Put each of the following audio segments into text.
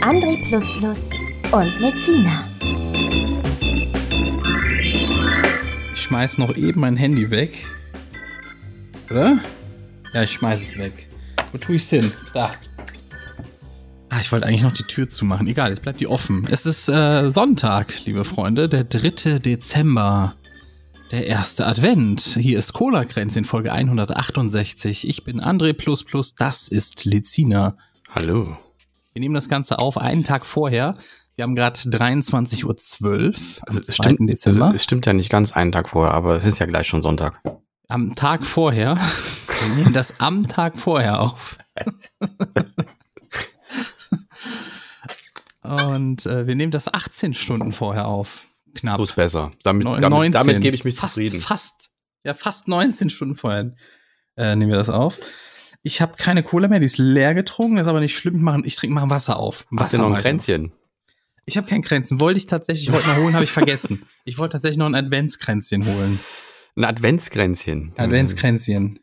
André Plus Plus und Lezina. Ich schmeiß noch eben mein Handy weg. Oder? Ja, ich schmeiß es weg. Wo tue ich's hin? Da. Ah, ich wollte eigentlich noch die Tür zumachen. Egal, jetzt bleibt die offen. Es ist äh, Sonntag, liebe Freunde, der 3. Dezember. Der erste Advent. Hier ist Cola Grenz in Folge 168. Ich bin André Plus Plus, das ist Lezina. Hallo. Wir nehmen das Ganze auf einen Tag vorher. Wir haben gerade 23.12 Uhr, also es 2. stimmt, Dezember. Es, es stimmt ja nicht ganz einen Tag vorher, aber es ist ja gleich schon Sonntag. am Tag vorher. Wir nehmen das am Tag vorher auf. Und äh, wir nehmen das 18 Stunden vorher auf. Knapp. So ist besser. Damit, Neun- damit, damit gebe ich mich fast, zufrieden. Fast, ja, fast 19 Stunden vorher äh, nehmen wir das auf. Ich habe keine Cola mehr, die ist leer getrunken, ist aber nicht schlimm. Ich, mache- ich trinke mal Wasser auf. Hast du noch ein Wasser, Alter. Kränzchen? Ich habe kein Kränzchen. Wollte ich tatsächlich heute mal holen, habe ich vergessen. Ich wollte tatsächlich noch ein Adventskränzchen holen. Ein Adventskränzchen. Mhm. Mhm. Adventskränzchen.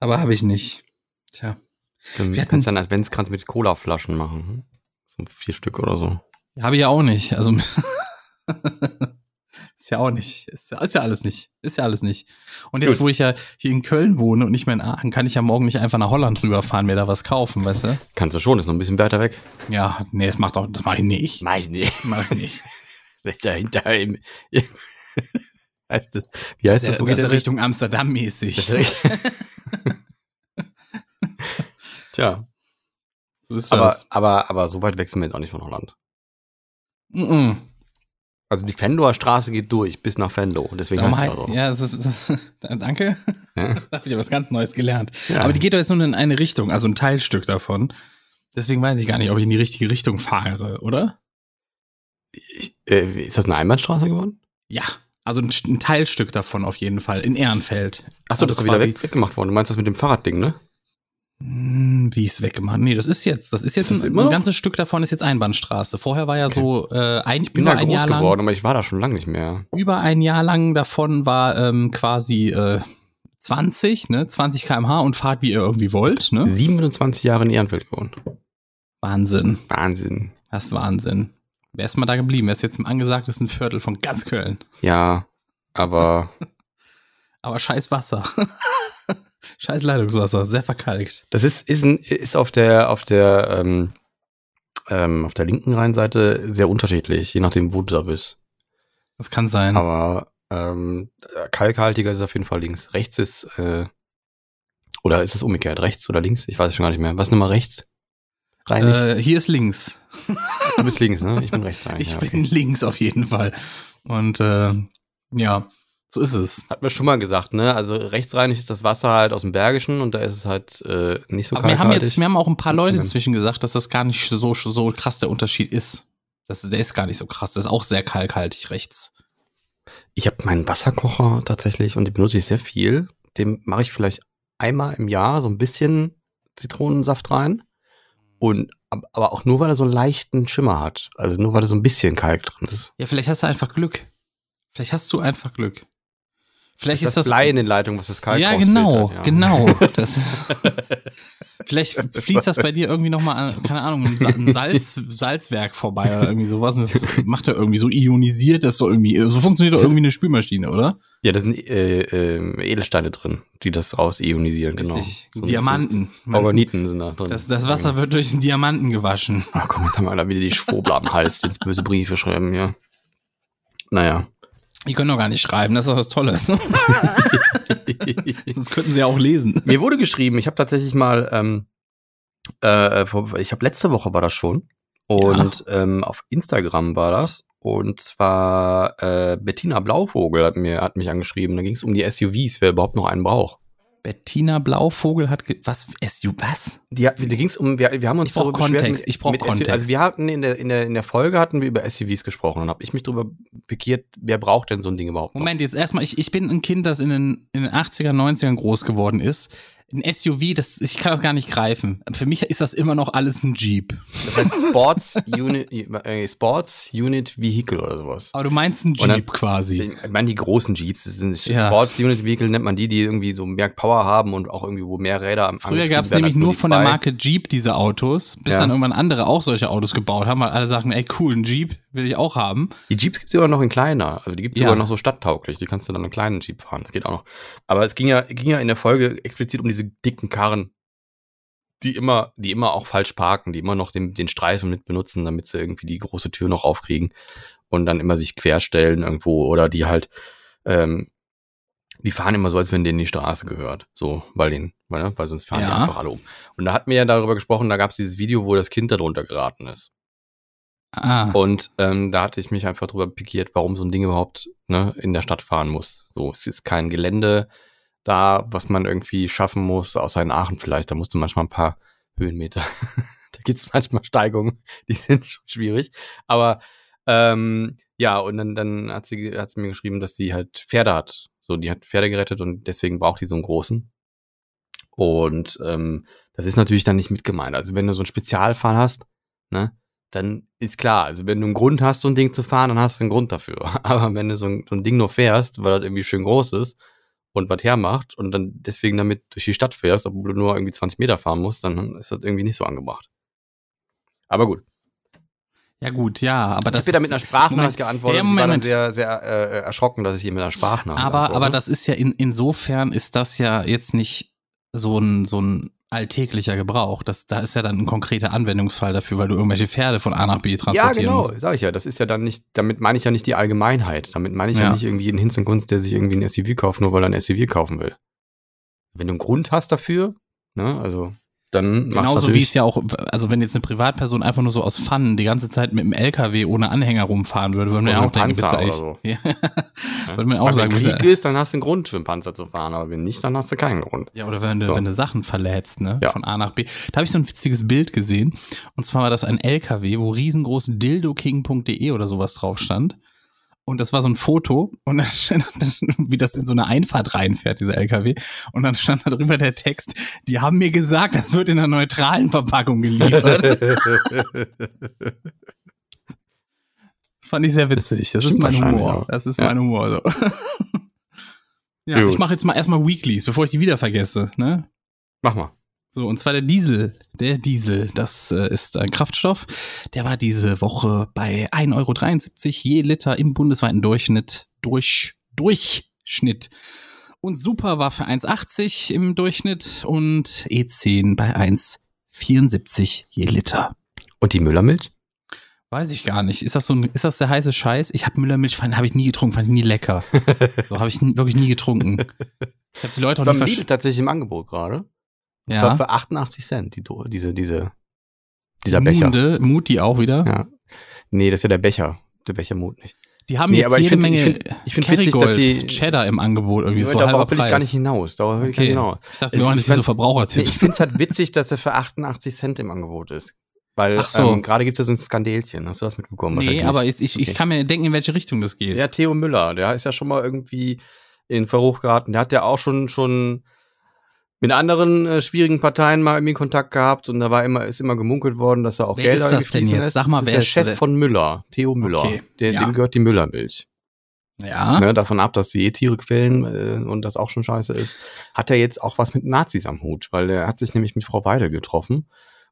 Aber habe ich nicht. Tja. Wir Wir du hatten- kannst einen Adventskranz mit Colaflaschen machen. hm? So vier Stück oder so. Habe ich ja auch nicht. Also ist ja auch nicht. Ist ja, ist ja alles nicht. Ist ja alles nicht. Und jetzt, Gut. wo ich ja hier in Köln wohne und nicht mehr in Aachen, kann ich ja morgen nicht einfach nach Holland rüberfahren, mir da was kaufen, weißt du? Kannst du schon, ist noch ein bisschen weiter weg. Ja, nee, das macht auch, das mache ich nicht. Mach ich nicht. Mach ich nicht. Dahinter im, im heißt das, Wie heißt das? das Wo ist geht ja der Weg? Richtung Amsterdam mäßig. Das ist richtig. Tja, So ist aber, das. aber, aber so weit weg sind wir jetzt auch nicht von Holland. Mm -mm. Also die Fenloer Straße geht durch bis nach Venlo. Deswegen Darum heißt sie hei- auch so. ja, das ist, das ist, danke. Ja. Da habe ich ja was ganz Neues gelernt. Ja. Aber die geht doch jetzt nur in eine Richtung, also ein Teilstück davon. Deswegen weiß ich gar nicht, ob ich in die richtige Richtung fahre, oder? Ich, äh, ist das eine Einbahnstraße geworden? Ja, also ein, ein Teilstück davon auf jeden Fall, in Ehrenfeld. Achso, Also das ist wieder quasi- weg, weggemacht worden. Du meinst das mit dem Fahrradding, ne? Hm, Wie ist weggemacht? Nee, das ist jetzt, das ist jetzt Ist das ein, immer ein noch? ganzes Stück davon ist jetzt Einbahnstraße. Vorher war ja so, äh, ein, ich Ich bin bin über da ein groß Jahr geworden, lang, aber ich war da schon lange nicht mehr. über ein Jahr lang davon war ähm, quasi äh, 20, ne, 20 km/h und fahrt wie ihr irgendwie wollt, Mhm. ne? 27 Jahre in Ehrenfeld gewohnt. Wahnsinn. Wahnsinn. Das ist Wahnsinn. Wer ist mal da geblieben? Wer ist jetzt im angesagtesten Viertel von ganz Köln? Ja, aber Aber scheiß Wasser. scheiß Leitungswasser, sehr verkalkt. das ist, ist, ein, ist auf der, auf der, ähm, ähm, auf der linken Rheinseite sehr unterschiedlich, je nachdem, wo du da bist. Das kann sein. Aber ähm, kalkhaltiger ist auf jeden Fall links. Rechts ist, äh, oder ist es umgekehrt? Rechts oder links? Ich weiß es schon gar nicht mehr. Was ist nochmal rechts? Reinig. äh, hier ist links. du bist links, ne? Ich bin rechts reinig. ich ja, bin links auf jeden Fall. Und äh, ja, so ist es. Hat man schon mal gesagt, ne? Also rechtsreinig ist das Wasser halt aus dem Bergischen und da ist es halt äh, nicht so Aber wir haben kalkhaltig. jetzt, wir haben auch ein paar Leute Ja. inzwischen gesagt, dass das gar nicht so, so krass der Unterschied ist. Das, der ist gar nicht so krass. Das ist auch sehr kalkhaltig rechts. ich habe meinen Wasserkocher tatsächlich und den benutze ich sehr viel. Dem mache ich vielleicht einmal im Jahr so ein bisschen Zitronensaft rein. Und ab- aber auch nur, weil er so einen leichten Schimmer hat. Also nur, weil da so ein bisschen Kalk drin ist. Ja, vielleicht hast du einfach Glück. Vielleicht hast du einfach Glück. Vielleicht ist das Blei in den Leitungen, was das Kalk ja, rausfiltert, genau, ja. genau. Das ist, vielleicht fließt das bei dir irgendwie nochmal an, keine Ahnung, einem Sa- einem Salz, Salzwerk vorbei oder irgendwie sowas. Und das macht er irgendwie so ionisiert, das so irgendwie. So funktioniert doch irgendwie eine Spülmaschine, oder? Ja, da sind äh, ähm, Edelsteine drin, die das raus ionisieren, genau. Richtig. So ein- Diamanten. so ein- Organiten sind da drin. Das, das Wasser wird durch einen Diamanten gewaschen. Ach komm, jetzt haben wir alle wieder die Schwobler am Hals, die uns böse Briefe schreiben, ja. Naja. Die können doch gar nicht schreiben, das ist doch was Tolles. Sonst könnten sie ja auch lesen. Mir wurde geschrieben, ich habe tatsächlich mal, ähm, äh, vor- ich habe letzte Woche war das schon und ähm, auf Instagram war das und zwar äh, Bettina Blauvogel hat mir hat mich angeschrieben. Da ging es um die SUVs, wer überhaupt noch einen braucht. Bettina Blauvogel hat. ge- Was? SU, was? Die, hat- da ging's um, wir, wir haben uns Ich brauch darüber beschwert Kontext, mit- ich brauch mit SUV Kontext. Also wir hatten in der, in, der, in der Folge hatten wir über SUVs gesprochen und habe ich mich darüber begiert, wer braucht denn so ein Ding überhaupt? noch? Moment, jetzt erstmal, ich, ich bin ein Kind, das in den, in den 80er, 90ern groß geworden ist. Ein SUV, das, ich kann das gar nicht greifen. Für mich ist das immer noch alles ein Jeep. Das heißt Sports Unit, äh, Sports Unit Vehicle oder sowas. Aber du meinst ein Und dann- Jeep quasi. Ich meine, die großen Jeeps, das sind Ja. Sports Unit Vehicle, nennt man die, die irgendwie so mehr Power haben und auch irgendwie, wo mehr Räder am Früher angetrieben gab es werden nämlich als nur die von der zwei. Marke Jeep diese Autos, bis Ja. dann irgendwann andere auch solche Autos gebaut haben, weil alle sagten, ey, cool, ein Jeep will ich auch haben. Die Jeeps gibt es sogar noch in kleiner. Also die gibt es Ja. sogar noch so stadttauglich. Die kannst du dann in kleinen Jeep fahren. Das geht auch noch. Aber es ging ja, ging ja in der Folge explizit um diese dicken Karren, die immer, die immer auch falsch parken, die immer noch den, den Streifen mit benutzen, damit sie irgendwie die große Tür noch aufkriegen und dann immer sich querstellen irgendwo oder die halt, ähm, die fahren immer so, als wenn denen die Straße gehört. So, weil den, weil, ne, weil sonst fahren die Ja. einfach alle um. Und da hatten wir ja darüber gesprochen, da gab es dieses Video, wo das Kind darunter geraten ist. Ah, Und ähm, da hatte ich mich einfach drüber pikiert, warum so ein Ding überhaupt ne, in der Stadt fahren muss. So, es ist kein Gelände da, was man irgendwie schaffen muss, außer in Aachen vielleicht. Da musst du manchmal ein paar Höhenmeter. da gibt es manchmal Steigungen, die sind schon schwierig. Aber ähm, ja, und dann, dann hat, sie, hat sie mir geschrieben, dass sie halt Pferde hat. So, die hat Pferde gerettet und deswegen braucht die so einen großen. Und ähm, das ist natürlich dann nicht mit gemeint. Also, wenn du so einen Spezialfall hast, ne, dann ist klar, also wenn du einen Grund hast, so ein Ding zu fahren, dann hast du einen Grund dafür. Aber wenn du so ein, so ein Ding nur fährst, weil das irgendwie schön groß ist und was hermacht und dann deswegen damit durch die Stadt fährst, obwohl du nur irgendwie 20 Meter fahren musst, dann ist das irgendwie nicht so angebracht. Aber gut. ja gut, ja, aber das ich bin da mit einer Moment. Sprachnachricht Ja, geantwortet. ich war dann Moment. sehr, sehr äh, erschrocken, dass ich hier mit einer Sprachnachricht aber, antworte. aber das ist ja in, insofern ist das ja jetzt nicht so ein, so ein alltäglicher Gebrauch. Das, da ist ja dann ein konkreter Anwendungsfall dafür, weil du irgendwelche Pferde von A nach B Ja, transportieren genau, musst. sag ich ja. Das ist ja dann nicht, damit meine ich ja nicht die Allgemeinheit. Damit meine ich ja, Ja. nicht irgendwie jeden Hinz und Kunst, der sich irgendwie ein SUV kauft, nur weil er ein SUV kaufen will. Wenn du einen Grund hast dafür, ne, also dann machst du Genauso wie es natürlich- ja auch, also wenn jetzt eine Privatperson einfach nur so aus Fun die ganze Zeit mit dem LKW ohne Anhänger rumfahren würde, würden wir Oder ja auch mit einem denken, bist du eigentlich. Panzer oder Ja. ne? Würde man auch Weil sagen, wenn bist du- Krieg ist, dann hast du einen Grund für einen Panzer zu fahren, aber wenn nicht, dann hast du keinen Grund. Ja, oder wenn du, So. wenn du Sachen verlädst, ne? Ja. Von A nach B. Da habe ich so ein witziges Bild gesehen. Und zwar war das ein LKW, wo riesengroß dildoking.de E oder sowas drauf stand. Und das war so ein Foto und dann stand, wie das in so eine Einfahrt reinfährt, dieser LKW. Und dann stand da drüber der Text, die haben mir gesagt, das wird in einer neutralen Verpackung geliefert. das fand ich sehr witzig. Das ist Stimmt mein wahrscheinlich, Humor. ja. Das ist Ja. mein Humor. So. ja, Gut. ich mache jetzt mal erstmal Weeklies, bevor ich die wieder vergesse. Ne? Mach mal. So, und zwar der Diesel. Der Diesel, das äh, ist ein Kraftstoff. Der war diese Woche bei 1,73 Euro je Liter im bundesweiten Durchschnitt. Durch, Durchschnitt. Und Super war für 1,80 im Durchschnitt und E10 bei 1,74 je Liter. Und die Müllermilch? Weiß ich gar nicht. Ist das so ein, ist das der heiße Scheiß? Ich habe Müllermilch, fand- habe ich nie getrunken, fand ich nie lecker. So habe ich n- wirklich nie getrunken. Ich habe die Leute Das auch war nicht im versch- Lidl tatsächlich im Angebot gerade. Das war Ja. für 88 Cent, die, Do- diese, diese, dieser Becher. Munde, Mutti auch wieder. Ja. Nee, das ist ja der Becher. Der Becher Mut nicht. Die haben Nee, jetzt aber ich jede find- Menge ich find- ich find witzig, Kerrygold, dass sie- Cheddar im Angebot irgendwie so darauf halber will Preis. ich gar nicht hinaus. Darauf will ich gar Okay. nicht hinaus. Ich dachte, wir waren Ich jetzt hier so mein- Nee, ich Verbrauchertipps. finde es halt witzig, dass er für 88 Cent im Angebot ist. Weil Ach so. ähm, gerade gibt es ja so ein Skandelchen. Hast du das mitbekommen? nee, Wahrscheinlich aber nicht. ich, ich, Okay. ich kann mir denken, in welche Richtung das geht. Ja, Theo Müller, der ist ja schon mal irgendwie in Verruch geraten. Der hat ja auch schon, schon mit anderen äh, schwierigen Parteien mal irgendwie Kontakt gehabt und da war immer, ist immer gemunkelt worden, dass er auch Wer Geld ist das denn jetzt? Sag mal, das wer ist der ist- Chef wer- von Müller, Theo Müller. Okay, Der, ja. Dem gehört die Müllermilch. Ja. Ne, davon ab, dass sie eh Tiere quälen äh, und das auch schon scheiße ist, hat er jetzt auch was mit Nazis am Hut, weil er hat sich nämlich mit Frau Weidel getroffen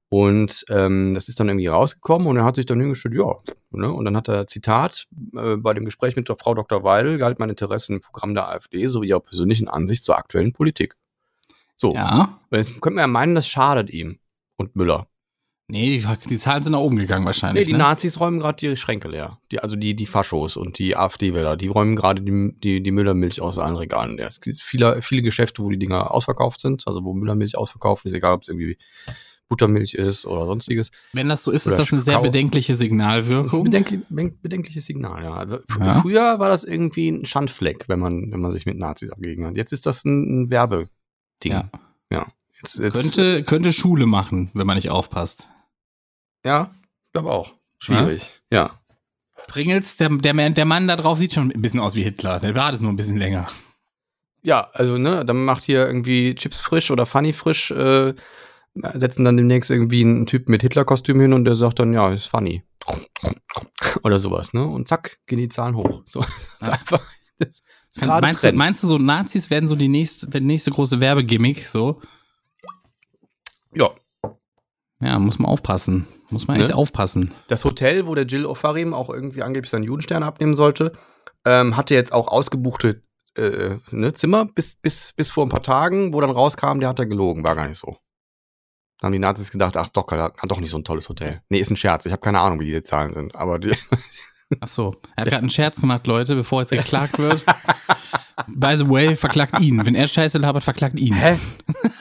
und ähm, das ist dann irgendwie rausgekommen und er hat sich dann hingestellt, ja, ne? und dann hat er Zitat, äh, bei dem Gespräch mit der Frau Dr. Weidel galt mein Interesse im Programm der AfD sowie ihrer persönlichen Ansicht zur aktuellen Politik. So, Ja. jetzt könnte man ja meinen, das schadet ihm und Müller. Nee, die, die Zahlen sind nach oben gegangen Nee, wahrscheinlich. die ne? Nazis räumen gerade die Schränke leer. Die, also die, die Faschos und die AfD-Wähler, die räumen gerade die, die, die Müllermilch aus allen Regalen leer. Es gibt viele, viele Geschäfte, wo die Dinger ausverkauft sind, also wo Müllermilch ausverkauft ist, egal ob es irgendwie Buttermilch ist oder sonstiges. Wenn das so ist, Oder ist das eine sehr Kakao. bedenkliche Das ist ein Signalwirkung. bedenklich, bedenk- bedenkliches Signal, ja. Also fr- Ja. früher war das irgendwie ein Schandfleck, wenn man, wenn man sich mit Nazis abgegeben hat. Jetzt ist das ein, ein Werbe. Ding. Ja. Jetzt, jetzt, Könnte, könnte Schule machen, wenn man nicht aufpasst. Ja, ich glaube auch. Schwierig. Ja. Pringels, der, der, Mann- der Mann da drauf sieht schon ein bisschen aus wie Hitler. Der war das nur ein bisschen länger. Ja, also, ne, dann macht hier irgendwie Chips frisch oder Funny frisch, äh, setzen dann demnächst irgendwie einen Typ mit Hitler-Kostüm hin und der sagt dann, ja, ist Funny. Oder sowas, ne? Und zack, gehen die Zahlen hoch. So, Ja. einfach. Das ist Kann, gerade meinst, du, Trend. meinst du, so Nazis werden so die nächste, der nächste große Werbegimmick? So? Ja. Ja, muss man aufpassen. Muss man echt Ne? aufpassen. Das Hotel, wo der Jill Ofarim auch irgendwie angeblich seinen Judenstern abnehmen sollte, ähm, hatte jetzt auch ausgebuchte äh, ne, Zimmer bis, bis, bis vor ein paar Tagen, wo dann rauskam, der hat da gelogen, war gar nicht so. Da haben die Nazis gedacht, ach doch, der hat doch nicht so ein tolles Hotel. Nee, ist ein Scherz, ich habe keine Ahnung, wie die Zahlen sind, aber die, Ach so, er hat gerade einen Scherz gemacht, Leute, bevor jetzt geklagt wird. By the way, verklagt ihn. Wenn er Scheiße labert, verklagt ihn. Hä?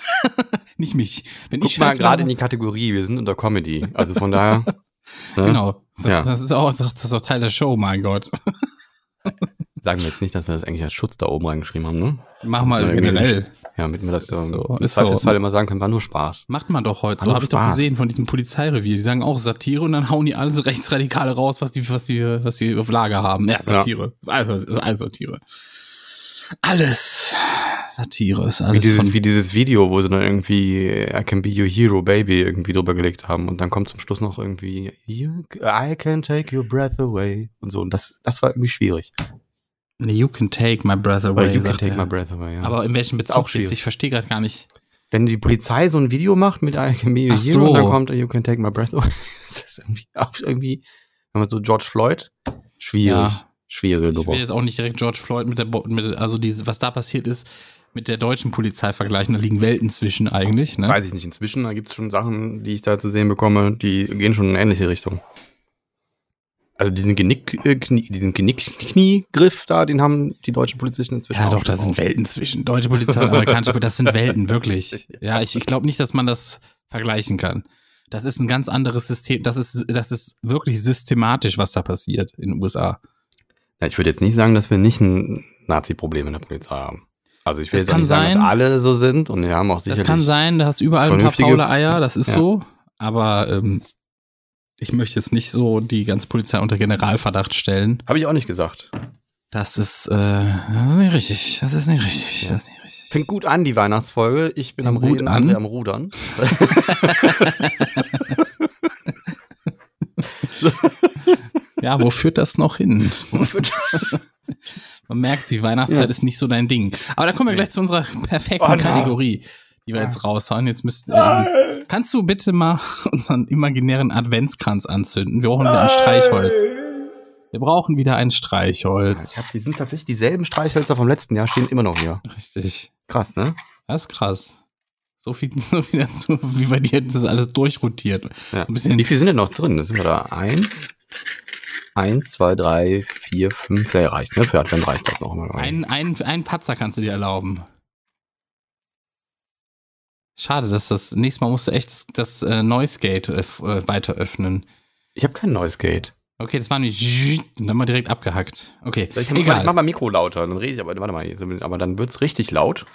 Nicht mich. Wenn ich guck mal Scheiße gerade in laber- die Kategorie, wir sind unter Comedy, also von daher. ne, Genau. Das, Ja. das, ist auch, das ist auch Teil der Show, mein Gott. Sagen wir jetzt nicht, dass wir das eigentlich als Schutz da oben reingeschrieben haben, ne? Mach mal Ja, generell. Ja, damit wir das Ist ähm, so, im ist so. Zweifelsfall immer sagen können, war nur Spaß. Macht man doch heute. Hat So doch habe ich doch Spaß. gesehen von diesem Polizeirevier. Die sagen auch Satire und dann hauen die alles Rechtsradikale raus, was die, was die, was die auf Lager haben. Ja, Satire. Ist alles, ist alles Satire. Alles Satire ist Wie alles dieses, von wie dieses Video, wo sie dann irgendwie äh, I can be your hero, baby, irgendwie drüber gelegt haben. Und dann kommt zum Schluss noch irgendwie you, I can take your breath away. Und so. Und das, das war irgendwie schwierig. Nee, You can take my breath away. Weil you can sagt take er. my breath away. Ja. Aber in welchem Ist auch Bezug schwierig. jetzt? Ich verstehe gerade gar nicht. wenn die Polizei so ein Video macht mit I can be your Ach hero, so. dann kommt You can take my breath away. Das ist irgendwie, auch irgendwie wenn man so George Floyd, schwierig. Ja. Schwierige Ich will Nummer. jetzt auch nicht direkt George Floyd mit der, Bo- mit, also diese, was da passiert ist, mit der deutschen Polizei vergleichen. Da liegen Welten zwischen eigentlich. Ne? Weiß ich nicht. Inzwischen, da gibt es schon Sachen, die ich da zu sehen bekomme, die gehen schon in eine ähnliche Richtung. Also diesen Genick, äh, Knie, diesen Genick, Kniegriff da, den haben die deutschen Polizisten inzwischen. Ja, auch doch, da schon sind auf. Welten zwischen. Deutsche Polizei und amerikanische Polizei, das sind Welten, wirklich. Ja, ich, ich glaube nicht, dass man das vergleichen kann. Das ist ein ganz anderes System. Das ist, das ist wirklich systematisch, was da passiert in den USA. Ja, ich würde jetzt nicht sagen, dass wir nicht ein Nazi-Problem in der Polizei haben. Also ich will Das jetzt auch kann nicht sagen, sein. dass alle so sind und wir haben auch sicherlich. das kann sein, da hast du überall ein paar vernünftige- faule Eier, das ist Ja. so. Aber ähm, ich möchte jetzt nicht so die ganze Polizei unter Generalverdacht stellen. Habe ich auch nicht gesagt. Das ist, äh, das ist nicht richtig. Das ist nicht richtig. Das ist nicht richtig. Fängt gut an, die Weihnachtsfolge. Ich bin Fängt am gut Reden, an. andere am Rudern. Ja, wo führt das noch hin? Man merkt, die Weihnachtszeit Ja. ist nicht so dein Ding. Aber da kommen wir gleich zu unserer perfekten Oh nein. Ah. Kategorie, die wir jetzt raushauen. Jetzt müsst ähm, Kannst du bitte mal unseren imaginären Adventskranz anzünden? Wir brauchen wieder ein Streichholz. Wir brauchen wieder ein Ich Streichholz. hab, die sind tatsächlich dieselben Streichhölzer vom letzten Jahr, stehen immer noch hier. Richtig. Krass, ne? Das ist krass. So viel, so viel dazu, wie bei dir das alles durchrotiert. Ja. So ein bisschen- Wie viel sind denn noch drin? Das sind wir da. Eins, eins, zwei, drei, vier, fünf. Ja, reicht, ne? Für Advent reicht das noch mal. Einen, einen, einen Patzer kannst du dir erlauben. Schade, dass das nächstes Mal musst du echt das, das äh, Noise Gate äh, f- äh, weiter öffnen. Ich habe kein neues Gate. Okay, das war nämlich und dann mal direkt abgehackt. Okay, Ich mach, Egal. ich mach egal. mal Mikro lauter, dann rede ich aber. Warte mal, jetzt, aber dann wird's richtig laut.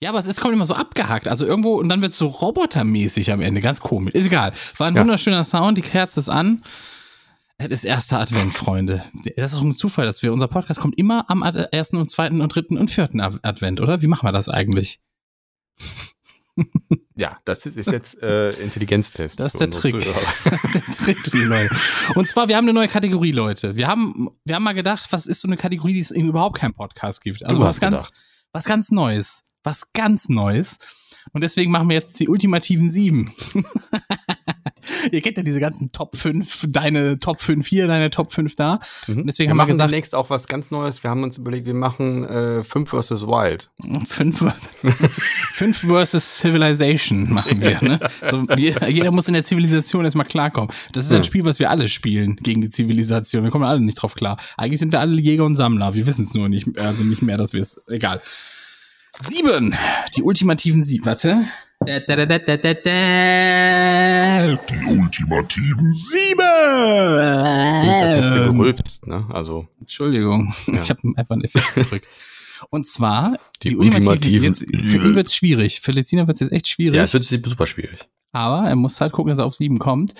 Ja, aber es ist, kommt immer so abgehackt. Also irgendwo und dann wird es so robotermäßig am Ende. Ganz komisch. Ist egal. War ein Ja. wunderschöner Sound. Die Kerze ist an. Es ist erster Advent, Freunde. Das ist auch ein Zufall, dass wir unser Podcast kommt immer am Ad ersten und zweiten und dritten und vierten Ad- Advent, oder? Wie machen wir das eigentlich? Ja, das ist, ist jetzt äh, Intelligenztest. Das ist für der unsere Trick. Zuhörer. Das ist der Trick, liebe Leute. Und zwar, wir haben eine neue Kategorie, Leute. Wir haben, wir haben mal gedacht, was ist so eine Kategorie, die es eben überhaupt keinen Podcast gibt. Also hast was ganz, gedacht. was ganz Neues. Was ganz Neues. Und deswegen machen wir jetzt die ultimativen sieben. Ihr kennt ja diese ganzen Top 5, deine Top 5 hier, deine Top 5 da. Und deswegen haben Mhm. wir wir machen gesagt, demnächst auch was ganz Neues. Wir haben uns überlegt, wir machen äh, 5 vs. Wild. 5 versus, fünf versus Civilization machen wir. Ne? So, jeder, jeder muss in der Zivilisation erstmal klarkommen. Das ist ein Ja. Spiel, was wir alle spielen gegen die Zivilisation. Wir kommen alle nicht drauf klar. Eigentlich sind wir alle Jäger und Sammler. Wir wissen es nur nicht, also nicht mehr, dass wir es. Egal. Sieben. Die ultimativen Sieben. Warte. Da, da, da, da, da, da. Die ultimativen Klingt, als hättest du Sieben! gerülpst, ne? Also, Entschuldigung, Ja. ich habe einfach einen Effekt gedrückt. Und zwar, Die ultimativen Jetzt, für ihn Übel. wird's schwierig. Für Lezina wird's jetzt echt schwierig. ja, es wird super schwierig. aber er muss halt gucken, dass er auf sieben kommt.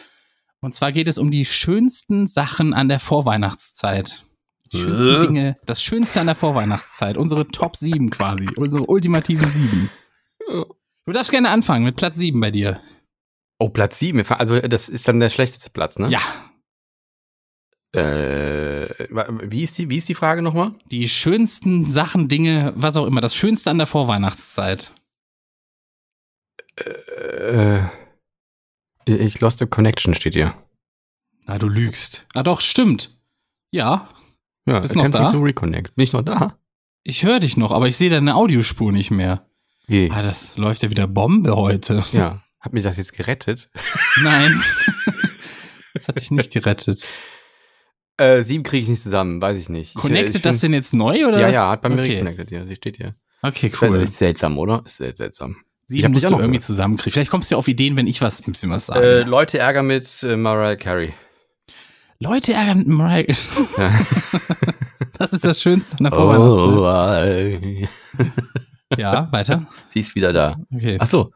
Und zwar geht es um die schönsten Sachen an der Vorweihnachtszeit. Die schönsten Äh. Dinge, das Schönste an der Vorweihnachtszeit. Unsere Top 7 quasi. Unsere ultimative 7. Du darfst gerne anfangen mit Platz 7 bei dir. Oh, Platz 7. Also, das ist dann der schlechteste Platz, ne? Ja. Äh, wa- wie, ist die, wie ist die Frage nochmal? Die schönsten Sachen, Dinge, was auch immer. Das Schönste an der Vorweihnachtszeit. Äh, ich- ich lost the connection, steht hier. Na, du lügst. Ah, doch, stimmt. Ja, Ja, Bist noch attempting da? to reconnect. Bin ich noch da? ich höre dich noch, aber ich sehe deine Audiospur nicht mehr. Wie? Ah, das läuft ja wieder Bombe heute. Ja. Hat mich das jetzt gerettet? Nein. Das hat dich nicht gerettet. Äh, sieben kriege ich nicht zusammen, weiß ich nicht. Ich, äh, Connectet ich das find- denn jetzt neu oder? Ja, ja, hat bei mir Okay. reconnected. Ja, sie steht hier. Okay, cool. Ist seltsam, oder? Ist sehr seltsam. ich Sieben hab musst dich auch du noch irgendwie gehört. zusammenkriegen. Vielleicht kommst du ja auf Ideen, wenn ich was ein bisschen was Äh, sage. Leute Ärger mit äh, Mariah Carey. Leute ärgern mit Mariah. Ja. Das ist das Schönste Oh. an der Vorweihnachtszeit. I- Ja, weiter. sie ist wieder da. Okay. Ach so.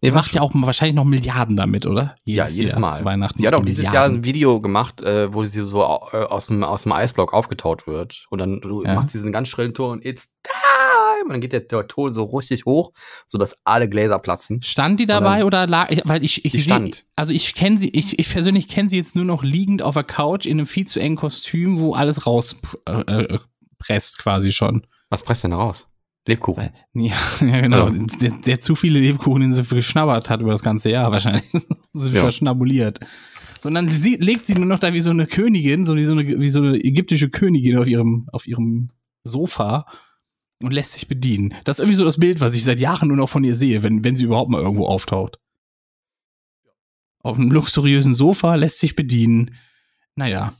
Ihr Nee, macht ja auch wahrscheinlich noch Milliarden damit, oder? ja, jedes Jahr Mal. Zu Weihnachten. sie hat macht auch ihr dieses Jahr Milliarden. ein Video gemacht, äh, wo sie so au- äh, aus dem, aus dem Eisblock aufgetaut wird. Und dann du Ja. macht sie diesen ganz schrillen Ton. It's time! Und dann geht der, der Ton so richtig hoch, sodass alle Gläser platzen. Stand die dabei oder lag ich, weil ich, ich Die sie- stand. also ich kenne sie ich, ich persönlich kenne sie jetzt nur noch liegend auf der Couch in einem viel zu engen Kostüm, wo alles raus äh, äh, presst quasi schon. Was presst denn da raus? Lebkuchen. Also. Weil- Ja, ja genau. Ja. Der, der zu viele Lebkuchen, den sie geschnabbert hat über das ganze Jahr wahrscheinlich. sie Ja. verschnabuliert. Sondern sie, legt sie nur noch da wie so eine Königin, so wie so eine, wie so eine ägyptische Königin auf ihrem, auf ihrem Sofa und lässt sich bedienen. Das ist irgendwie so das Bild, was ich seit Jahren nur noch von ihr sehe, wenn, wenn sie überhaupt mal irgendwo auftaucht. Auf einem luxuriösen Sofa lässt sich bedienen. Naja.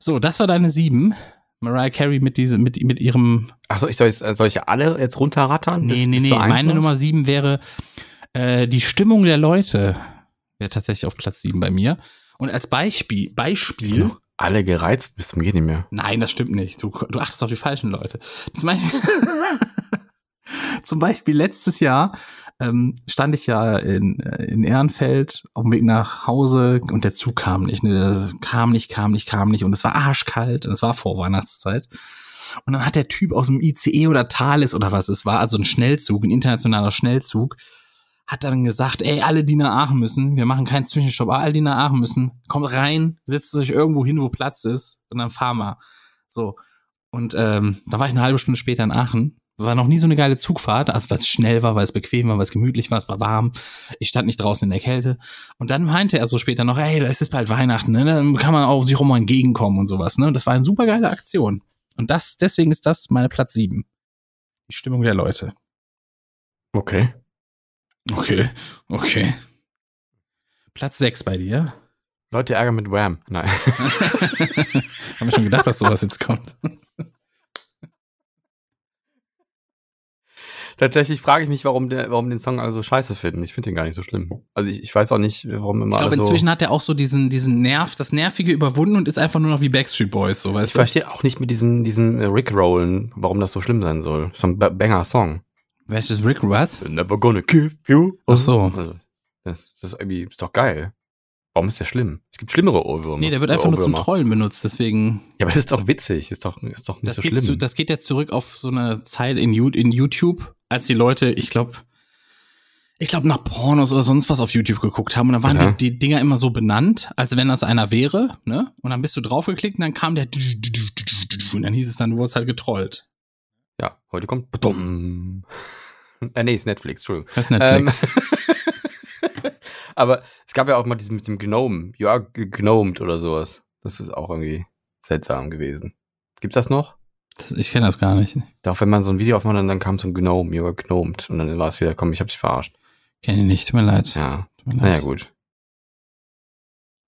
So, das war deine sieben. Mariah Carey mit, diesem, mit, mit ihrem Achso, ich soll, jetzt, äh, soll ich alle jetzt runterrattern? Nee, Bis- nee, bis nee. zur eins Meine noch? Nummer sieben wäre äh, die Stimmung der Leute. Wäre tatsächlich auf Platz sieben bei mir. Und als Beispiel, Die sind Beispiel. noch alle gereizt bis zum Geht nicht mehr. Nein, das stimmt nicht. Du, du achtest auf die falschen Leute. Zum Beispiel, zum Beispiel letztes Jahr ähm, stand ich ja in, äh, in Ehrenfeld auf dem Weg nach Hause und der Zug kam nicht. Ne? Der kam nicht, kam nicht, kam nicht. Und es war arschkalt und es war vor Weihnachtszeit. Und dann hat der Typ aus dem ICE oder Thales oder was es war, also ein Schnellzug, ein internationaler Schnellzug, hat dann gesagt, ey, alle, die nach Aachen müssen, wir machen keinen Zwischenstopp, alle, die nach Aachen müssen, kommt rein, setzt euch irgendwo hin, wo Platz ist und dann fahren wir. So. Und ähm, da war ich eine halbe Stunde später in Aachen. War noch nie so eine geile Zugfahrt, also weil es schnell war, weil es bequem war, weil es gemütlich war, es war warm. Ich stand nicht draußen in der Kälte. Und dann meinte er so später noch, ey, da ist es bald Weihnachten, ne? Dann kann man auch sich auch mal entgegenkommen und sowas, ne? Und das war eine super geile Aktion. Und das, deswegen ist das meine Platz sieben Die Stimmung der Leute. Okay. Okay, okay. Platz sechs bei dir. Leute Ärger mit Wham. Nein. Haben wir schon gedacht, dass sowas jetzt kommt. Tatsächlich frage ich mich, warum, der, warum den Song alle so scheiße finden. Ich finde den gar nicht so schlimm. Also ich, ich weiß auch nicht, warum immer Ich glaube, alle so. inzwischen hat er auch so diesen, diesen Nerv, das Nervige überwunden und ist einfach nur noch wie Backstreet Boys, so ich weißt du? verstehe auch nicht mit diesem, diesem äh, Rickrollen, warum das so schlimm sein soll. Ist ein Ba- Banger-Song. Welches Rick Ross? Never gonna give you. Ach so. Also, das, das ist irgendwie ist doch geil. Warum ist der schlimm? Es gibt schlimmere Ohrwürmer. Nee, der wird einfach nur zum Ohrwürmer. Trollen benutzt, deswegen. Ja, aber das ist doch witzig. Ist doch, ist doch nicht Das, so geht schlimm. zu, das geht ja zurück auf so eine Zeile in, Ju- in YouTube, als die Leute, ich glaube, ich glaube, nach Pornos oder sonst was auf YouTube geguckt haben. Und dann waren Ja. die, die Dinger immer so benannt, als wenn das einer wäre, ne? Und dann bist du draufgeklickt und dann kam der und dann hieß es dann, du wurdest halt getrollt. ja, heute kommt. Badum. Äh, nee, ist Netflix, Entschuldigung. Das ist Netflix. Ähm, aber es gab ja auch mal diesen mit dem Gnome. Ja, gegnomed oder sowas. Das ist auch irgendwie seltsam gewesen. Gibt's das noch? Das, ich kenne das gar nicht. Doch, wenn man so ein Video aufmacht, dann, dann kam so ein Gnome, ja, gnomed. Und dann war es wieder, komm, ich hab dich verarscht. Kenne ich nicht, tut mir leid. Ja, Tut mir leid. naja, gut.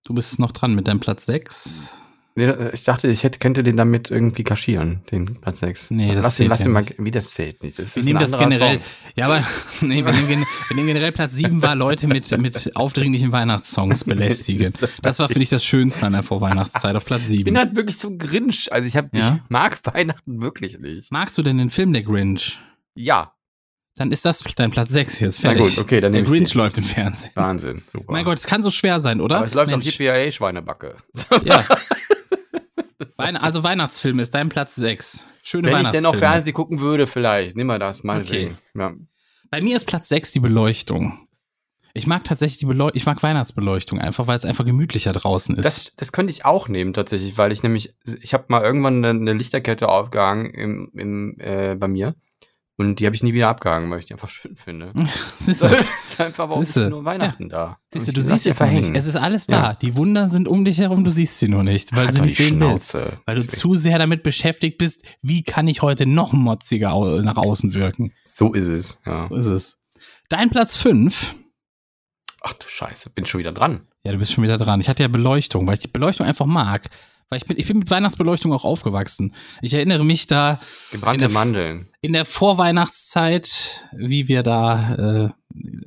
Du bist noch dran mit deinem Platz 6. Nee, Ich dachte, ich hätte, könnte den damit irgendwie kaschieren, den Platz 6. Nee, das lass ihn, zählt lass ja ihn mal, Wie das zählt nicht. ist Wir ein nehmen das anderer generell. Song. Ja, aber nee, wir, nehmen, gen- wir nehmen generell Platz 7 war Leute mit, mit aufdringlichen Weihnachtssongs belästigen. Das war, finde ich, das Schönste an der Vorweihnachtszeit auf Platz Ich bin 7. halt wirklich so ein Grinch. Also ich, hab, Ja? ich mag Weihnachten wirklich nicht. Magst du denn den Film Der Grinch? Ja, Dann ist das dein Platz 6 jetzt Na fertig. gut, okay, dann Der nehm ich Grinch den. läuft im Fernsehen. Wahnsinn. Super. Mein Gott, es kann so schwer sein, oder? Aber es läuft auch Mensch. GPA Schweinebacke. Ja. Weihn also Weihnachtsfilme ist dein Platz 6. Schöne Wenn ich denn Weihnachtsfilme. noch Fernsehen gucken würde, vielleicht. Nimm mal das, meinetwegen. Ja. Bei mir ist Platz 6 die Beleuchtung. Ich mag tatsächlich die Beleuchtung, ich mag Weihnachtsbeleuchtung einfach, weil es einfach gemütlicher draußen ist. Das, das könnte ich auch nehmen tatsächlich, weil ich nämlich, ich habe mal irgendwann eine, eine Lichterkette aufgehangen im, im, äh, bei mir und die habe ich nie wieder abgehangen, weil ich die einfach schön finde. Siehst So, du, ist einfach aber auch ein Siehste. bisschen nur Weihnachten da. siehst Und du, ich du lass siehst die es noch nicht. verhängen. Es ist alles da. Die Wunder sind um dich herum, du siehst sie nur nicht, weil Halt du doch nicht die sehen willst. Schnauze. Weil du Deswegen. zu sehr damit beschäftigt bist, wie kann ich heute noch motziger au- nach außen wirken. So ist es. Ja. So ist es. Dein Platz 5. Ach du Scheiße, bin schon wieder dran. Ja, du bist schon wieder dran. Ich hatte ja Beleuchtung, weil ich die Beleuchtung einfach mag. Weil ich bin, ich bin mit Weihnachtsbeleuchtung auch aufgewachsen. Ich erinnere mich da, Gebrannte In der- Mandeln. in der Vorweihnachtszeit, wie wir da äh,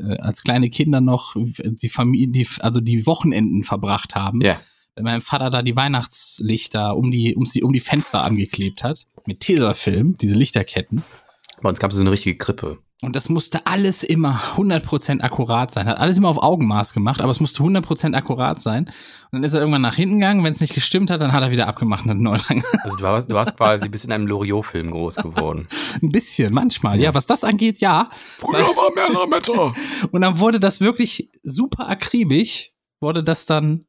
äh, als kleine Kinder noch die Familie, die, also die Wochenenden verbracht haben, Ja. wenn mein Vater da die Weihnachtslichter um die, um, sie, um die Fenster angeklebt hat, mit Tesafilm, diese Lichterketten. Bei uns gab es so eine richtige Krippe. Und das musste alles immer 100% akkurat sein. Hat alles immer auf Augenmaß gemacht, aber es musste 100% akkurat sein. Und dann ist er irgendwann nach hinten gegangen. Wenn es nicht gestimmt hat, dann hat er wieder abgemacht und hat neu dran. Also du warst, du warst quasi bis in einem Loriot-Film groß geworden. Ein bisschen, manchmal. Ja, was das angeht, ja. Früher war mehrere Meter. Und dann wurde das wirklich super akribisch, wurde das dann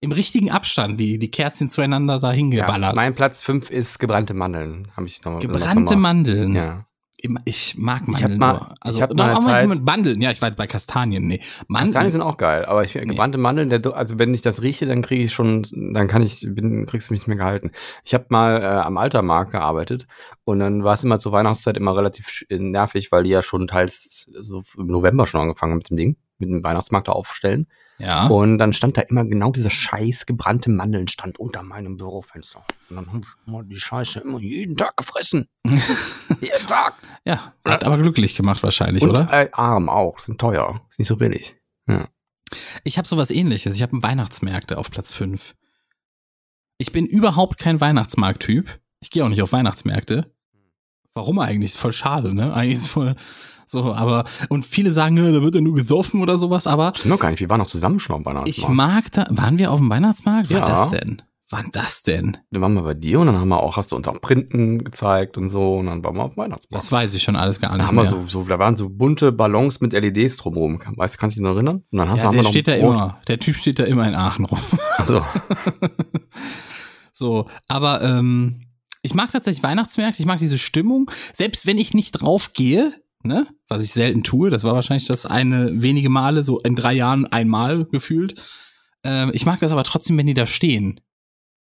im richtigen Abstand, die, die Kerzen zueinander dahin Ja, geballert. mein Platz 5 ist gebrannte Mandeln. Hab ich noch, Gebrannte noch mal. Mandeln. Ja. Im- Ich mag hab Mandeln. mal- nur. also, ich hab doch, mal eine auch mal Zeit- mit Mandeln. Ja, ich war jetzt bei Kastanien. Nee. Mandeln. Kastanien sind auch geil, aber ich, gebrannte Mandeln, der, also wenn ich das rieche, dann kriege ich schon, dann kann ich, bin, kriegst du mich nicht mehr gehalten. Ich habe mal äh, am Altermarkt gearbeitet und dann war es immer zur Weihnachtszeit immer relativ sch- äh, nervig, weil die ja schon teils so im November schon angefangen haben mit dem Ding, mit dem Weihnachtsmarkt da aufstellen. ja. Und dann stand da immer genau dieser scheiß gebrannte Mandeln stand unter meinem Bürofenster. Und dann hab ich immer die Scheiße immer jeden Tag gefressen. jeden Tag. ja. Hat aber glücklich gemacht wahrscheinlich, und oder? Äh, arm auch, sind teuer, ist nicht so billig. Ich habe sowas ähnliches. Ich habe Weihnachtsmärkte auf Platz 5. Ich bin überhaupt kein Weihnachtsmarkttyp. Ich gehe auch nicht auf Weihnachtsmärkte. Warum eigentlich? Ist voll schade, ne? Eigentlich ist voll so, aber und viele sagen, ja, da wird ja nur gesoffen oder sowas, aber Ich weiß noch gar nicht, wir waren noch zusammen schon am Weihnachtsmarkt. ich mag da waren wir auf dem Weihnachtsmarkt? War Ja. das denn? Wann das denn? Dann waren wir bei dir und dann haben wir auch, hast du uns auch Printen gezeigt und so und dann waren wir auf dem Weihnachtsmarkt. Das weiß ich schon alles gar da nicht haben mehr. wir so, so, da waren so bunte Ballons mit LEDs drumherum. Weißt du, kannst du dich noch erinnern? Und dann hast, ja, haben der wir noch steht da ein Brot. immer. Der Typ steht da immer in Aachen rum. Also, So, aber ähm, ich mag tatsächlich Weihnachtsmärkte, ich mag diese Stimmung. Selbst wenn ich nicht drauf gehe, ne, was ich selten tue, das war wahrscheinlich das eine wenige Male, so in drei Jahren einmal gefühlt. Ähm, ich mag das aber trotzdem, wenn die da stehen.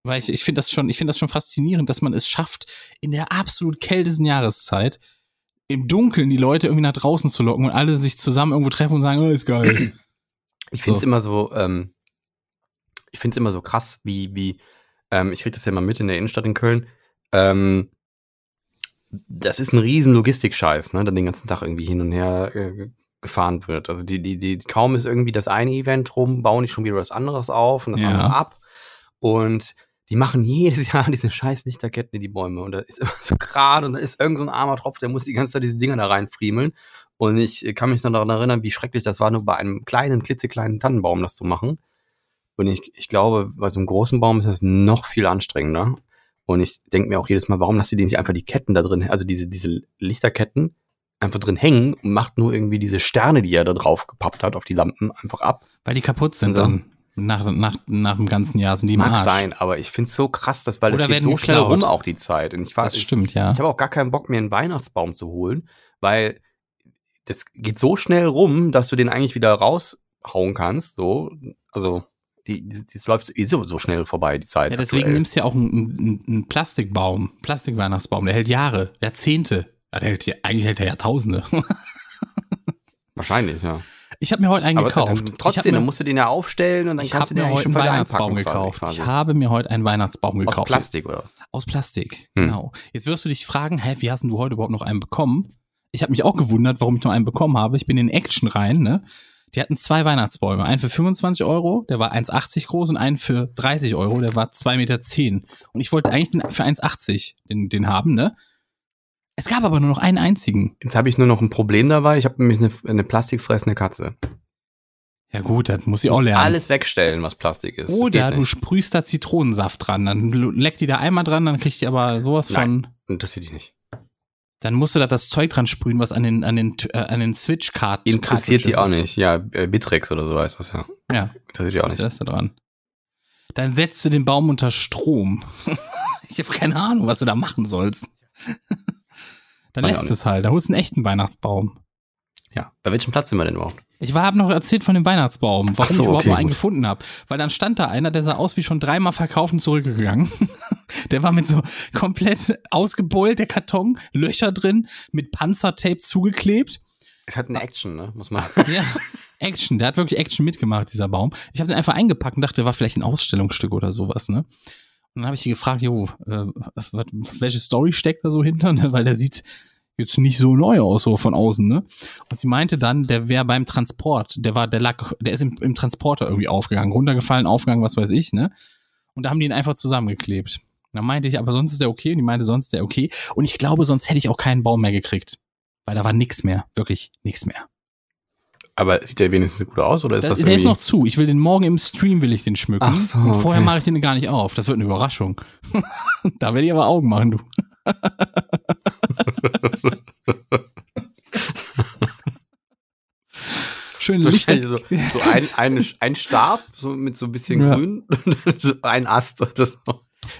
Weil ich, ich finde das schon, ich finde das schon faszinierend, dass man es schafft, in der absolut kältesten Jahreszeit im Dunkeln die Leute irgendwie nach draußen zu locken und alle sich zusammen irgendwo treffen und sagen, oh, ist geil. ich finde es So. immer so, ähm, ich finde es immer so krass, wie, wie, ähm, ich krieg das ja mal mit in der Innenstadt in Köln, ähm, das ist ein riesen Logistikscheiß, ne, dann den ganzen Tag irgendwie hin und her äh, gefahren wird. Also die, die, die, kaum ist irgendwie das eine Event rum, bauen die schon wieder was anderes auf und das Ja. andere ab. Und die machen jedes Jahr diese scheiß Lichterketten in die Bäume. Und da ist immer so gerade und da ist irgend so ein armer Tropf, der muss die ganze Zeit diese Dinger da reinfriemeln. Und ich äh, kann mich noch daran erinnern, wie schrecklich das war, nur bei einem kleinen, klitzekleinen Tannenbaum das zu machen. Und ich, ich glaube, bei so einem großen Baum ist das noch viel anstrengender. Und ich denke mir auch jedes Mal, warum lasst ihr die nicht einfach die Ketten da drin, also diese, diese Lichterketten einfach drin hängen und macht nur irgendwie diese Sterne, die er da drauf gepappt hat, auf die Lampen einfach ab. Weil die kaputt sind So. dann. Nach, nach, nach dem ganzen Jahr sind die im Also- Mag Arsch. sein, aber ich finde es so krass, dass, weil Oder das geht werden so schnell geklaut. rum auch die Zeit. Und ich war, Das ich, stimmt, ja. Ich habe auch gar keinen Bock, mir einen Weihnachtsbaum zu holen, weil das geht so schnell rum, dass du den eigentlich wieder raushauen kannst. So, also die, die, das läuft eh so, so schnell vorbei, die Zeit. Ja, deswegen aktuell. nimmst du ja auch einen, einen, einen Plastikbaum, Plastikweihnachtsbaum, der hält Jahre, Jahrzehnte. Ja, der hält hier, eigentlich hält er Jahrtausende. Wahrscheinlich, ja. Ich habe mir heute einen Aber gekauft. Dann, Ich hab mir, trotzdem, dann musst du den ja aufstellen und dann ich kannst habe du den mir eigentlich heute schon einen vorher Weihnachtsbaum einpacken gekauft. quasi. Ich habe mir heute einen Weihnachtsbaum Aus gekauft. Plastik, oder? Aus Plastik, Hm. genau. Jetzt wirst du dich fragen, hä, wie hast denn du heute überhaupt noch einen bekommen? Ich habe mich auch gewundert, warum ich noch einen bekommen habe. Ich bin in Action rein, ne? Die hatten zwei Weihnachtsbäume. Einen für 25 Euro, der war 1,80 groß und einen für 30 Euro, der war 2,10 Meter. Und ich wollte eigentlich den für 1,80 den, den haben, ne? Es gab aber nur noch einen einzigen. Jetzt habe ich nur noch ein Problem dabei. Ich habe nämlich eine, eine plastikfressende Katze. Ja gut, das muss ich Du auch musst lernen. Alles wegstellen, was Plastik ist. Das Oder geht du nicht. sprühst da Zitronensaft dran. Dann leckt die da einmal dran, dann kriegt die aber sowas Nein. von. Interessiert dich nicht. Dann musst du da das Zeug dran sprühen, was an den, an den, äh, an den Switch-Karten Interessiert die auch Cartridges nicht. Ja, äh, Bitrex oder so heißt das ja. ist. Ja, Interessiert die auch ist nicht. das da dran. Dann setzt du den Baum unter Strom. ich habe keine Ahnung, was du da machen sollst. Dann Weiß ich auch lässt es halt. Dann holst du einen echten Weihnachtsbaum. Ja. Bei welchem Platz sind wir denn überhaupt? Ich habe noch erzählt von dem Weihnachtsbaum, warum Ach so, ich überhaupt okay, noch einen gut. gefunden habe. Weil dann stand da einer, der sah aus wie schon dreimal verkauft und zurückgegangen. der war mit so komplett ausgebeult, der Karton, Löcher drin, mit Panzertape zugeklebt. Es hat eine Action, ne? Muss man. Ja, Action, der hat wirklich Action mitgemacht, dieser Baum. Ich habe den einfach eingepackt und dachte, war vielleicht ein Ausstellungsstück oder sowas, ne? Und dann habe ich die gefragt, jo, äh, wat, welche Story steckt da so hinter, ne? Weil der sieht jetzt nicht so neu aus, so von außen, ne? Und sie meinte dann, der wäre beim Transport, der war, der lag, der ist im, im Transporter irgendwie aufgegangen, runtergefallen, aufgegangen, was weiß ich, ne? Und da haben die ihn einfach zusammengeklebt. Da meinte ich, aber sonst ist der okay. Und die meinte, sonst ist der okay. Und ich glaube, sonst hätte ich auch keinen Baum mehr gekriegt. Weil da war nichts mehr. Wirklich nichts mehr. Aber sieht der wenigstens gut aus oder ist Da, das der ist irgendwie- noch zu. Ich will den morgen im Stream will ich den schmücken. Ach so, Und vorher okay. mache ich den gar nicht auf. Das wird eine Überraschung. da werde ich aber Augen machen, du. Schön Licht. Wahrscheinlich so, so ein, ein, ein Stab, so mit so ein bisschen Ja. grün und so ein Ast. Das,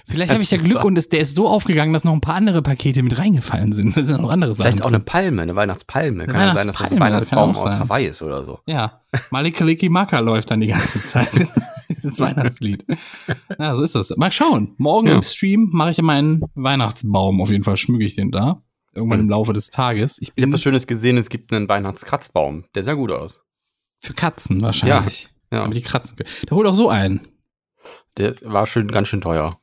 Vielleicht habe ich ja Glück und es, der ist so aufgegangen, dass noch ein paar andere Pakete mit reingefallen sind. Da sind ja noch andere Sachen. vielleicht auch eine Palme, eine Weihnachtspalme. Kann ja sein, dass das ein Weihnachtspalme, das kann Weihnachtsbaum auch aus sein. Hawaii ist oder so. Ja, Malikaliki Maka läuft dann die ganze Zeit. Dieses Weihnachtslied. Ja, so ist das. Mal schauen. Morgen Ja. im Stream mache ich meinen Weihnachtsbaum. Auf jeden Fall schmücke ich den da. Irgendwann im Laufe des Tages. Ich Ich bin habe was Schönes gesehen, es gibt einen Weihnachtskratzbaum. Der sah gut aus. für Katzen wahrscheinlich. Ja, Aber die kratzen können. Da hol auch so einen. der war schön, ganz schön teuer.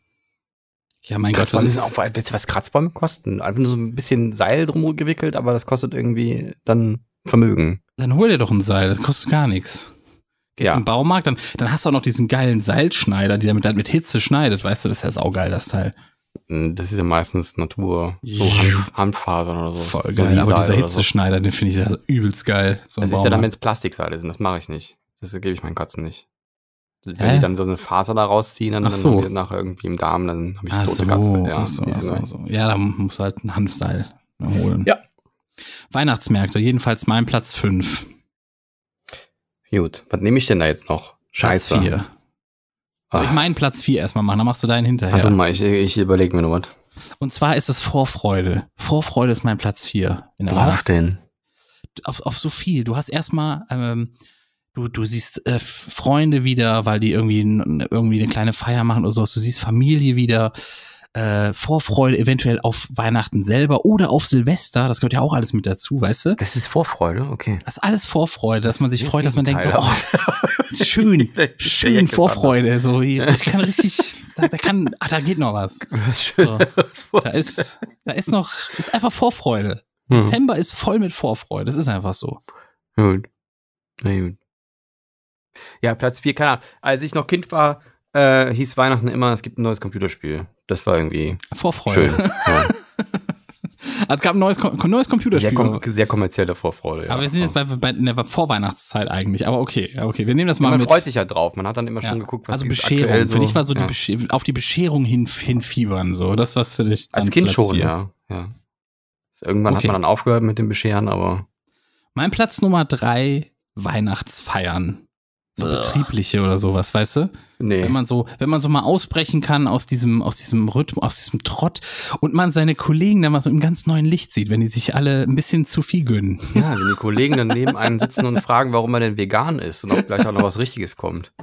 Ja, mein Gott, was Kratzbäume ist sind auch, weißt du, was Kratzbäume kosten? Einfach nur so ein bisschen Seil drum gewickelt, aber das kostet irgendwie dann Vermögen. Dann hol dir doch ein Seil, das kostet gar nichts. Gehst Ja. im Baumarkt, dann, dann hast du auch noch diesen geilen Seilschneider, der mit, der mit Hitze schneidet, weißt du, das ist ja saugeil, das Teil. Das ist ja meistens Natur, so Hand, Handfasern oder so. Voll So geil, aber Sisal dieser oder so. Hitzeschneider, den finde ich ja übelst geil. So im Das ist ja dann, wenn Baumarkt. es Plastikseile sind. Das mache ich nicht. Das gebe ich meinen Katzen nicht. Wenn Hä? die dann so eine Faser da rausziehen, dann, Ach dann so. haben die nachher irgendwie im Darm, dann habe ich eine Ach tote so, Katze. Ja, ach so, die ach sind so, so- ach so. ja, da muss halt ein Hanfseil holen. Ja. Weihnachtsmärkte, jedenfalls mein Platz 5. Gut, was nehme ich denn da jetzt noch? Scheiße. Platz 4. Ach, Ich meinen Platz 4 erstmal machen, dann machst du deinen warte hinterher. mal, ich, ich überlege mir noch was. Und zwar ist es Vorfreude. Vorfreude ist mein Platz 4. in der Weihnachts- auf, auf so viel. Du hast erstmal, ähm, du, du siehst äh, Freunde wieder, weil die irgendwie, n- irgendwie eine kleine Feier machen oder sowas. Du siehst Familie wieder, äh, Vorfreude eventuell auf Weihnachten selber oder auf Silvester. Das gehört ja auch alles mit dazu, weißt du? Das ist Vorfreude, okay. Das ist alles Vorfreude, dass man sich freut, dass man denkt so, Gegenteil, oh, schön, schön Vorfreude. So, hier, ich kann richtig, da, da kann, ah, da geht noch was. So, da ist, da ist noch, ist einfach Vorfreude. Hm. Dezember ist voll mit Vorfreude. Das ist einfach so. Gut. Na gut. Ja, Platz 4, keine Ahnung. Als ich noch Kind war, äh, hieß Weihnachten immer, es gibt ein neues Computerspiel. Das war irgendwie Vorfreude. schön. Ja. Also es gab ein neues, Kom neues Sehr, Computerspiel. kom sehr kommerzielle Vorfreude. Ja. aber wir sind jetzt bei, bei in der Vorweihnachtszeit eigentlich. Aber okay, ja, okay, wir nehmen das ja, mal man mit. freut sich ja drauf. Man hat dann immer Ja. schon geguckt, was also gibt's Bescherung. aktuell so. Für dich war so ja. die Besche auf die Bescherung hin, hinfiebern so. Das war's für dich. Als dann Kind Platz schon, vier. ne? ja. ja. Irgendwann Okay. hat man dann aufgehört mit dem Bescheren, aber Mein Platz Nummer drei: Weihnachtsfeiern. So Ugh. betriebliche oder sowas, weißt du? nee. Wenn man so, wenn man so mal ausbrechen kann aus diesem, aus diesem Rhythmus, aus diesem Trott und man seine Kollegen dann mal so im ganz neuen Licht sieht, wenn die sich alle ein bisschen zu viel gönnen. Ja, wenn die Kollegen dann neben einem sitzen und fragen, warum er denn vegan ist und ob gleich auch noch was Richtiges kommt.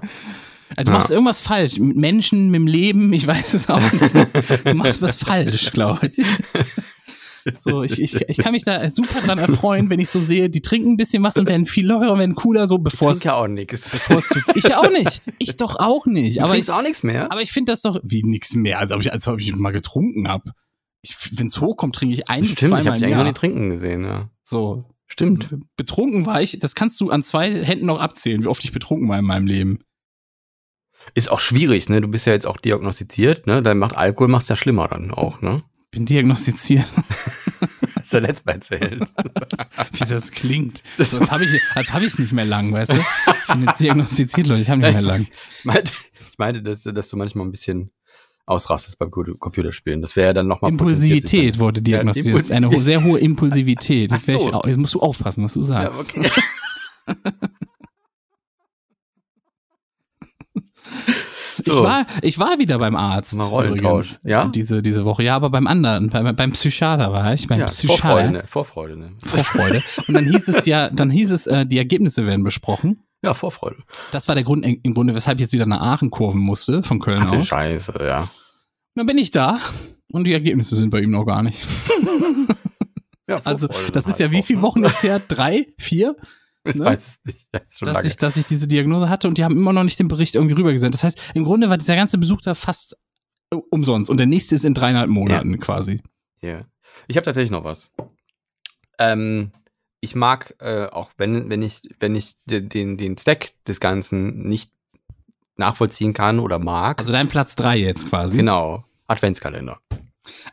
Also du Ja. machst irgendwas falsch. Mit Menschen, mit dem Leben, ich weiß es auch nicht. Du machst was falsch, glaube ich. So, ich, ich, ich kann mich da super dran erfreuen, wenn ich so sehe, die trinken ein bisschen was und werden viel lockerer und werden cooler, so Ich bevor es. trinke ja auch nichts. bevor's zu- Ich auch nicht. Ich doch auch nicht. Du Aber ich, trinkst auch nichts mehr? aber ich finde das doch wie nichts mehr, als ob ich, als ob ich mal getrunken habe. Wenn es hochkommt, trinke ich ein bis Stimmt, ich zweimal im habe dich eigentlich noch nie Jahr. trinken gesehen, ja. So, Stimmt. betrunken war ich, das kannst du an zwei Händen noch abzählen, wie oft ich betrunken war in meinem Leben. Ist auch schwierig, ne? Du bist ja jetzt auch diagnostiziert, ne? Dann macht Alkohol macht's ja schlimmer dann auch, ne? Bin diagnostiziert, Hast du ja letztes Mal erzählt. wie das klingt. Sonst habe ich, als habe ich es nicht mehr lang, weißt du? Ich bin jetzt diagnostiziert, Leute, ich habe nicht mehr lang. Ich meinte, ich meinte dass, du- dass du manchmal ein bisschen ausrastest beim Co- Computerspielen. Das wäre ja dann nochmal Impulsivität wurde diagnostiziert. Ja, Eine ho sehr hohe Impulsivität. Jetzt, Ach wär ich, so. au- jetzt musst du aufpassen, was du Ja, sagst. okay. Ich, So. war, ich war wieder beim Arzt. Mal Rollentausch, übrigens, ja? Diese, diese Woche. Ja, aber beim anderen, beim, beim Psychiater war ich, beim Ja, Vorfreude, Psychiater. ne? Vorfreude, ne? Vorfreude. Und dann hieß es ja, dann hieß es, äh, die Ergebnisse werden besprochen. Ja, Vorfreude. Das war der Grund im im Grunde, weshalb ich jetzt wieder nach Aachen kurven musste, von Köln Ach du aus. Scheiße, ja. Dann bin ich da und die Ergebnisse sind bei ihm noch gar nicht. ja Also, Vorfreude das dann ist ja halt wie auch, viele ne? Wochen jetzt her? Drei, vier? Ich ne? weiß es nicht. Das ist schon dass lange. ich, dass ich diese Diagnose hatte und die haben immer noch nicht den Bericht irgendwie rübergesendet. Das heißt, im Grunde war dieser ganze Besuch da fast äh, umsonst. Und der nächste ist in dreieinhalb Monaten quasi. Ja. Ich habe tatsächlich noch was. Ähm, ich mag, äh, auch wenn, wenn ich, wenn ich de- den, den Zweck des Ganzen nicht nachvollziehen kann oder mag. Also hm? dein Platz drei jetzt quasi. genau. Adventskalender.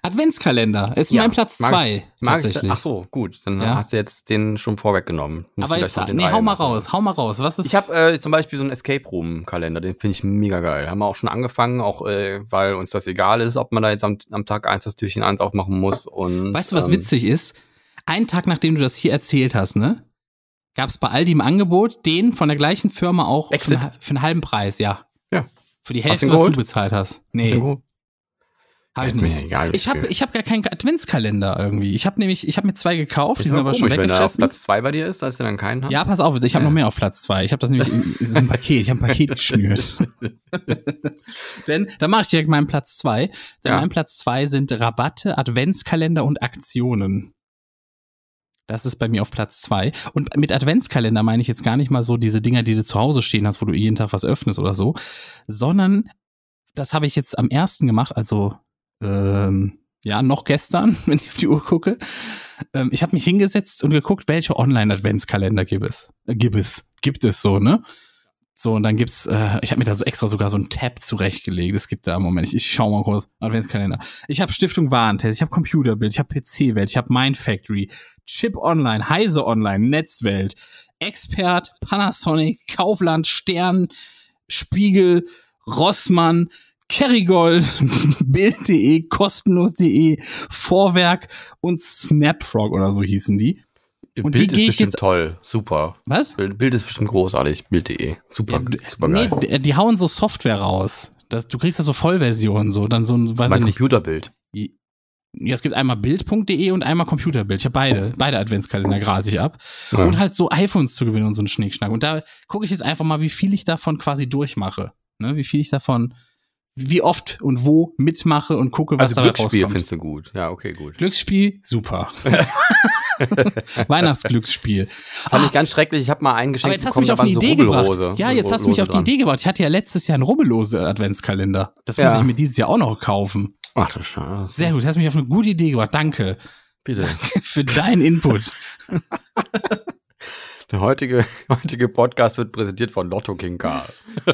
Adventskalender ist Ja. mein Platz Mag ich- zwei Mag ich, tatsächlich. ach so, gut. Dann Ja. hast du jetzt den schon vorweggenommen. Musst Aber du jetzt, gleich noch den nee, drei hau mal machen. raus, hau mal raus. Was ist? Ich habe äh, zum Beispiel so einen Escape Room Kalender, den finde ich mega geil. Haben wir auch schon angefangen, auch äh, weil uns das egal ist, ob man da jetzt am, am Tag eins das Türchen eins aufmachen muss. Und, weißt du, was ähm, witzig ist? Einen Tag nachdem du das hier erzählt hast, ne? Gab es bei Aldi im Angebot den von der gleichen Firma auch für, Exit. einen, für einen halben Preis, ja. Ja. Für die Hast du Hälfte, ihn was du geholt? bezahlt hast. Ist denn Nee, gut? habe ich Ist mir nicht. egal, wie Ich habe viel. ich hab gar keinen Adventskalender irgendwie. Ich habe nämlich, ich habe mir zwei gekauft, die Ist sind aber aber komisch, schon wenn du auf weggefressen. Platz 2 bei dir ist, dass du dann keinen hast. Ja, pass auf, ich habe Ja. noch mehr auf Platz zwei. Ich habe das nämlich, in, es ist ein Paket, ich habe ein Paket geschnürt. Denn, da mache ich direkt meinen Platz zwei. Denn Ja. mein Platz zwei sind Rabatte, Adventskalender und Aktionen. Das ist bei mir auf Platz zwei. Und mit Adventskalender meine ich jetzt gar nicht mal so diese Dinger, die du zu Hause stehen hast, wo du jeden Tag was öffnest oder so, sondern das habe ich jetzt am ersten gemacht, also ähm, ja, noch gestern, wenn ich auf die Uhr gucke. Ähm, ich habe mich hingesetzt und geguckt, welche Online-Adventskalender gibt es. Äh, gibt es. Gibt es so, ne? So, und dann gibt's, äh, ich habe mir da so extra sogar so einen Tab zurechtgelegt. Es gibt da, Moment, ich, ich schau mal kurz, Adventskalender. Ich habe Stiftung Warentest, ich habe Computerbild, ich habe PC-Welt, ich habe Mindfactory, Chip Online, Heise Online, Netzwelt, Expert, Panasonic, Kaufland, Stern, Spiegel, Rossmann, Kerrygold, Bild.de, kostenlos.de, Vorwerk und Snapfrog oder so hießen die. Und die Bild geh ist ich bestimmt jetzt- toll. Super. Was? Bild, Bild ist bestimmt großartig. Bild.de. Super, super nee, geil. d- die hauen so Software raus. Das, du kriegst das so Vollversion, so dann so ein, weiß mein ich nicht. Computerbild. Ja, es gibt einmal Bild.de und einmal Computerbild. Ich habe beide, beide Adventskalender grase ich ab. Oh. Ja. Und halt so iPhones zu gewinnen und so einen Schnickschnack. Und da gucke ich jetzt einfach mal, wie viel ich davon quasi durchmache. Ne? Wie viel ich davon, wie oft und wo mitmache und gucke, was Also dabei Glücksspiel rauskommt. findest du gut. Ja, okay, gut. Glücksspiel, super. Weihnachtsglücksspiel. Fand ich ganz schrecklich. Ich habe mal ein Geschenk Ah. Aber jetzt hast du bekommen, mich auf da eine waren Idee so gebracht. Rubbellose. Ja, so jetzt hast du mich auf die Rubbellose Idee gebracht. Ich hatte ja letztes Jahr einen rubbellose Adventskalender. Das Ja. muss ich mir dieses Jahr auch noch kaufen. dran. Ach du Scheiße. Sehr gut, du hast mich auf eine gute Idee gebracht. Danke Bitte. für deinen Input. Der heutige, heutige Podcast wird präsentiert von Lotto King Karl.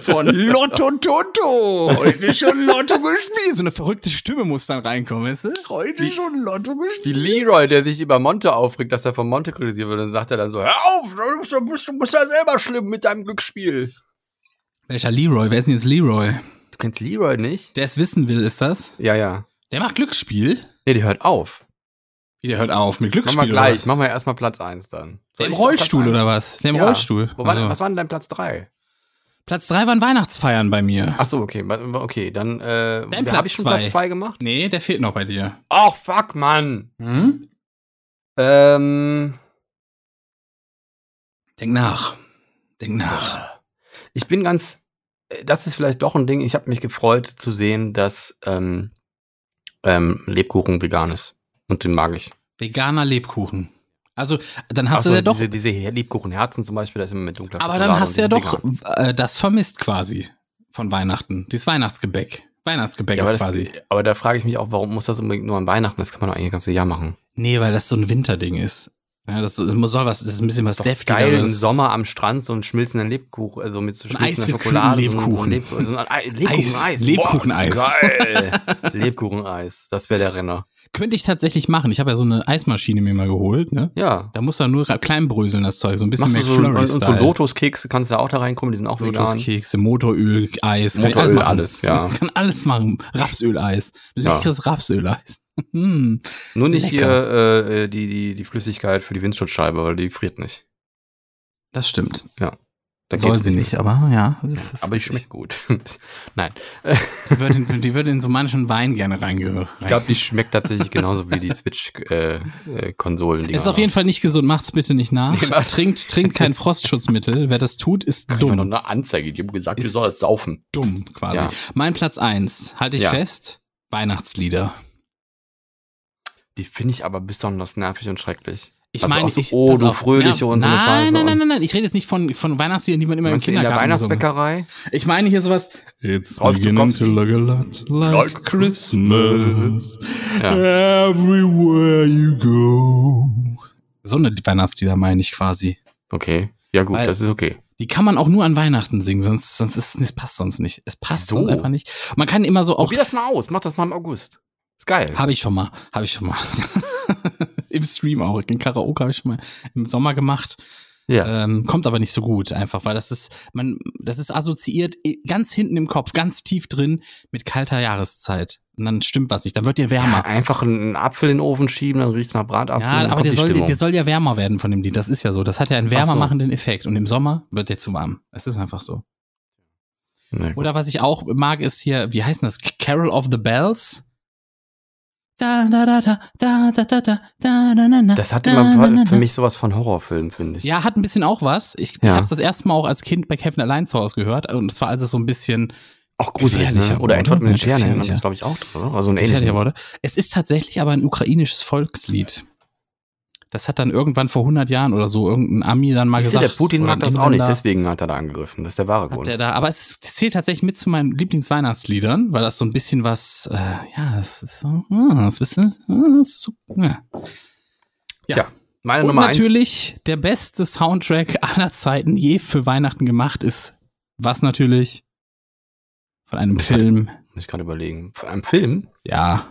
Von Lotto Toto. Heute schon Lotto gespielt. So eine verrückte Stimme muss dann reinkommen, weißt du? Heute schon Lotto gespielt. Wie Leroy, der sich über Monte aufregt, dass er von Monte kritisiert wird, dann sagt er dann so: Hör auf, du bist, du bist, du bist ja selber schlimm mit deinem Glücksspiel. Welcher Leroy? Wer ist denn jetzt Leroy? Du kennst Leroy nicht? Der es wissen will, ist das? Ja, ja. Der macht Glücksspiel? Nee, die hört auf. Wie, der hört auf mit Machen Glücksspiel wir oder gleich. was? Machen wir erstmal Platz 1 dann. Der im Soll ich Rollstuhl Platz oder eins? was? Der im Ja. Rollstuhl. Wo war, Also. Was war denn dein Platz 3? Platz drei waren Weihnachtsfeiern bei mir. Achso, okay. wa- wa- Okay, dann. Äh, Dein Habe Platz ich schon zwei. Platz 2 gemacht? Nee, der fehlt noch bei dir. Ach, fuck, Mann. Hm? Ähm, Denk nach. Denk nach. ich bin ganz. äh, Das ist vielleicht doch ein Ding. Ich habe mich gefreut zu sehen, dass ähm, ähm, Lebkuchen vegan ist. Und den mag ich. Veganer Lebkuchen. Also, dann hast Ach so, du ja doch. diese, diese Lebkuchenherzen zum Beispiel, das ist immer mit dunkler aber Schokolade dann hast du ja und die sind doch vegan. äh, das vermisst quasi von Weihnachten. Dieses Weihnachtsgebäck. Weihnachtsgebäck Ja, ist aber, quasi. das, aber da frage ich mich auch, warum muss das unbedingt nur an Weihnachten? Das kann man doch eigentlich das ganze Jahr machen. Nee, weil das so ein Winterding ist. Ja, das, ist- es soll was, das ist ein bisschen was Doch geil im Deftigeres. Sommer am Strand so einen schmelzenden Lebkuchen, also mit so Ein schmelzender eisgekühlten Schokolade. so ein- Lebkuchen. So ein Leb so ein Ei- Lebkucheneis. Lebkucheneis. Boah, Geil. Lebkucheneis. Das wäre der Renner. Könnte ich tatsächlich machen. Ich habe ja so eine Eismaschine mir mal geholt, ne? Ja. Da muss da nur ra- klein bröseln, das Zeug. So ein bisschen Machst du so, und, und so McFlurry-Style. Lotuskekse, kannst du da auch da reinkommen, die sind auch vegan. Lotuskekse, Motoröl, Eis. kann ich Motoröl, machen. alles, ja. Ich kann alles machen. Rapsöleis. Ja. Leckeres Rapsöleis. Hm. Nur nicht Lecker. hier äh, äh, die, die, die Flüssigkeit für die Windschutzscheibe, weil die friert nicht. Das stimmt. Da Soll geht's sie nicht, aber ja. Aber die schmeckt gut. Nein. Die würde, in- die würde in so manchen Wein gerne reingehören. Ich glaube, die schmeckt tatsächlich genauso wie die äh, Switch-Konsolen. ist auf jeden Fall nicht gesund. Macht's bitte nicht nach. Nee, mach- trinkt, trinkt kein Frostschutzmittel. Wer das tut, ist dumm. Noch dumm. eine Anzeige, die haben gesagt, Ist- du sollst saufen. Dumm, quasi. Ja. Mein Platz eins Halte ich Ja. fest. Weihnachtslieder. Die finde ich aber besonders nervig und schrecklich. Ich Also meine, auch so, ich, oh, pass du auf, Fröhliche und so eine nein, Scheiße Nein, nein, und- nein, nein, ich rede jetzt nicht von, von Weihnachtsliedern, die man immer im Meinst du, in der Kindergarten gesungen hat. Weihnachtsbäckerei? Ich meine hier sowas. It's Rolf beginning Zukowski. to look a lot like, Like Christmas Ja. everywhere you go. So eine Weihnachtslieder meine ich quasi. Okay. Ja, gut, Weil- das ist okay. Die kann man auch nur an Weihnachten singen, sonst, sonst ist, es passt sonst nicht. Es passt So. sonst einfach nicht. Man kann immer so auch. Probier das mal aus. Mach das mal im August. Ist geil. Habe ich schon mal, habe ich schon mal. Im Stream auch. In Karaoke habe ich schon mal im Sommer gemacht. ja. Ähm, kommt aber nicht so gut, einfach, weil das ist, man, das ist assoziiert i- ganz hinten im Kopf, ganz tief drin mit kalter Jahreszeit. Und dann stimmt was nicht. Dann wird dir wärmer. Einfach einen Apfel in den Ofen schieben, dann riecht's nach Ja, Bratapfel. dann aber kommt der die soll, Stimmung. der soll ja wärmer werden von dem Lied. Das ist ja so. Das hat ja einen wärmer so. machenden Effekt. Und im Sommer wird der zu warm. Es ist einfach so. Nee. Oder was ich auch mag, ist hier, wie heißt denn das? Carol of the Bells? Da, da, da, da, da, da, da, da, da, na, na, na, Das hat da, immer na, na, für na. mich sowas von Horrorfilm, finde ich. Ja, hat ein bisschen auch was. Ich, ich Ja. habe das erste Mal auch als Kind bei Kevin allein zu Hause gehört. Und zwar, als es also so ein bisschen Auch gruselig, Gefährlicher ne? Oder wurde, Edward mit ne? den Scheren, das Gefährlicher. ist, glaube ich, auch drin, oder? Also ein gefährlicher ähnliches. wurde. Es ist tatsächlich aber ein ukrainisches Volkslied. Das hat dann irgendwann vor 100 Jahren oder so irgendein Ami dann mal Siehste, gesagt. der Putin oder mag ein das auch nicht, Inländer deswegen hat er da angegriffen. Das ist der wahre Hat Grund. der da, aber es zählt tatsächlich mit zu meinen Lieblingsweihnachtsliedern, weil das so ein bisschen was, äh, ja, es ist so, hm, das ist ein bisschen, hm, das ist so, ja. Meine Und Nummer eins. natürlich der beste Soundtrack aller Zeiten je für Weihnachten gemacht ist, was natürlich von einem Film, Muss ich gerade überlegen. Von einem Film? ja,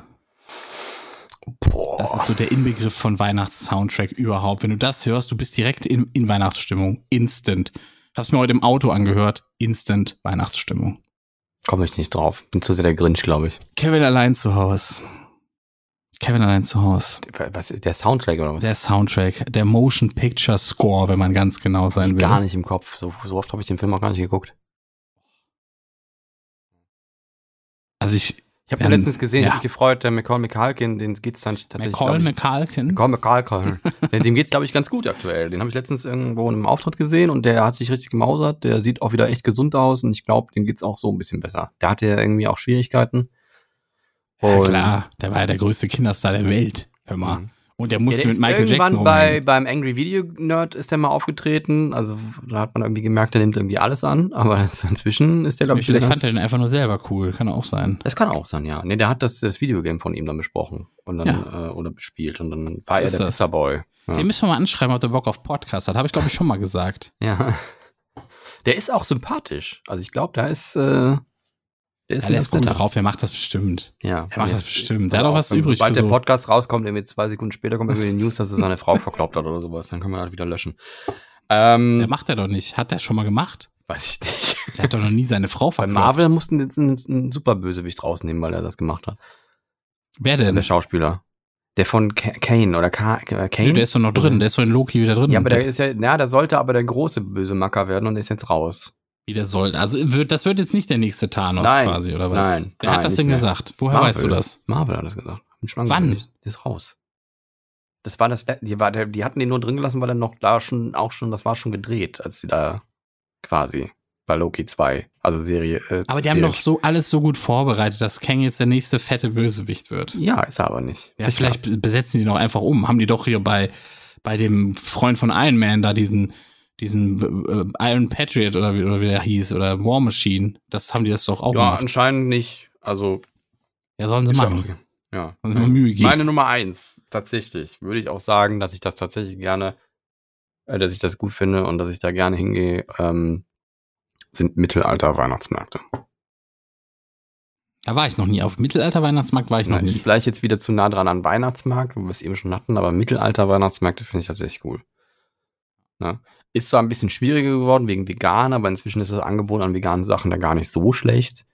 Boah. Das ist so der Inbegriff von Weihnachts-Soundtrack überhaupt. Wenn du das hörst, du bist direkt in, in Weihnachtsstimmung. Instant. Ich hab's mir heute im Auto angehört. Instant Weihnachtsstimmung. Komme ich nicht drauf. Bin zu sehr der Grinch, glaube ich. Kevin allein zu Hause. Kevin allein zu Hause. Was, der Soundtrack oder was? Der Soundtrack, der Motion Picture Score, wenn man ganz genau sein ich will. gar nicht im Kopf. So, so oft habe ich den Film auch gar nicht geguckt. Also ich, Ich habe Dann- ihn letztens gesehen, ich ja. hab mich gefreut, der McCall McCalkin, den geht's dann tatsächlich. McCall glaub Also ich, McCalkin. McCall McCalkin. Den- dem geht's, glaube ich, ganz gut aktuell. Den habe ich letztens irgendwo in einem Auftritt gesehen und der hat sich richtig gemausert. Der sieht auch wieder echt gesund aus und ich glaube, dem geht's auch so ein bisschen besser. Der hatte ja irgendwie auch Schwierigkeiten. Ja, Und- klar, der war ja der größte Kinderstar der Welt. Hör mal. Mhm. Und der Ja, musste der mit ist Michael irgendwann Jackson bei, rumhängen. beim Angry Video Nerd ist der mal aufgetreten. Also da hat man irgendwie gemerkt, der nimmt irgendwie alles an. Aber das, inzwischen ist der, glaube ich, Vielleicht fand er ganz- den einfach nur selber cool. Kann auch sein. Das kann auch sein, ja. Nee, der hat das, das Videogame von ihm dann besprochen und dann äh, oder bespielt und dann war er Ist der das? Pizzaboy. Ja. Den müssen wir mal anschreiben, ob der Bock auf Podcast hat. Habe ich, glaube ich, schon mal gesagt. ja. Der ist auch sympathisch. Also ich glaube, da ist äh, der ist Ja, ein der ist gut netter. drauf, der macht das bestimmt. Ja, Der macht das Jetzt- bestimmt. Der hat auch was wenn- übrig Sobald für der so- Podcast rauskommt, irgendwie zwei Sekunden später kommt irgendwie die News, dass er seine Frau verkloppt hat oder sowas, dann können wir das wieder löschen. Der Ähm, macht er doch nicht. Hat er schon mal gemacht? weiß ich nicht. Der hat doch noch nie seine Frau Bei verkloppt. Marvel mussten jetzt einen, einen Superbösewicht rausnehmen, weil er das gemacht hat. Wer denn? Der Der, Schauspieler. Der von Ka- Kane oder Ka Ka- Kane? Mhm. der ist doch noch drin. Der ist doch in Loki wieder drin. Ja, aber der ist ja, na, der sollte aber der große böse Macker werden und ist jetzt raus. Wie der soll. Also wird, das wird jetzt nicht der nächste Thanos Nein, quasi, oder was? nein, Wer nein, hat das nicht denn mehr. gesagt? Woher Marvel. weißt du das? Marvel hat das gesagt. Hab ich schon Wann? angekündigt. Der ist raus. Das war das, le- die, war, der- die hatten den nur drin gelassen, weil er noch da schon, auch schon, das war schon gedreht, als sie da quasi. bei Loki 2, also Serie. Äh, Aber die haben Serie- doch so alles so gut vorbereitet, dass Kang jetzt der nächste fette Bösewicht wird. Ja, ist er aber nicht. Ja, Ich vielleicht besetzen die doch einfach um. Haben die doch hier bei, bei dem Freund von Iron Man da diesen, diesen äh, Iron Patriot oder wie, oder wie der hieß oder War Machine. Das haben die das doch auch glaub- Ja, gemacht. anscheinend nicht. Also, Ja, sollen sie ist machen. okay. ja. Sollen sie mal Mühe geben. Meine Nummer eins, tatsächlich, würde ich auch sagen, dass ich das tatsächlich gerne, äh, dass ich das gut finde und dass ich da gerne hingehe, ähm, sind Mittelalter-Weihnachtsmärkte. Da war ich noch nie. Auf Mittelalter-Weihnachtsmarkt war ich noch Na, Ist nie. vielleicht Ne, jetzt wieder zu nah dran an Weihnachtsmarkt, wo wir es eben schon hatten, aber Mittelalter-Weihnachtsmärkte finde ich tatsächlich cool. Ne? Ist zwar ein bisschen schwieriger geworden wegen vegan, aber inzwischen ist das Angebot an veganen Sachen da gar nicht so schlecht.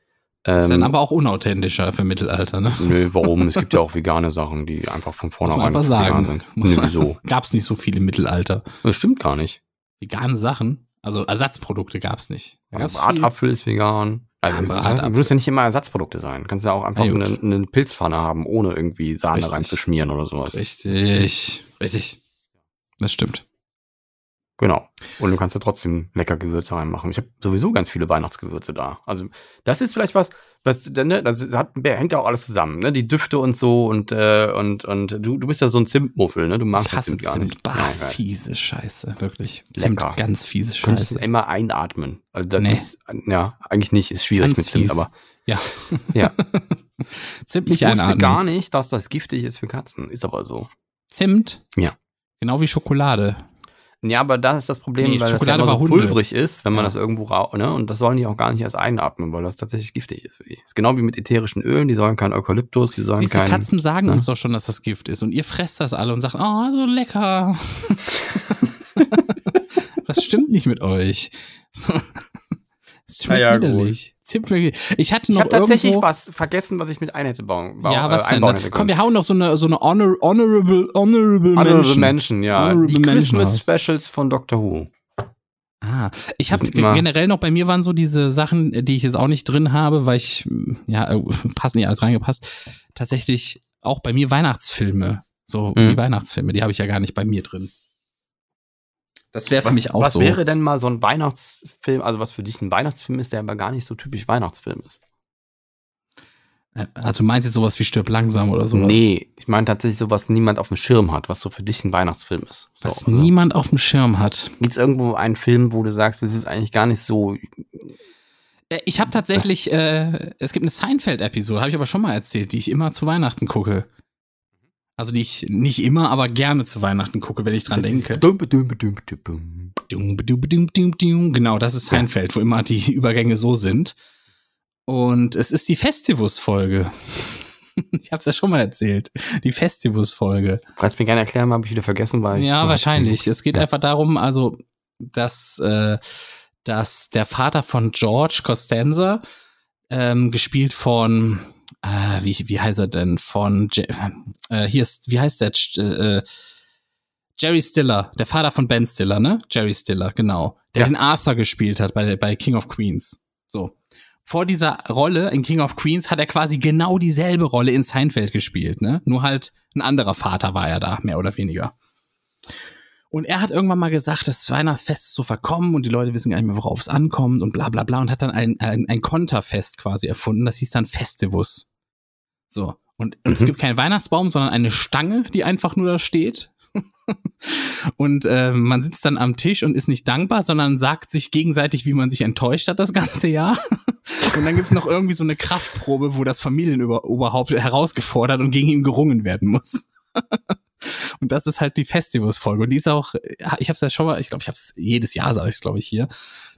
Ist Ähm, dann aber auch unauthentischer für Mittelalter, ne? Nö, warum? Es gibt ja auch vegane Sachen, die einfach von Muss man vornherein einfach vegan sagen. sind. Muss Nö, man- wieso? Gab's nicht so viel im Mittelalter. Das stimmt gar nicht. Vegane Sachen, also Ersatzprodukte gab's nicht. Da gab's viel- Bratapfel ist vegan. Also, Ja, das heißt, Bratapfel. du musst ja nicht immer Ersatzprodukte sein. Du kannst ja auch einfach Ja, gut. eine, eine Pilzpfanne haben, ohne irgendwie Sahne Richtig. reinzuschmieren oder sowas. Richtig. Richtig. Das stimmt. Genau. Und du kannst ja trotzdem lecker Gewürze reinmachen. Ich habe sowieso ganz viele Weihnachtsgewürze da. Also das ist vielleicht was, was ne, das hat, hängt ja auch alles zusammen, ne? Die Düfte und so und äh, und und du, du bist ja so ein Zimtmuffel, ne? Du magst ich hasse Zimt Zimt. gar nicht. Bah, Ja, ja. fiese Scheiße, wirklich. Zimt, Lecker. ganz fiese Könntest du Scheiße. immer einatmen. Also das Nee. ist, ja, eigentlich nicht, ist schwierig Ganz mit Zimt, fies. aber Ja. Ja. Zimt ich nicht wusste einatmen. gar nicht, dass das giftig ist für Katzen. Ist aber so. Zimt? Ja. Genau wie Schokolade. Ja, aber das ist das Problem, Nee, weil Schokolade das ja war immer so Hunde. pulverig ist, wenn man Ja. das irgendwo rau, ne? Und das sollen die auch gar nicht erst einatmen, weil das tatsächlich giftig ist für die. Ist genau wie mit ätherischen Ölen, die sollen kein Eukalyptus, die sollen Siehst du, kein. Katzen sagen ne? uns doch schon, dass das Gift ist. Und ihr fresst das alle und sagt, oh, so lecker. das stimmt nicht mit euch. Das schmeckt Na ja, widerlich. Zimt wirklich. Ich hatte ich noch habe tatsächlich irgendwo, was vergessen, was ich mit ein hätte bauen. bau- ja, was äh, denn? einbauen Dann, hätte komm, können. wir hauen noch so eine, so eine honor, honorable, honorable, Honorable Mention. Menschen, ja. Honorable die Mention Christmas raus. Specials von Doctor Who. Ah, ich Das habe sind immer- generell noch bei mir waren so diese Sachen, die ich jetzt auch nicht drin habe, weil ich, ja, äh, passt nicht alles reingepasst. Tatsächlich auch bei mir Weihnachtsfilme. So, Mhm. die Weihnachtsfilme, die habe ich ja gar nicht bei mir drin. Das wäre für was, mich auch was so. wäre denn mal so ein Weihnachtsfilm, also was für dich ein Weihnachtsfilm ist, der aber gar nicht so typisch Weihnachtsfilm ist? also, du meinst jetzt sowas wie stirb langsam oder sowas? Nee, ich meine tatsächlich so, was niemand auf dem Schirm hat, was so für dich ein Weihnachtsfilm ist. So, Was also. niemand auf dem Schirm hat. Gibt es irgendwo einen Film, wo du sagst, das ist eigentlich gar nicht so. Äh, Ich habe tatsächlich, äh, es gibt eine Seinfeld-Episode, habe ich aber schon mal erzählt, die ich immer zu Weihnachten gucke. Also die ich nicht immer, aber gerne zu Weihnachten gucke, wenn ich dran denke. Dum, dum, dum, dum, dum. Dum, dum, dum, dum, dum. Genau, das ist Seinfeld, wo immer die Übergänge so sind. Und es ist die Festivus-Folge. Ich habe es ja schon mal erzählt. Die Festivus-Folge. Du kannst mir gerne erklären, habe ich wieder vergessen, weil ich. Ja, wahrscheinlich. Es geht Ja. einfach darum, also, dass, äh, dass der Vater von George Costanza, ähm, gespielt von, äh, wie, wie heißt er denn? Von, Je- äh, hier ist, wie heißt der? Äh, Jerry Stiller, der Vater von Ben Stiller, ne? Jerry Stiller, genau. Der Ja. den Arthur gespielt hat bei, bei King of Queens. So. Vor dieser Rolle in King of Queens hat er quasi genau dieselbe Rolle in Seinfeld gespielt, ne? Nur halt ein anderer Vater war er da, mehr oder weniger. Und er hat irgendwann mal gesagt, das Weihnachtsfest ist so verkommen und die Leute wissen gar nicht mehr, worauf es ankommt und bla bla bla und hat dann ein, ein, ein Konterfest quasi erfunden, das hieß dann Festivus. So. Und, und es Mhm. gibt keinen Weihnachtsbaum, sondern eine Stange, die einfach nur da steht. und äh, man sitzt dann am Tisch und ist nicht dankbar, sondern sagt sich gegenseitig, wie man sich enttäuscht hat das ganze Jahr. und dann gibt's noch irgendwie so eine Kraftprobe, wo das Familienoberhaupt herausgefordert und gegen ihn gerungen werden muss. Und das ist halt die Festivus-Folge. Und die ist auch, äh, ich habe es ja schon mal, ich glaube, ich habe es jedes Jahr, sage ich es, glaube ich, hier.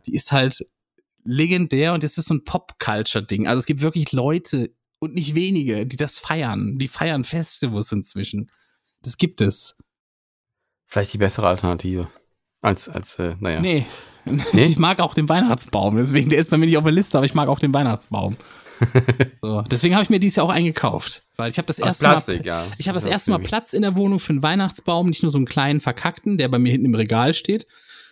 Die ist halt legendär und es ist so ein Pop-Culture-Ding. Also es gibt wirklich Leute und nicht wenige, die das feiern. Die feiern Festivus inzwischen. Das gibt es. Vielleicht die bessere Alternative. Als, als äh, naja. Nee. Nee? Ich mag auch den Weihnachtsbaum. Deswegen, der ist bei mir nicht auf der Liste, aber ich mag auch den Weihnachtsbaum. so. Deswegen habe ich mir dieses Jahr auch eingekauft. Weil ich habe das Aus erste Mal. Plastik, ja. Ich habe das Ja, erste Mal irgendwie. Platz in der Wohnung für einen Weihnachtsbaum, nicht nur so einen kleinen verkackten, der bei mir hinten im Regal steht,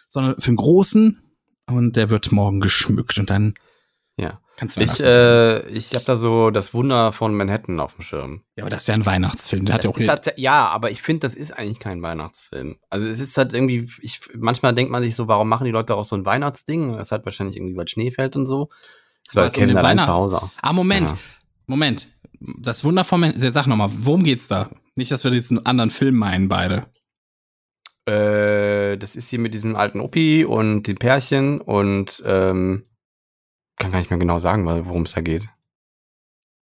sondern für einen großen. Und der wird morgen geschmückt und dann Ja. Kannst du Ich, äh, ich habe da so das Wunder von Manhattan auf dem Schirm. Ja, aber das ist ja ein Weihnachtsfilm. Der hat ja äh, Das auch ist tats- ja, aber ich finde, das ist eigentlich kein Weihnachtsfilm. Also es ist halt irgendwie, ich, manchmal denkt man sich so, warum machen die Leute daraus so ein Weihnachtsding? Das hat wahrscheinlich irgendwie, weil Schnee fällt und so. Das war weil's um den Kevin allein zu Weihnachts- Hause. auch. Ah, Moment. Ja. Moment. Das Wunder von Man Sag nochmal, worum geht's da? Nicht, dass wir jetzt einen anderen Film meinen, beide. Äh, das ist hier mit diesem alten Opi und den Pärchen und ähm, kann gar nicht mehr genau sagen, weil- worum es da geht.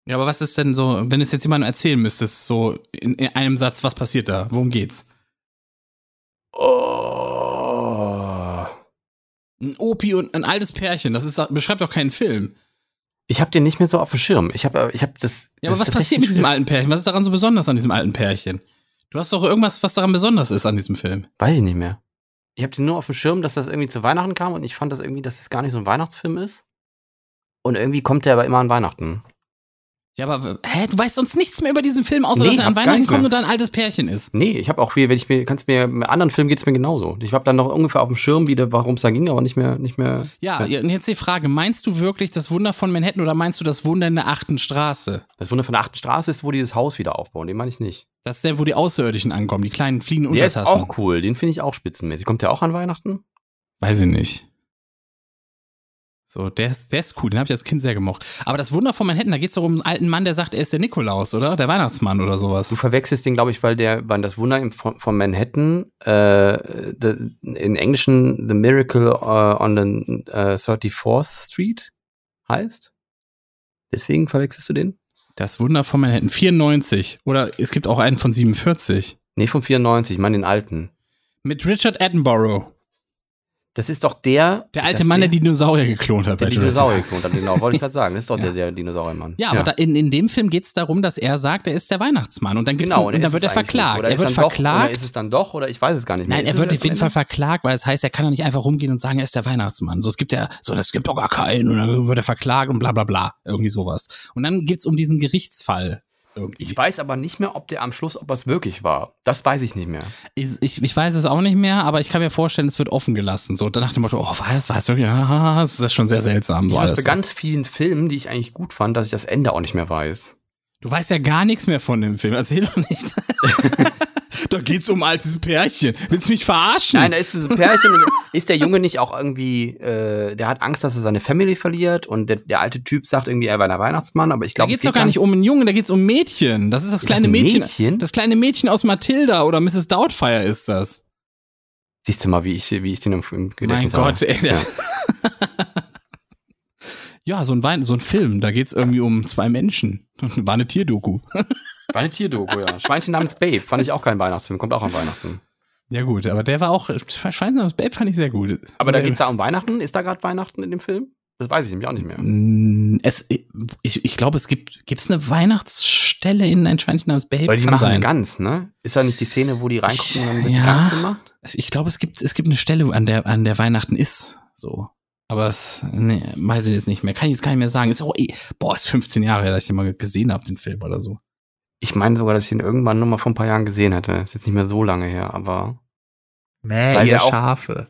Ja, aber was ist denn so, wenn du es jetzt jemandem erzählen müsstest, so in, in einem Satz, was passiert da? Worum geht's? Oh. Ein Opi und ein altes Pärchen, das ist, beschreibt doch keinen Film. Ich habe den nicht mehr so auf dem Schirm. Ich habe ich hab das. Ja, aber das was ist passiert mit tatsächlich- diesem alten Pärchen? Was ist daran so besonders an diesem alten Pärchen? Du hast doch irgendwas, was daran besonders ist an diesem Film. Weiß ich nicht mehr. Ich habe den nur auf dem Schirm, dass das irgendwie zu Weihnachten kam und ich fand das irgendwie, dass das gar nicht so ein Weihnachtsfilm ist. Und irgendwie kommt der aber immer an Weihnachten. Ja, aber hä, du weißt sonst nichts mehr über diesen Film, außer Nee, dass er hab an gar Weihnachten nichts kommt und mehr. da ein altes Pärchen ist. Nee, ich habe auch viel, wenn ich mir, kannst mir, mit anderen Filmen geht's mir genauso. Ich habe dann noch ungefähr auf dem Schirm, wie der- warum es da ging, aber nicht mehr, nicht mehr. Ja, Ja. ja, und jetzt die Frage, meinst du wirklich das Wunder von Manhattan oder meinst du das Wunder in der achten Straße? Das Wunder von der achten Straße ist, wo dieses Haus wieder aufbauen. Den meine ich nicht. Das ist der, wo die Außerirdischen ankommen, die kleinen fliegenden Der ist Untertassen. auch cool. Den finde ich auch spitzenmäßig. Kommt der auch an Weihnachten? Weiß ich nicht. So, der ist, der ist cool, den habe ich als Kind sehr gemocht. Aber das Wunder von Manhattan, da geht es doch um einen alten Mann, der sagt, er ist der Nikolaus, oder? Der Weihnachtsmann oder sowas. Du verwechselst den, glaube ich, weil der, weil das Wunder im- von, von Manhattan, äh, the, in Englischen The Miracle äh, on the äh, 34th Street heißt. Deswegen verwechselst du den? Das Wunder von Manhattan, 94. Oder es gibt auch einen von 47. Nee, von 94, ich meine den alten. Mit Richard Attenborough. Das ist doch der. Der ist alte das Mann, der, Dinosaurier geklont hat. der bei Jurassic Dinosaurier Park. geklont hat. Genau, wollte ich gerade sagen. Das ist doch Ja. der, der Dinosauriermann. Ja, aber Da, in, in dem Film geht es darum, dass er sagt, er ist der Weihnachtsmann. Und dann, gibt's einen, Genau, und dann ist wird es er eigentlich nicht. verklagt. Oder Er ist wird dann doch- Oder verklagt. ist es dann doch, oder ich weiß es gar nicht mehr. Nein, Ist er es wird das auf jeden am Fall Ende? verklagt, weil es heißt, er kann doch nicht einfach rumgehen und sagen, er ist der Weihnachtsmann. So, es gibt ja, so, das gibt doch gar keinen. Und dann wird er verklagt und bla bla bla. Irgendwie sowas. Und dann geht's um diesen Gerichtsfall. Irgendwie. Ich weiß aber nicht mehr, ob der am Schluss, ob es wirklich war. Das weiß ich nicht mehr. Ich, ich, ich weiß es auch nicht mehr, aber ich kann mir vorstellen, es wird offen gelassen. So, dann nach dem Motto, oh, war es, war es wirklich, ah, das ist schon sehr seltsam. Ich So weiß bei alles. ganz vielen Filmen, die ich eigentlich gut fand, dass ich das Ende auch nicht mehr weiß. Du weißt ja gar nichts mehr von dem Film, erzähl doch nicht. da geht's um altes Pärchen. Willst du mich verarschen? Nein, da ist dieses Pärchen und ist der Junge nicht auch irgendwie, äh, der hat Angst, dass er seine Family verliert und der, der alte Typ sagt irgendwie, er war der Weihnachtsmann, aber ich da glaube, geht's doch gar nicht um einen Jungen, da geht's um Mädchen. Das ist das Ist kleine das ein Mädchen. Mädchen? Das kleine Mädchen aus Matilda oder Mrs. Doubtfire ist das. Siehst du mal, wie ich, wie ich den im, im mein Gedächtnis Gott, habe. ey. Das ja, so, ein Wein, so ein Film, da geht's irgendwie um zwei Menschen. War eine Tierdoku. War eine Tierdoku, ja. Schweinchen namens Babe fand ich auch kein Weihnachtsfilm, kommt auch an Weihnachten. Ja gut, aber der war auch, Schweinchen namens Babe fand ich sehr gut. Aber da So, geht's da um Weihnachten? Ist da gerade Weihnachten in dem Film? Das weiß ich nämlich auch nicht mehr. Mm, Es, ich ich glaube, es gibt gibt's eine Weihnachtsstelle in ein Schweinchen namens Babe. Weil die Kann machen sein. ganz, ne? Ist da nicht die Szene, wo die reingucken und dann wird Ja. die ganz gemacht? Also Ich glaube, es gibt, es gibt eine Stelle, an der, an der Weihnachten ist. So. Aber es, nee, weiß ich jetzt nicht mehr. Kann ich jetzt gar nicht mehr sagen. Ist auch eh, boah, ist 15 Jahre her, dass ich den mal gesehen habe, den Film oder so. Ich meine sogar, dass ich ihn irgendwann noch mal vor ein paar Jahren gesehen hätte. Ist jetzt nicht mehr so lange her, aber. Nee, Äh, ihr Schafe.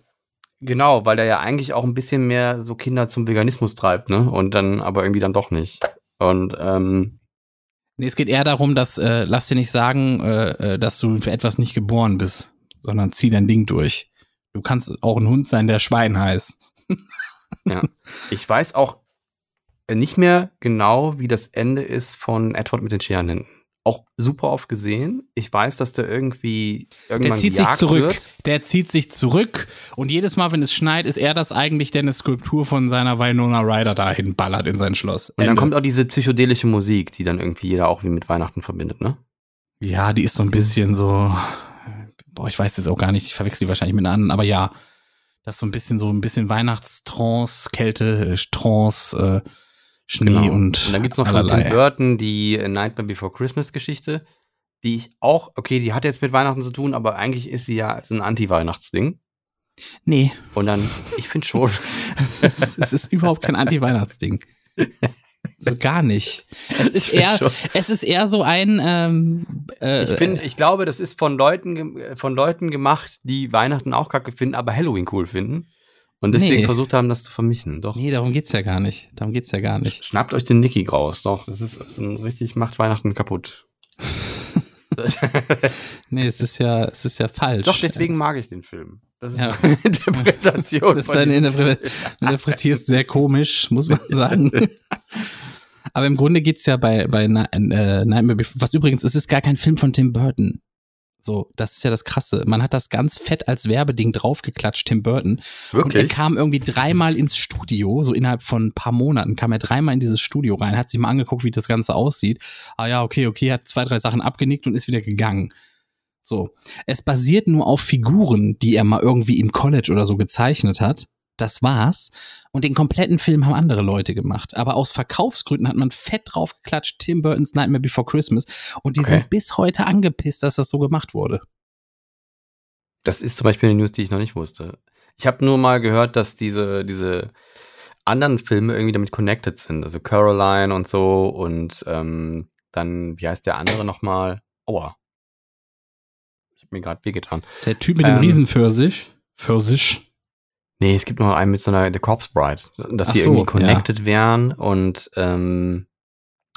Genau, weil der ja eigentlich auch ein bisschen mehr so Kinder zum Veganismus treibt, ne? Und dann aber irgendwie dann doch nicht. Und ähm, Nee, es geht eher darum, dass, äh, lass dir nicht sagen, äh, äh, dass du für etwas nicht geboren bist, sondern zieh dein Ding durch. Du kannst auch ein Hund sein, der Schwein heißt. ich weiß auch nicht mehr genau, wie das Ende ist von Edward mit den Scheren hinten. Auch super oft gesehen. Ich weiß, dass der irgendwie irgendwann Der zieht sich gejagt zurück. Wird. Der zieht sich zurück. Und jedes Mal, wenn es schneit, ist er das eigentlich, der eine Skulptur von seiner Winona Ryder dahin ballert in sein Schloss. Und dann Ende. kommt auch diese psychedelische Musik, die dann irgendwie jeder auch wie mit Weihnachten verbindet, ne? Ja, die ist so ein bisschen so. Boah, ich weiß das auch gar nicht. Ich verwechsel die wahrscheinlich mit einer anderen, aber ja. Das ist so ein bisschen so ein bisschen Weihnachtstrance, Kälte, äh, Trance, äh, Schnee und. Genau. und dann gibt's noch von allerlei. Tim Burton die äh, Nightmare Before Christmas Geschichte, die ich auch, okay, die hat jetzt mit Weihnachten zu tun, aber eigentlich ist sie ja so ein Anti-Weihnachtsding. Nee, Und dann, ich finde schon, es ist, es ist überhaupt kein Anti-Weihnachtsding. So gar nicht. Es ist, find eher, schon. es ist eher so ein. Ähm, äh, ich finde, ich glaube, das ist von Leuten, gem- äh, von Leuten gemacht, die Weihnachten auch kacke finden, aber Halloween cool finden. Und Und deswegen Nee. versucht haben, das zu vermischen. Doch. Nee, darum geht's ja gar nicht. Darum geht's ja gar nicht. Schnappt euch den Nicky Graus. Doch, das ist, das ist ein richtig, macht Weihnachten kaputt. Nee, es ist ja, es ist ja falsch. Doch, deswegen Ja, mag ich den Film. Das ist Ja. meine Interpretation. Das ist von deine diesem Interpre- Film. interpretierst sehr komisch, muss man sagen. Aber im Grunde geht's ja bei, bei Na- äh, Nightmare Before, was übrigens, es ist gar kein Film von Tim Burton. So, das ist ja das Krasse. Man hat das ganz fett als Werbeding draufgeklatscht, Tim Burton. Und er Wirklich? kam irgendwie dreimal ins Studio, so innerhalb von ein paar Monaten kam er dreimal in dieses Studio rein, hat sich mal angeguckt, wie das Ganze aussieht. Ah ja, okay, okay, hat zwei, drei Sachen abgenickt und ist wieder gegangen. So. Es basiert nur auf Figuren, die er mal irgendwie im College oder so gezeichnet hat. Das war's. Und den kompletten Film haben andere Leute gemacht. Aber aus Verkaufsgründen hat man fett draufgeklatscht, Tim Burton's Nightmare Before Christmas. Und die Okay. sind bis heute angepisst, dass das so gemacht wurde. Das ist zum Beispiel eine News, die ich noch nicht wusste. Ich habe nur mal gehört, dass diese, diese anderen Filme irgendwie damit connected sind. Also Caroline und so und ähm, dann, wie heißt der andere nochmal? Aua. Ich habe mir gerade wehgetan. Der Typ mit dem Ähm. Riesenpfirsich. Pfirsich. Nee, es gibt noch einen mit so einer The Corpse Bride, dass Ach die so, irgendwie connected wären und ähm,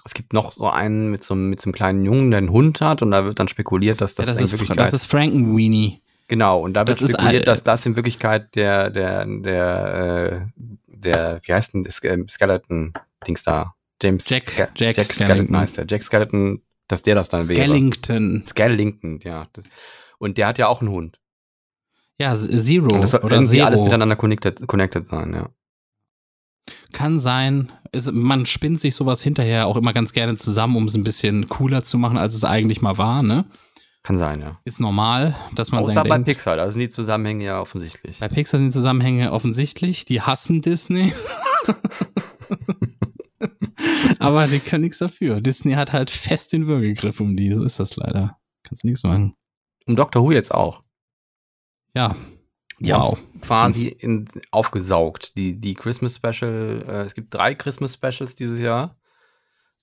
es gibt noch so einen mit so, einem- mit so einem kleinen Jungen, der einen Hund hat und da wird dann spekuliert, dass das, ja, das, in ist, Fra- Wirklichkeit- das ist Frankenweenie. Genau, und da wird Das ist äh, spekuliert, all- dass das in Wirklichkeit der, der, der, äh, der, wie heißt denn das äh, Skeleton-Dings da? James Jack- Ske- Jack Jack Skeleton Skellington. heißt der. Jack Skeleton, dass der das dann wäre. Skellington. Skellington, ja. Das- Und der hat ja auch einen Hund. Ja, S- Zero Und das soll Oh, oder irgendwie Zero. alles miteinander connected, connected sein, ja. Kann sein. Es, man spinnt sich sowas hinterher auch immer ganz gerne zusammen, um es ein bisschen cooler zu machen, als es eigentlich mal war. Ne? Kann sein, ja. Ist normal, dass man Außer dann bei denkt, Pixar, da sind die Zusammenhänge ja offensichtlich. bei Pixar sind Zusammenhänge offensichtlich. Die hassen Disney. Aber die können nichts dafür. Disney hat halt fest den Würgegriff um die. So ist das leider. Kannst nichts machen. Um Doctor Who jetzt auch. Ja. Die wow. quasi in, aufgesaugt. Die, die Christmas Special, äh, es gibt drei Christmas Specials dieses Jahr.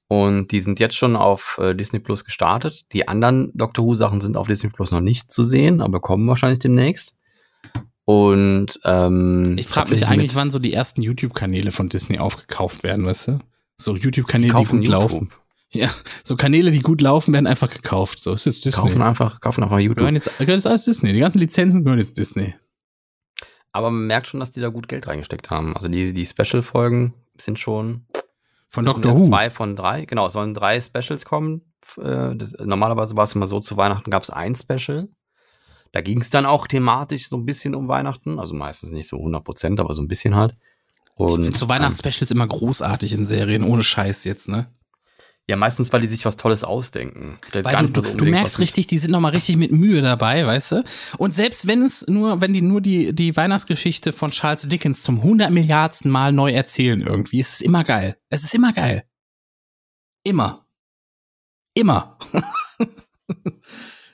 Und die sind jetzt schon auf äh, Disney Plus gestartet. Die anderen Doctor Who Sachen sind auf Disney Plus noch nicht zu sehen, aber kommen wahrscheinlich demnächst. Und ähm, Ich frage mich tatsächlich eigentlich, mit- wann so die ersten YouTube-Kanäle von Disney aufgekauft werden, weißt du? So YouTube-Kanäle, die kaufen gut YouTube. laufen. Ja, so Kanäle, die gut laufen, werden einfach gekauft. So ist jetzt Disney. Kaufen einfach, kaufen einfach YouTube. gehören jetzt, gehört jetzt alles Disney. Die ganzen Lizenzen gehören jetzt Disney. Aber man merkt schon, dass die da gut Geld reingesteckt haben. Also die, die Special-Folgen sind schon Von Das sind Doctor erst Who. Zwei von drei, genau. Es sollen drei Specials kommen. F- äh, Das, normalerweise war es immer so, zu Weihnachten gab es ein Special. Da ging es dann auch thematisch so ein bisschen um Weihnachten. Also meistens nicht so 100 Prozent, aber so ein bisschen halt. Ich Und, finde so ähm, Weihnachtsspecials immer großartig in Serien, ohne Scheiß jetzt, ne? ähm, Ja, meistens, weil die sich was Tolles ausdenken. Jetzt gar Weil nicht du, mal so du, du unbedingt merkst was- richtig, die sind nochmal richtig mit Mühe dabei, weißt du? Und selbst wenn es nur, wenn die nur die, die Weihnachtsgeschichte von Charles Dickens zum 100 Milliardsten Mal neu erzählen irgendwie, ist es immer geil. Es ist immer geil. Immer. Immer.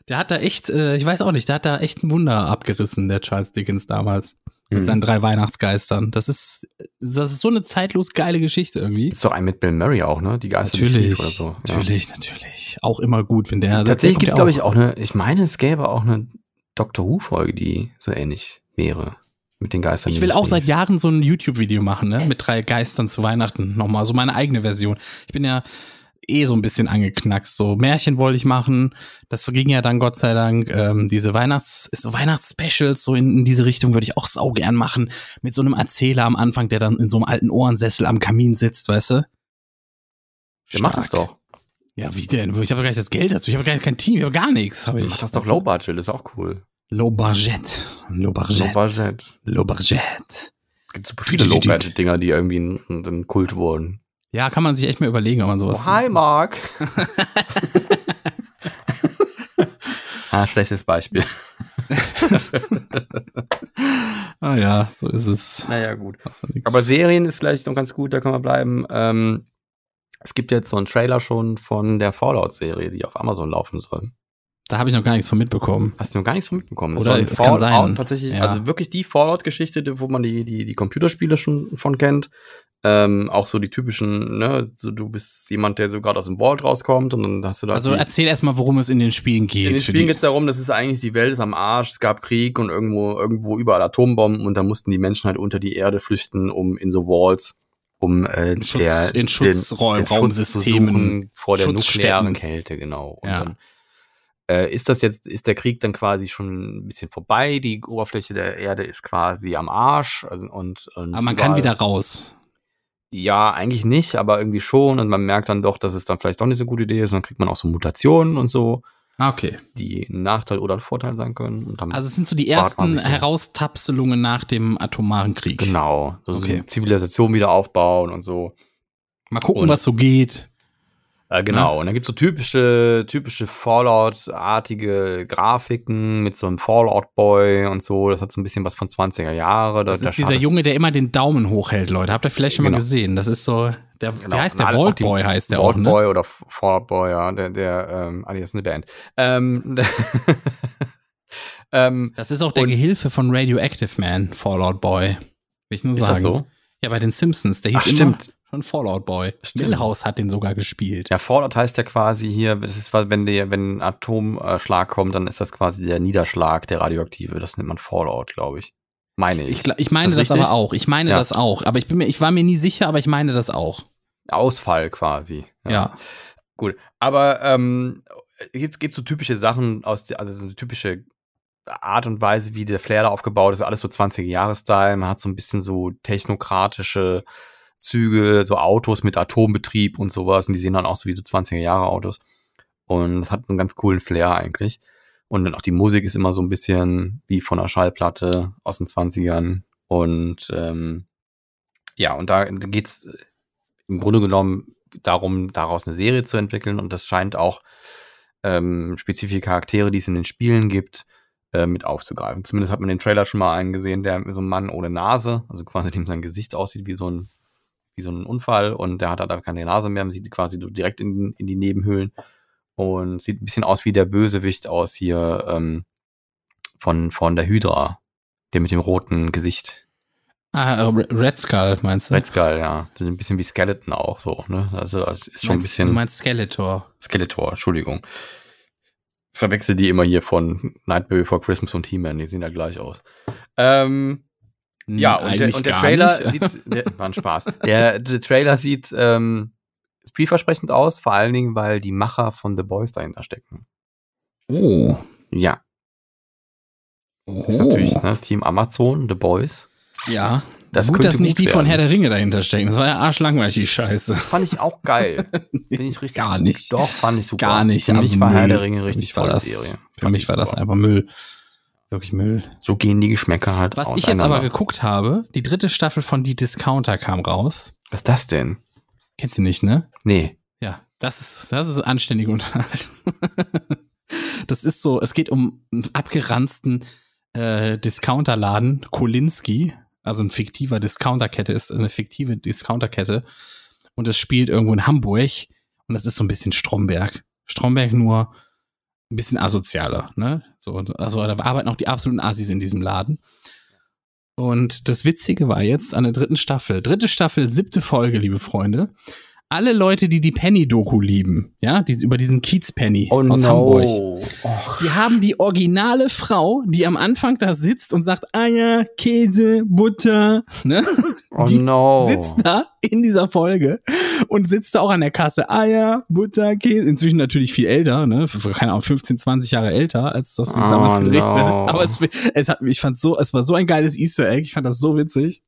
der hat da echt, äh, ich weiß auch nicht, der hat da echt ein Wunder abgerissen, der Charles Dickens damals. Mit Hm. seinen drei Weihnachtsgeistern. Das ist, das ist so eine zeitlos geile Geschichte irgendwie. Gibt's doch einen mit Bill Murray auch, ne? Die Geister die Natürlich, Schlief oder so. Ja. natürlich, natürlich. Auch immer gut, wenn der. Tatsächlich der gibt es, kommt glaube ja ich, auch eine, ich meine, es gäbe auch eine Doctor Who-Folge, die so ähnlich wäre. Mit den Geistern. Ich die will nicht auch seit lief. Jahren so ein YouTube-Video machen, ne? Mit drei Geistern zu Weihnachten nochmal. So meine eigene Version. Ich bin ja eh so ein bisschen angeknackst. So Märchen wollte ich machen. Das ging ja dann Gott sei Dank. Ähm, diese Weihnachts-, so Weihnachts-Specials, so in, in diese Richtung würde ich auch sau gern machen. Mit so einem Erzähler am Anfang, der dann in so einem alten Ohrensessel am Kamin sitzt, weißt du? Der macht das Stark. doch. Ja, wie denn? Ich habe ja gar nicht das Geld dazu. Ich habe gar kein Team, ich habe gar nichts. Hab Der ich. macht Hm, das doch low budget, ist auch cool. Low Budget. Low Budget. budget. Low Budget. Es gibt super viele Low-Budget-Dinger, die irgendwie ein, ein, ein Kult wurden. Oh, Ja, kann man sich echt mal überlegen, ob man sowas. Mark. ah, schlechtes Beispiel. Ah ja, so ist es. Naja, gut. Machst du nix. Aber Serien ist vielleicht noch ganz gut, da können wir bleiben. Ähm, es gibt jetzt so einen Trailer schon von der Fallout-Serie, die auf Amazon laufen soll. da habe ich noch gar nichts von mitbekommen. Hast du noch gar nichts von mitbekommen? Es Oder soll es kann sein. tatsächlich, Ja. also wirklich die Fallout-Geschichte, wo man die, die, die Computerspiele schon von kennt, Ähm, auch so die typischen, ne, so du bist jemand, der so gerade aus dem Vault rauskommt und dann hast du da. Also die- erzähl erstmal, worum es in den Spielen geht. in den für Spielen die- geht es darum, das ist eigentlich die Welt ist am Arsch, es gab Krieg und irgendwo, irgendwo überall Atombomben und da mussten die Menschen halt unter die Erde flüchten, um in so Walls, um äh, In Schutz- der, in Schutzräumen, Raumsystemen, zu suchen vor der Schutzstätten. nuklearen Kälte, genau. Und Ja. dann äh, ist das jetzt, ist der Krieg dann quasi schon ein bisschen vorbei, die Oberfläche der Erde ist quasi am Arsch also, und, und Aber Ah, man kann überall- wieder raus. ja, eigentlich nicht, aber irgendwie schon. Und man merkt dann doch, dass es dann vielleicht doch nicht so eine gute Idee ist. Und dann kriegt man auch so Mutationen und so, Ah, okay. die ein Nachteil oder ein Vorteil sein können. Und dann Also es sind so die Wart mal ein ersten bisschen. Heraustapselungen nach dem atomaren Krieg. genau, so Okay. okay. Zivilisation wieder aufbauen und so. Mal gucken, Und- was so geht. Mhm. Äh, genau, und dann gibt's so typische, typische Fallout-artige Grafiken mit so einem Fallout-Boy und so. Das hat so ein bisschen was von 20er Jahre. Da, Das da ist dieser startest- Junge, der immer den Daumen hochhält, Leute. Habt ihr vielleicht schon mal Genau. gesehen? Das ist so, der, Genau. wie heißt der? Na, auch die- Vaultboy heißt der Vault auch, ne? Boy oder Fallout Boy, ja. Der, der ähm, ah, nee, das ist eine Band. Ähm, ähm, Das ist auch der Und- Gehilfe von Radioactive Man, Fallout Boy. Will ich nur ist sagen. das so? Ja, bei den Simpsons. Der hieß Ach, immer stimmt. schon Fallout Boy. Stimmt. Milhouse hat den sogar gespielt. Ja, Fallout heißt ja quasi hier, das ist, wenn, der, wenn ein Atomschlag kommt, dann ist das quasi der Niederschlag, der radioaktive. Das nennt man Fallout, glaube ich. Meine ich. Ich, gla- ich meine Ist das, das aber richtig? auch. Ich meine Ja. das auch. Aber ich, bin mir, ich war mir nie sicher, aber ich meine das auch. Ausfall quasi. Ja. Gut. Aber ähm, es gibt so typische Sachen aus, der- also so eine typische Art und Weise, wie der Flair da aufgebaut ist, alles so 20-Jahres-Style. Man hat so ein bisschen so technokratische Züge, so Autos mit Atombetrieb und sowas. Und die sehen dann auch so wie so 20er-Jahre-Autos. Und das hat einen ganz coolen Flair eigentlich. Und dann auch die Musik ist immer so ein bisschen wie von einer Schallplatte aus den 20ern. Und ähm, ja, und da geht's im Grunde genommen darum, daraus eine Serie zu entwickeln. Und das scheint auch ähm, spezifische Charaktere, die es in den Spielen gibt, äh, mit aufzugreifen. Zumindest hat man den Trailer schon mal einen gesehen, der so ein Mann ohne Nase, also quasi dem sein Gesicht aussieht wie so ein, wie so ein Unfall und der hat halt einfach keine Nase mehr, man sieht quasi so direkt in, in die Nebenhöhlen und sieht ein bisschen aus wie der Bösewicht aus hier ähm, von, von der Hydra, der mit dem roten Gesicht. Ah, äh, Red Skull meinst du? Red Skull, ja. Das ist ein bisschen wie Skeleton auch so, ne? Also, das ist schon ein meinst, Du bisschen. meinst Skeletor. Skeletor, Entschuldigung. Ich verwechsel die immer hier von Nightmare Before Christmas und He-Man, die sehen ja gleich aus. Ähm, ja, Hm, und der, eigentlich und der gar Trailer nicht. sieht. Der, war ein Spaß. Der, der Trailer sieht ähm, vielversprechend aus, vor allen Dingen, weil die Macher von The Boys dahinter stecken. Oh. Ja, oh. ist natürlich ne, Team Amazon, The Boys. Ja. Das gut, könnte dass nicht gut die von werden. Herr der Ringe dahinter stecken. Das war ja arschlangweilig, die Scheiße. Fand ich auch geil. Finde ich richtig. Gar gut. nicht. Doch, fand ich super. Gar nicht. Für mich aber war Herr Müll. der Ringe Für richtig mich war tolle das, Serie. Für Fand mich ich war das super. einfach Müll. Wirklich Müll. So gehen die Geschmäcker halt Was ich jetzt auseinander. aber geguckt habe, die dritte Staffel von Die Discounter kam raus. Was ist das denn? Kennst du nicht, ne? Nee. Ja, das ist, das ist anständige Unterhaltung. Das ist so, es geht um einen abgeranzten äh, Discounterladen, Kolinski, also ein fiktiver Discounterkette ist, eine fiktive Discounterkette. Und es spielt irgendwo in Hamburg und das ist so ein bisschen Stromberg. Stromberg nur ein bisschen asozialer, ne? So, also da arbeiten auch die absoluten Assis in diesem Laden. Und das Witzige war jetzt an der dritten Staffel, dritte Staffel, siebte Folge, liebe Freunde alle Leute, die die Penny-Doku lieben, ja, die, über diesen Kiez-Penny Oh aus Hamburg, Och. die haben die originale Frau, die am Anfang da sitzt und sagt, Eier, Käse, Butter, ne? Oh die no. sitzt da in dieser Folge und sitzt da auch an der Kasse. Eier, Butter, Käse. Inzwischen natürlich viel älter, ne? F- Keine Ahnung, 15, 20 Jahre älter, als das, wie es Oh damals gedreht no. wurde. Aber es, es hat, ich fand so, es war so ein geiles Easter Egg. Ich fand das so witzig.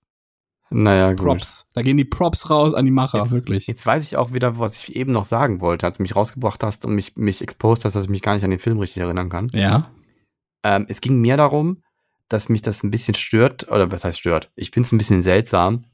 Naja, gut. Props. Da gehen die Props raus an die Macher, Jetzt- wirklich. Jetzt weiß ich auch wieder, was ich eben noch sagen wollte, als du mich rausgebracht hast und mich, mich exposed hast, dass ich mich gar nicht an den Film richtig erinnern kann. ja. Ähm, es ging mir darum, dass mich das ein bisschen stört, oder was heißt stört? Ich finde es ein bisschen seltsam,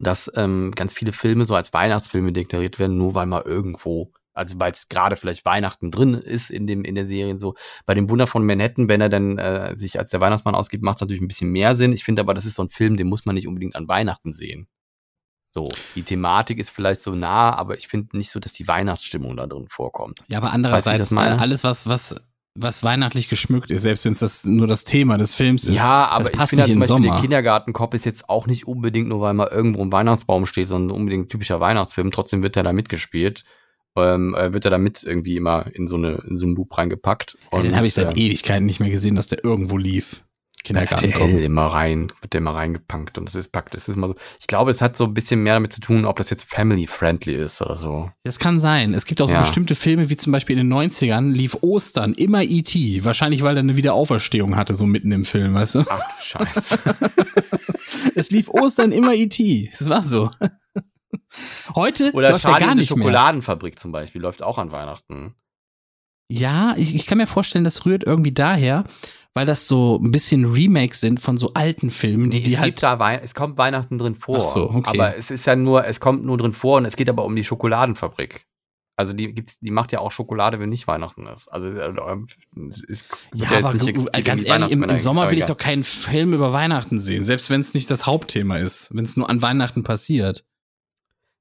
dass ähm, ganz viele Filme so als Weihnachtsfilme deklariert werden, nur weil mal irgendwo, also weil es gerade vielleicht Weihnachten drin ist in, dem, in der Serie so. Bei dem Wunder von Manhattan, wenn er dann äh, sich als der Weihnachtsmann ausgibt, macht es natürlich ein bisschen mehr Sinn. Ich finde aber, das ist so ein Film, den muss man nicht unbedingt an Weihnachten sehen. So, die Thematik ist vielleicht so nah, aber ich finde nicht so, dass die Weihnachtsstimmung da drin vorkommt. Ja, aber Weißt du, wie ich andererseits, ne, das meine? alles, was, was was weihnachtlich geschmückt ist, selbst wenn es das nur das Thema des Films ist. Ja, aber das ich passt finde halt nicht zum in den Beispiel Sommer. der Kindergartenkopf ist jetzt auch nicht unbedingt nur, weil mal irgendwo ein Weihnachtsbaum steht, sondern unbedingt ein typischer Weihnachtsfilm. Trotzdem wird er da mitgespielt. Ähm, äh, wird er damit irgendwie immer in so, eine, in so einen Loop reingepackt. Ja, den habe ich seit äh, Ewigkeiten nicht mehr gesehen, dass der irgendwo lief. Kindergarten RTL kommt. immer rein, wird der immer reingepankt und das ist packt. Das ist immer so. Ich glaube, es hat so ein bisschen mehr damit zu tun, ob das jetzt family-friendly ist oder so. Das kann sein. Es gibt auch so Ja. bestimmte Filme, wie zum Beispiel in den 90ern lief Ostern immer E.T. Wahrscheinlich, weil er eine Wiederauferstehung hatte, so mitten im Film, weißt du? Ach, scheiße. Es lief Ostern immer E.T. Es war so. Heute oder läuft er Charlie gar und die nicht mehr. Schokoladenfabrik zum Beispiel läuft auch an Weihnachten. Ja, ich, ich kann mir vorstellen, das rührt irgendwie daher, weil das so ein bisschen Remakes sind von so alten Filmen, die, Nee, die es, halt. gibt da Wei- es kommt Weihnachten drin vor. Ach so, okay. Aber es ist ja nur, es kommt nur drin vor und es geht aber um die Schokoladenfabrik. Also die gibt's, die macht ja auch Schokolade, wenn nicht Weihnachten ist. Also äh, es ist ja, wird aber jetzt nicht gu- explizit ganz irgendwie ehrlich, im, im Weihnachtsmänner- Sommer will ich aber doch keinen Film über Weihnachten sehen, selbst wenn es nicht das Hauptthema ist, wenn es nur an Weihnachten passiert. egal.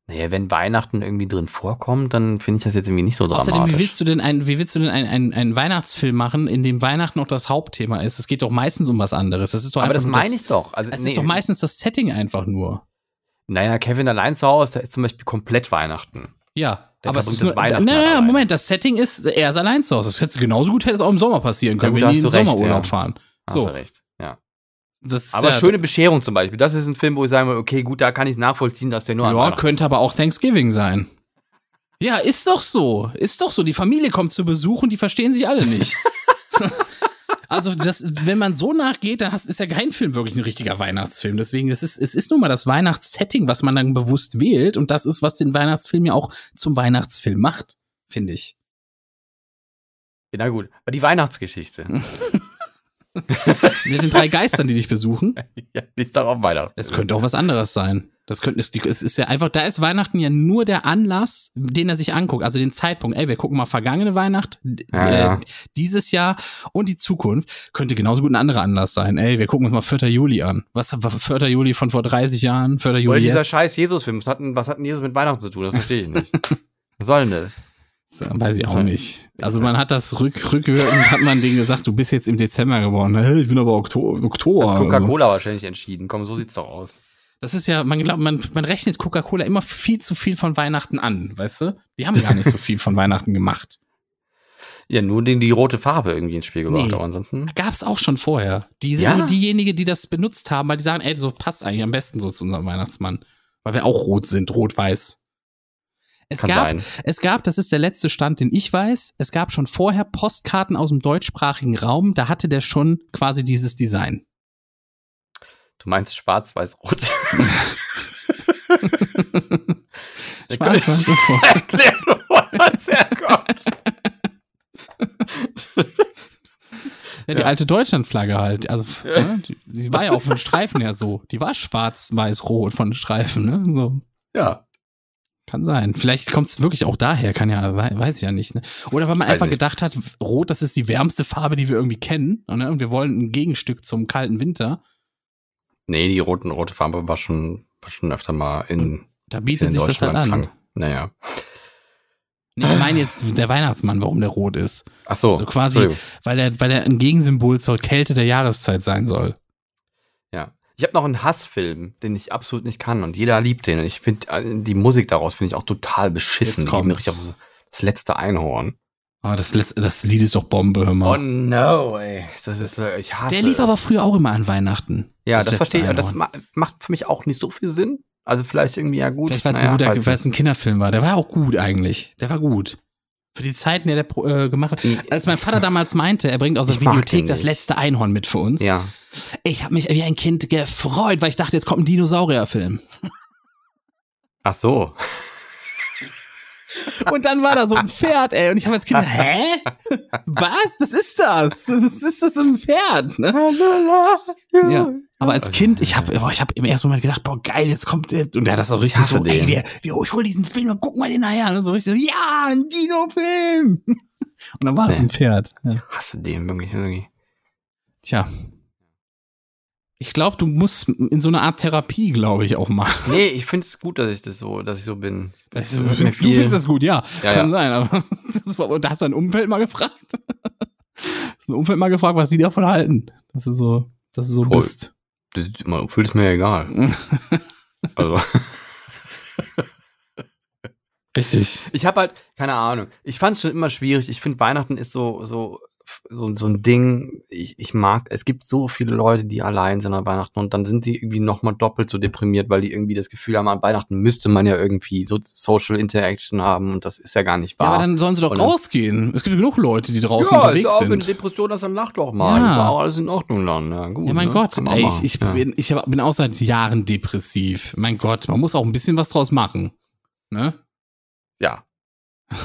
Naja, wenn Weihnachten irgendwie drin vorkommt, dann finde ich das jetzt irgendwie nicht so dramatisch. Außerdem, wie willst du denn einen, wie willst du denn einen, einen, einen Weihnachtsfilm machen, in dem Weihnachten noch das Hauptthema ist? Es geht doch meistens um was anderes. Das ist doch aber einfach das nur meine ich doch. Also, Es nee. ist doch meistens das Setting einfach nur. Naja, Kevin allein zu Hause, da ist zum Beispiel komplett Weihnachten. Ja, Der aber es verbringt ist nur, das Weihnachten na, na, na, allein. Moment, das Setting ist, er ist allein zu Hause. Das hätte genauso gut hätte es auch im Sommer passieren können, wenn Ja, gut, da die in hast den du recht, Sommerurlaub ja. fahren. Hast So, du recht. Ja. das ist Aber ja, schöne Bescherung zum Beispiel. Das ist ein Film, wo ich sagen würde, okay, gut, da kann ich nachvollziehen, dass der nur an Ja, Weihnachten- könnte aber auch Thanksgiving sein. Ja, ist doch so. Ist doch so. Die Familie kommt zu Besuch und die verstehen sich alle nicht. also, das, wenn man so nachgeht, dann hast, ist ja kein Film wirklich ein richtiger Weihnachtsfilm. Deswegen, es ist, es ist nun mal das Weihnachtssetting, was man dann bewusst wählt. Und das ist, was den Weihnachtsfilm ja auch zum Weihnachtsfilm macht, finde ich. Na gut, aber die Weihnachtsgeschichte. Mit den drei Geistern, die dich besuchen. ja, die ist doch auch Weihnachten. Es könnte auch was anderes sein. Das könnte, es, es ist ja einfach, da ist Weihnachten ja nur der Anlass, den er sich anguckt, also den Zeitpunkt. Ey, wir gucken mal vergangene Weihnacht, d- Ja, äh, ja. dieses Jahr und die Zukunft. Könnte genauso gut ein anderer Anlass sein. Ey, wir gucken uns mal 4. Juli an. Was war 4. Juli von vor 30 Jahren? 4. Juli. Oder dieser jetzt? scheiß Jesus-Film. Was hat, denn, was hat denn Jesus mit Weihnachten zu tun? Das verstehe ich nicht. Was soll denn das? So, Weiß ich auch nicht. Also man hat das rück, rückwirkend, hat man denen gesagt, du bist jetzt im Dezember geboren. Hey, ich bin aber Okto- Oktober. oder Hat so. Coca-Cola wahrscheinlich entschieden. Komm, so sieht's doch aus. Das ist ja, man glaubt, man, man rechnet Coca-Cola immer viel zu viel von Weihnachten an, weißt du? Die haben gar nicht so viel von Weihnachten gemacht. Ja, nur die, die rote Farbe irgendwie ins Spiel gebracht, Nee. aber ansonsten. Gab's auch schon vorher. Die sind Ja? nur diejenigen, die das benutzt haben, weil die sagen, ey, so passt eigentlich am besten so zu unserem Weihnachtsmann. Weil wir auch rot sind, rot-weiß. Es Kann gab, sein. es gab, das ist der letzte Stand, den ich weiß, es gab schon vorher Postkarten aus dem deutschsprachigen Raum, da hatte der schon quasi dieses Design. Du meinst schwarz-weiß-rot. Ich weiß, was du Erklär doch mal, was herkommt. Ja, die Ja. alte Deutschlandflagge halt. Also, f- Ja. ne? die, die war ja auch von Streifen her so. Die war schwarz-weiß-rot von Streifen, ne? So. Ja. Kann sein. Vielleicht kommt es wirklich auch daher, kann ja, wei- weiß ich ja nicht. Ne? Oder weil man Weiß einfach nicht. gedacht hat, Rot, das ist die wärmste Farbe, die wir irgendwie kennen. Ne? Und wir wollen ein Gegenstück zum kalten Winter. Nee, die roten, rote Farbe war schon, war schon öfter mal in, Da in bietet sich das halt an. Frank- Naja. Nee, ich meine jetzt der Weihnachtsmann, warum der rot ist. Ach so. So quasi- Entschuldigung. Weil er, weil er ein Gegensymbol zur Kälte der Jahreszeit sein soll. Ja. Ich habe noch einen Hassfilm, den ich absolut nicht kann und jeder liebt den. Und ich finde die Musik daraus finde ich auch total beschissen. Jetzt Die geht mir kommt's. richtig auf das letzte Einhorn. Oh, Aber Ah, das, letzte, das Lied ist doch Bombe, hör mal. no, ey. Das ist, äh, ich hasse der lief es. aber früher auch immer an Weihnachten. Ja, das, letzte verstehe ich. aber Das Einhorn. ma macht für mich auch nicht so viel Sinn. Also vielleicht irgendwie ja gut. Vielleicht weil es naja, ein guter, weiß ich weil es ein Kinderfilm war. Der war auch gut eigentlich. Der war gut. Für die Zeiten, die er pro- äh, gemacht hat. nicht. Als mein Vater damals meinte, er bringt aus der Ich mag Videothek den das nicht. letzte Einhorn mit für uns. Ja. Ich habe mich wie ein Kind gefreut, weil ich dachte, jetzt kommt ein Dinosaurierfilm. Ach so. Und dann war da so ein Pferd, ey. Und ich habe als Kind gedacht, hä? Was? Was ist das? Was ist das für ein Pferd? Ne? Ja. Aber als Kind, ich habe ich hab im ersten Moment gedacht, boah, geil, jetzt kommt der. Und der hat das auch richtig hasse so, ey, den. wir, wir, ich hol diesen Film und guck mal den nachher. Und so richtig, so, ja, ein Dino-Film. Und dann war es ein Pferd. Ja. Hasse den wirklich irgendwie. Tja. Ich glaube, du musst in so eine Art Therapie, glaube ich, auch machen. Nee, ich finde es gut, dass ich das so, dass ich so bin. Das, Das du wird mir viel- findest das gut, ja. Ja, kann ja. sein, aber das war, und da hast du dein Umfeld mal gefragt. im Umfeld mal gefragt, was die davon halten. Das ist so, das ist so Voll. Mist. Das ist, mein Umfeld ist mir ja egal. Also. Richtig. Ich habe halt, keine Ahnung. Ich fand es schon immer schwierig. Ich finde, Weihnachten ist so, so, so, so ein Ding. Ich, ich mag, es gibt so viele Leute, die allein sind an Weihnachten und dann sind die irgendwie nochmal doppelt so deprimiert, weil die irgendwie das Gefühl haben, an Weihnachten müsste man ja irgendwie so Social Interaction haben und das ist ja gar nicht Ja, wahr. aber dann sollen sie doch Und dann- rausgehen. Es gibt genug Leute, die draußen Ah, ja, ist unterwegs auch, wenn sind. du Depression hast, dann lach doch mal. Ja. Ist auch alles in Ordnung dann. Ja, gut, Ja, mein ne? Gott, Kann man ey, ich, machen. ich, ja. bin, ich hab, bin auch seit Jahren depressiv. Mein Gott, man muss auch ein bisschen was draus machen. Ne? ja,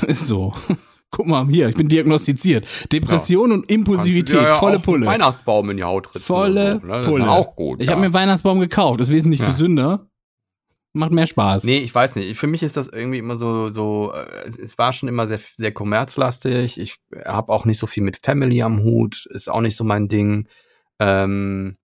Ist so. Guck mal hier, ich bin diagnostiziert. Depression und Impulsivität, Kannst du dir ja volle auch Pulle. einen Weihnachtsbaum in die Haut ritzen. Volle und so, ne? Das ist Pulle. auch gut. Ich ja. habe mir einen Weihnachtsbaum gekauft, ist wesentlich Ja. gesünder. Macht mehr Spaß. Nee, ich weiß nicht. Ich- Für mich ist das irgendwie immer so, so äh, es- es war schon immer sehr, sehr kommerzlastig. Ich habe auch nicht so viel mit Family am Hut. Ist auch nicht so mein Ding. Ähm,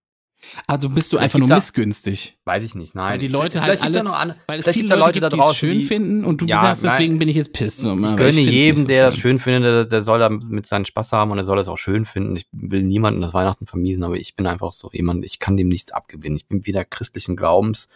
Also bist du Vielleicht einfach nur gibt's missgünstig. weiß ich nicht. Nein. Weil die Ich- Leute vielleicht halt gibt's alle- da noch an, Weil es vielleicht viele gibt's da Leute Leute gibt, da die es draußen, schön die- finden und du Ja, sagst, deswegen nein. bin ich jetzt pisst. ich gönne jedem, der das schön findet, der, der soll damit seinen Spaß haben und er soll das auch schön finden. Ich will niemanden das Weihnachten vermiesen, aber ich bin einfach so jemand, ich kann dem nichts abgewinnen. Ich bin weder christlichen Glaubens,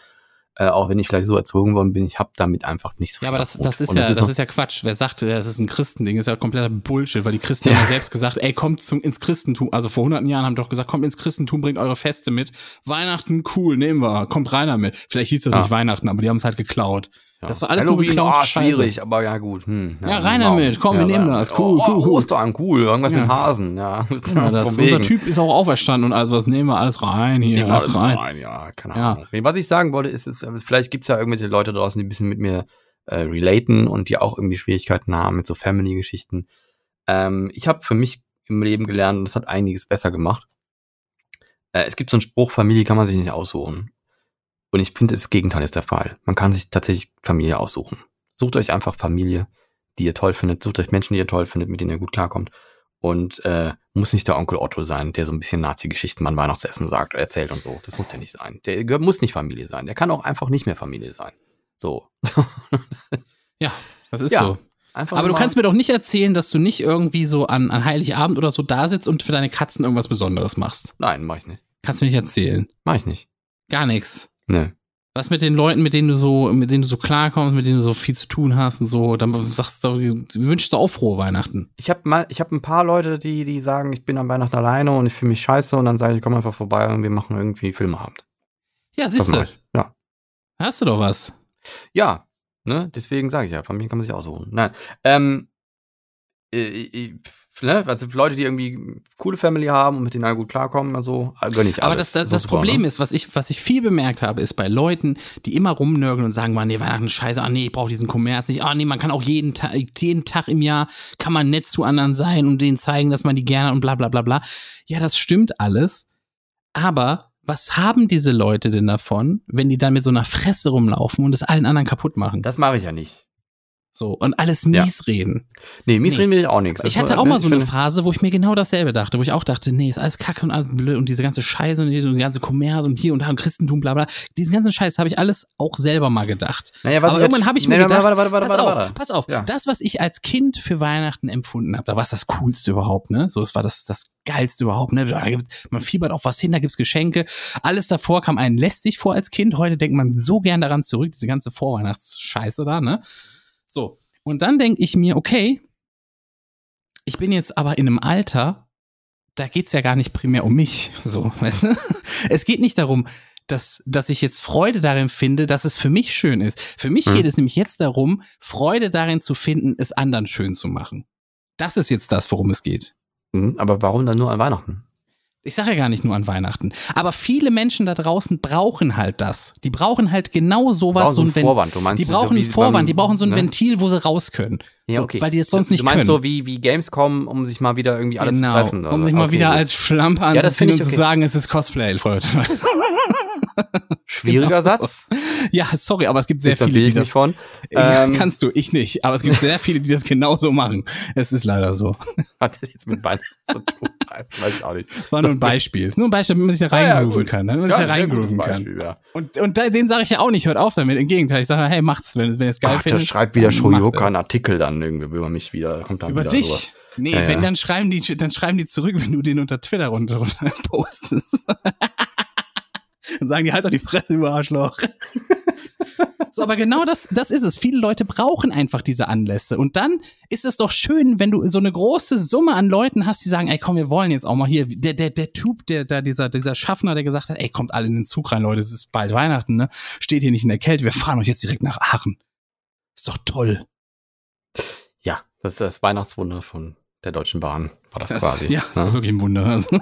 äh, auch wenn ich vielleicht so erzogen worden bin, ich habe damit einfach nicht Ja, so viel aber das, am Hut. das ist Und ja, das ist, auch- ja Quatsch. Wer sagt, äh, das ist ein Christending, ist ja kompletter Bullshit, weil die Christen Ja. haben ja selbst gesagt, ey, kommt zum, ins Christentum. Also vor hunderten Jahren haben doch gesagt, kommt ins Christentum, bringt eure Feste mit. Weihnachten, cool, nehmen wir, kommt rein damit. Vielleicht hieß das Ja. nicht Weihnachten, aber die haben es halt geklaut. Ja. Das ist doch alles nur Halloween, geklaut, ah, Scheiße. schwierig, aber ja gut. Hm, Ja, rein damit, komm, wir nehmen das, cool, cool, oh, cool, cool. Ostern, cool, irgendwas Ja. mit Hasen, ja. Ja, das, Von wegen. unser Typ ist auch auferstanden und also was nehmen wir alles rein hier, Nehmen wir alles rein. ja, keine Ja. Ahnung. Nee, Was ich sagen wollte, ist, ist vielleicht gibt es ja irgendwelche Leute draußen, die ein bisschen mit mir äh, relaten und die auch irgendwie Schwierigkeiten haben mit so Family-Geschichten. Ähm, ich habe für mich im Leben gelernt, und das hat einiges besser gemacht. Äh, es gibt so einen Spruch, Familie kann man sich nicht aussuchen. Und ich finde, das Gegenteil ist der Fall. Man kann sich tatsächlich Familie aussuchen. Sucht euch einfach Familie, die ihr toll findet. Sucht euch Menschen, die ihr toll findet, mit denen ihr gut klarkommt. Und äh, muss nicht der Onkel Otto sein, der so ein bisschen Nazi-Geschichten beim Weihnachtsessen sagt, erzählt und so. Das muss der nicht sein. Der gehört- muss nicht Familie sein. Der kann auch einfach nicht mehr Familie sein. So. Ja, das ist Ja. so. Einfach Aber du mal- kannst mir doch nicht erzählen, dass du nicht irgendwie so an, an Heiligabend oder so da sitzt und für deine Katzen irgendwas Besonderes machst. Nein, mach ich nicht. Kannst du mir nicht erzählen. Mach ich nicht. Gar nichts. Nee. Was mit den Leuten, mit denen du so, mit denen du so klarkommst, mit denen du so viel zu tun hast und so, dann sagst du, wünschst du auch frohe Weihnachten. Ich habe mal, ich habe ein paar Leute, die, die sagen, ich bin am Weihnachten alleine und ich fühle mich scheiße und dann sage ich, komm einfach vorbei und wir machen irgendwie Filmeabend. Ja, Das siehst du, mach ich. Ja. hast du doch was. Ja, ne? deswegen sage ich ja, Familien kann man sich aussuchen. Nein. Ähm, äh, äh, pf, ne? Also für Leute, die irgendwie coole Family haben und mit denen alle gut klarkommen und so, äh, gönn ich alles. Aber das, das, das Problem ne? ist, ne? was ich, was ich viel bemerkt habe, ist bei Leuten, die immer rumnörgeln und sagen, man, nee, Weihnachten ist scheiße, ah nee, ich brauche diesen Kommerz nicht, ah nee, man kann auch jeden, Ta jeden Tag im Jahr, kann man nett zu anderen sein und denen zeigen, dass man die gerne und bla bla bla bla. Ja, das stimmt alles, aber was haben diese Leute denn davon, wenn die dann mit so einer Fresse rumlaufen und es allen anderen kaputt machen? Das mache ich ja nicht. So, und alles mies reden. Nee, mies Nee. reden will ich auch nichts. Ich Das hatte war- auch ne, mal so ich eine finde- Phase, wo ich mir genau dasselbe dachte, wo ich auch dachte, nee, ist alles kacke und alles blöd und diese ganze Scheiße und die ganze Kommerz und hier und da und Christentum, bla bla. Diesen ganzen Scheiß habe ich alles auch selber mal gedacht. Naja, Aber irgendwann habe ich mir Nee, gedacht, warte, warte, warte, pass warte, auf, warte. pass auf, Ja. das, was ich als Kind für Weihnachten empfunden habe, da war es das Coolste überhaupt, ne? So, es war das, das Geilste überhaupt, ne? Da gibt's, man fiebert auf was hin, da gibt's Geschenke. Alles davor kam einen lästig vor als Kind. Heute denkt man so gern daran zurück, diese ganze Vorweihnachtsscheiße da, ne? So. Und dann denke ich mir, okay, ich bin jetzt aber in einem Alter, da geht's ja gar nicht primär um mich. So, weißt du? Es geht nicht darum, dass, dass ich jetzt Freude darin finde, dass es für mich schön ist. Für mich Hm. geht es nämlich jetzt darum, Freude darin zu finden, es anderen schön zu machen. Das ist jetzt das, worum es geht. Hm, Aber warum dann nur an Weihnachten? Ich sage ja gar nicht nur an Weihnachten. Aber viele Menschen da draußen brauchen halt das. Die brauchen halt genau sowas, Brauchen so ein einen Ventil. Vorwand, du meinst Die so brauchen wie einen beim- Vorwand, die brauchen so ein ne? Ventil, wo sie raus können. Ja, so, okay. Weil die es sonst nicht Du meinst können. so wie, wie Gamescom, um sich mal wieder irgendwie alle genau, zu treffen? um oder? sich mal Okay, wieder gut. als Schlampe das anzuziehen finde und ich zu okay. sagen, es ist Cosplay, Leute. Schwieriger Satz. ja, sorry, aber es gibt sehr Distanziere viele, die ich mich das von. Ja, Ähm, kannst du, ich nicht. Aber es gibt sehr viele, die das genauso machen. Es ist leider so. Hat das jetzt mit Weihnachten zu tun? Weiß weiß ich auch nicht. Es war nur ein Beispiel. Nur ein Beispiel, damit man sich da Ah, ja, reingrooven gut. kann. ne? Damit man sich da reingrooven kann. Ja. Und, und da, den sage ich ja auch nicht, hört auf damit. Im Gegenteil, ich sage, hey, macht's, wenn, wenn ihr es geil Gott, da findet. schreibt wieder dann macht Shoyoka es. einen Artikel dann irgendwie über mich wieder. Kommt dann Über wieder dich. sowas. Nee, Ja, wenn, ja. Dann, schreiben die, dann schreiben die zurück, wenn du den unter Twitter runter, runter postest. dann sagen die, halt doch die Fresse, du Arschloch. so, aber genau das, das ist es. Viele Leute brauchen einfach diese Anlässe. Und dann ist es doch schön, wenn du so eine große Summe an Leuten hast, die sagen, ey, komm, wir wollen jetzt auch mal hier, der, der, der Typ, der, der, dieser, dieser Schaffner, der gesagt hat, ey, kommt alle in den Zug rein, Leute, es ist bald Weihnachten, ne? Steht hier nicht in der Kälte, wir fahren euch jetzt direkt nach Aachen. Ist doch toll. Ja, das ist das Weihnachtswunder von der Deutschen Bahn, war das, Das, quasi. ja, ist ne? wirklich ein Wunder. Also.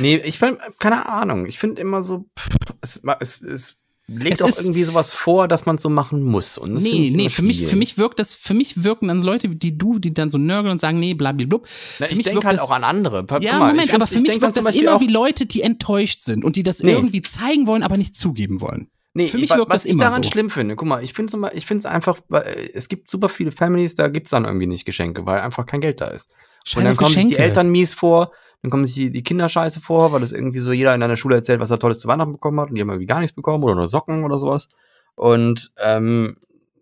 Nee, ich finde, keine Ahnung. Ich finde immer so, pff, es, es, es legt Es auch ist- irgendwie sowas vor, dass man so machen muss. Und das find Nee, ich nee, immer für mich, schwierig. für mich wirkt das, für mich wirken dann so Leute, die du, die dann so nörgeln und sagen, nee, blablabla. Na, für ich mich denke wirkt halt das- auch an andere. Guck Ja, mal, ich Moment, find- aber für ich mich denk dann wirkt zum das Beispiel immer auch- wie Leute, die enttäuscht sind und die das Nee. irgendwie zeigen wollen, aber nicht zugeben wollen. Nee, Für mich wa- wirkt was das ich immer daran so. schlimm finde. Guck mal, ich finde es ich find's einfach, weil, äh, es gibt super viele Families, da gibt es dann irgendwie nicht Geschenke, weil einfach kein Geld da ist. Scheiß und dann auf kommen sich die Geschenke. Eltern mies vor, dann kommen sich die, die Kinder scheiße vor, weil das irgendwie so jeder in einer Schule erzählt, was er Tolles zu Weihnachten bekommen hat und die haben irgendwie gar nichts bekommen oder nur Socken oder sowas. Und ähm,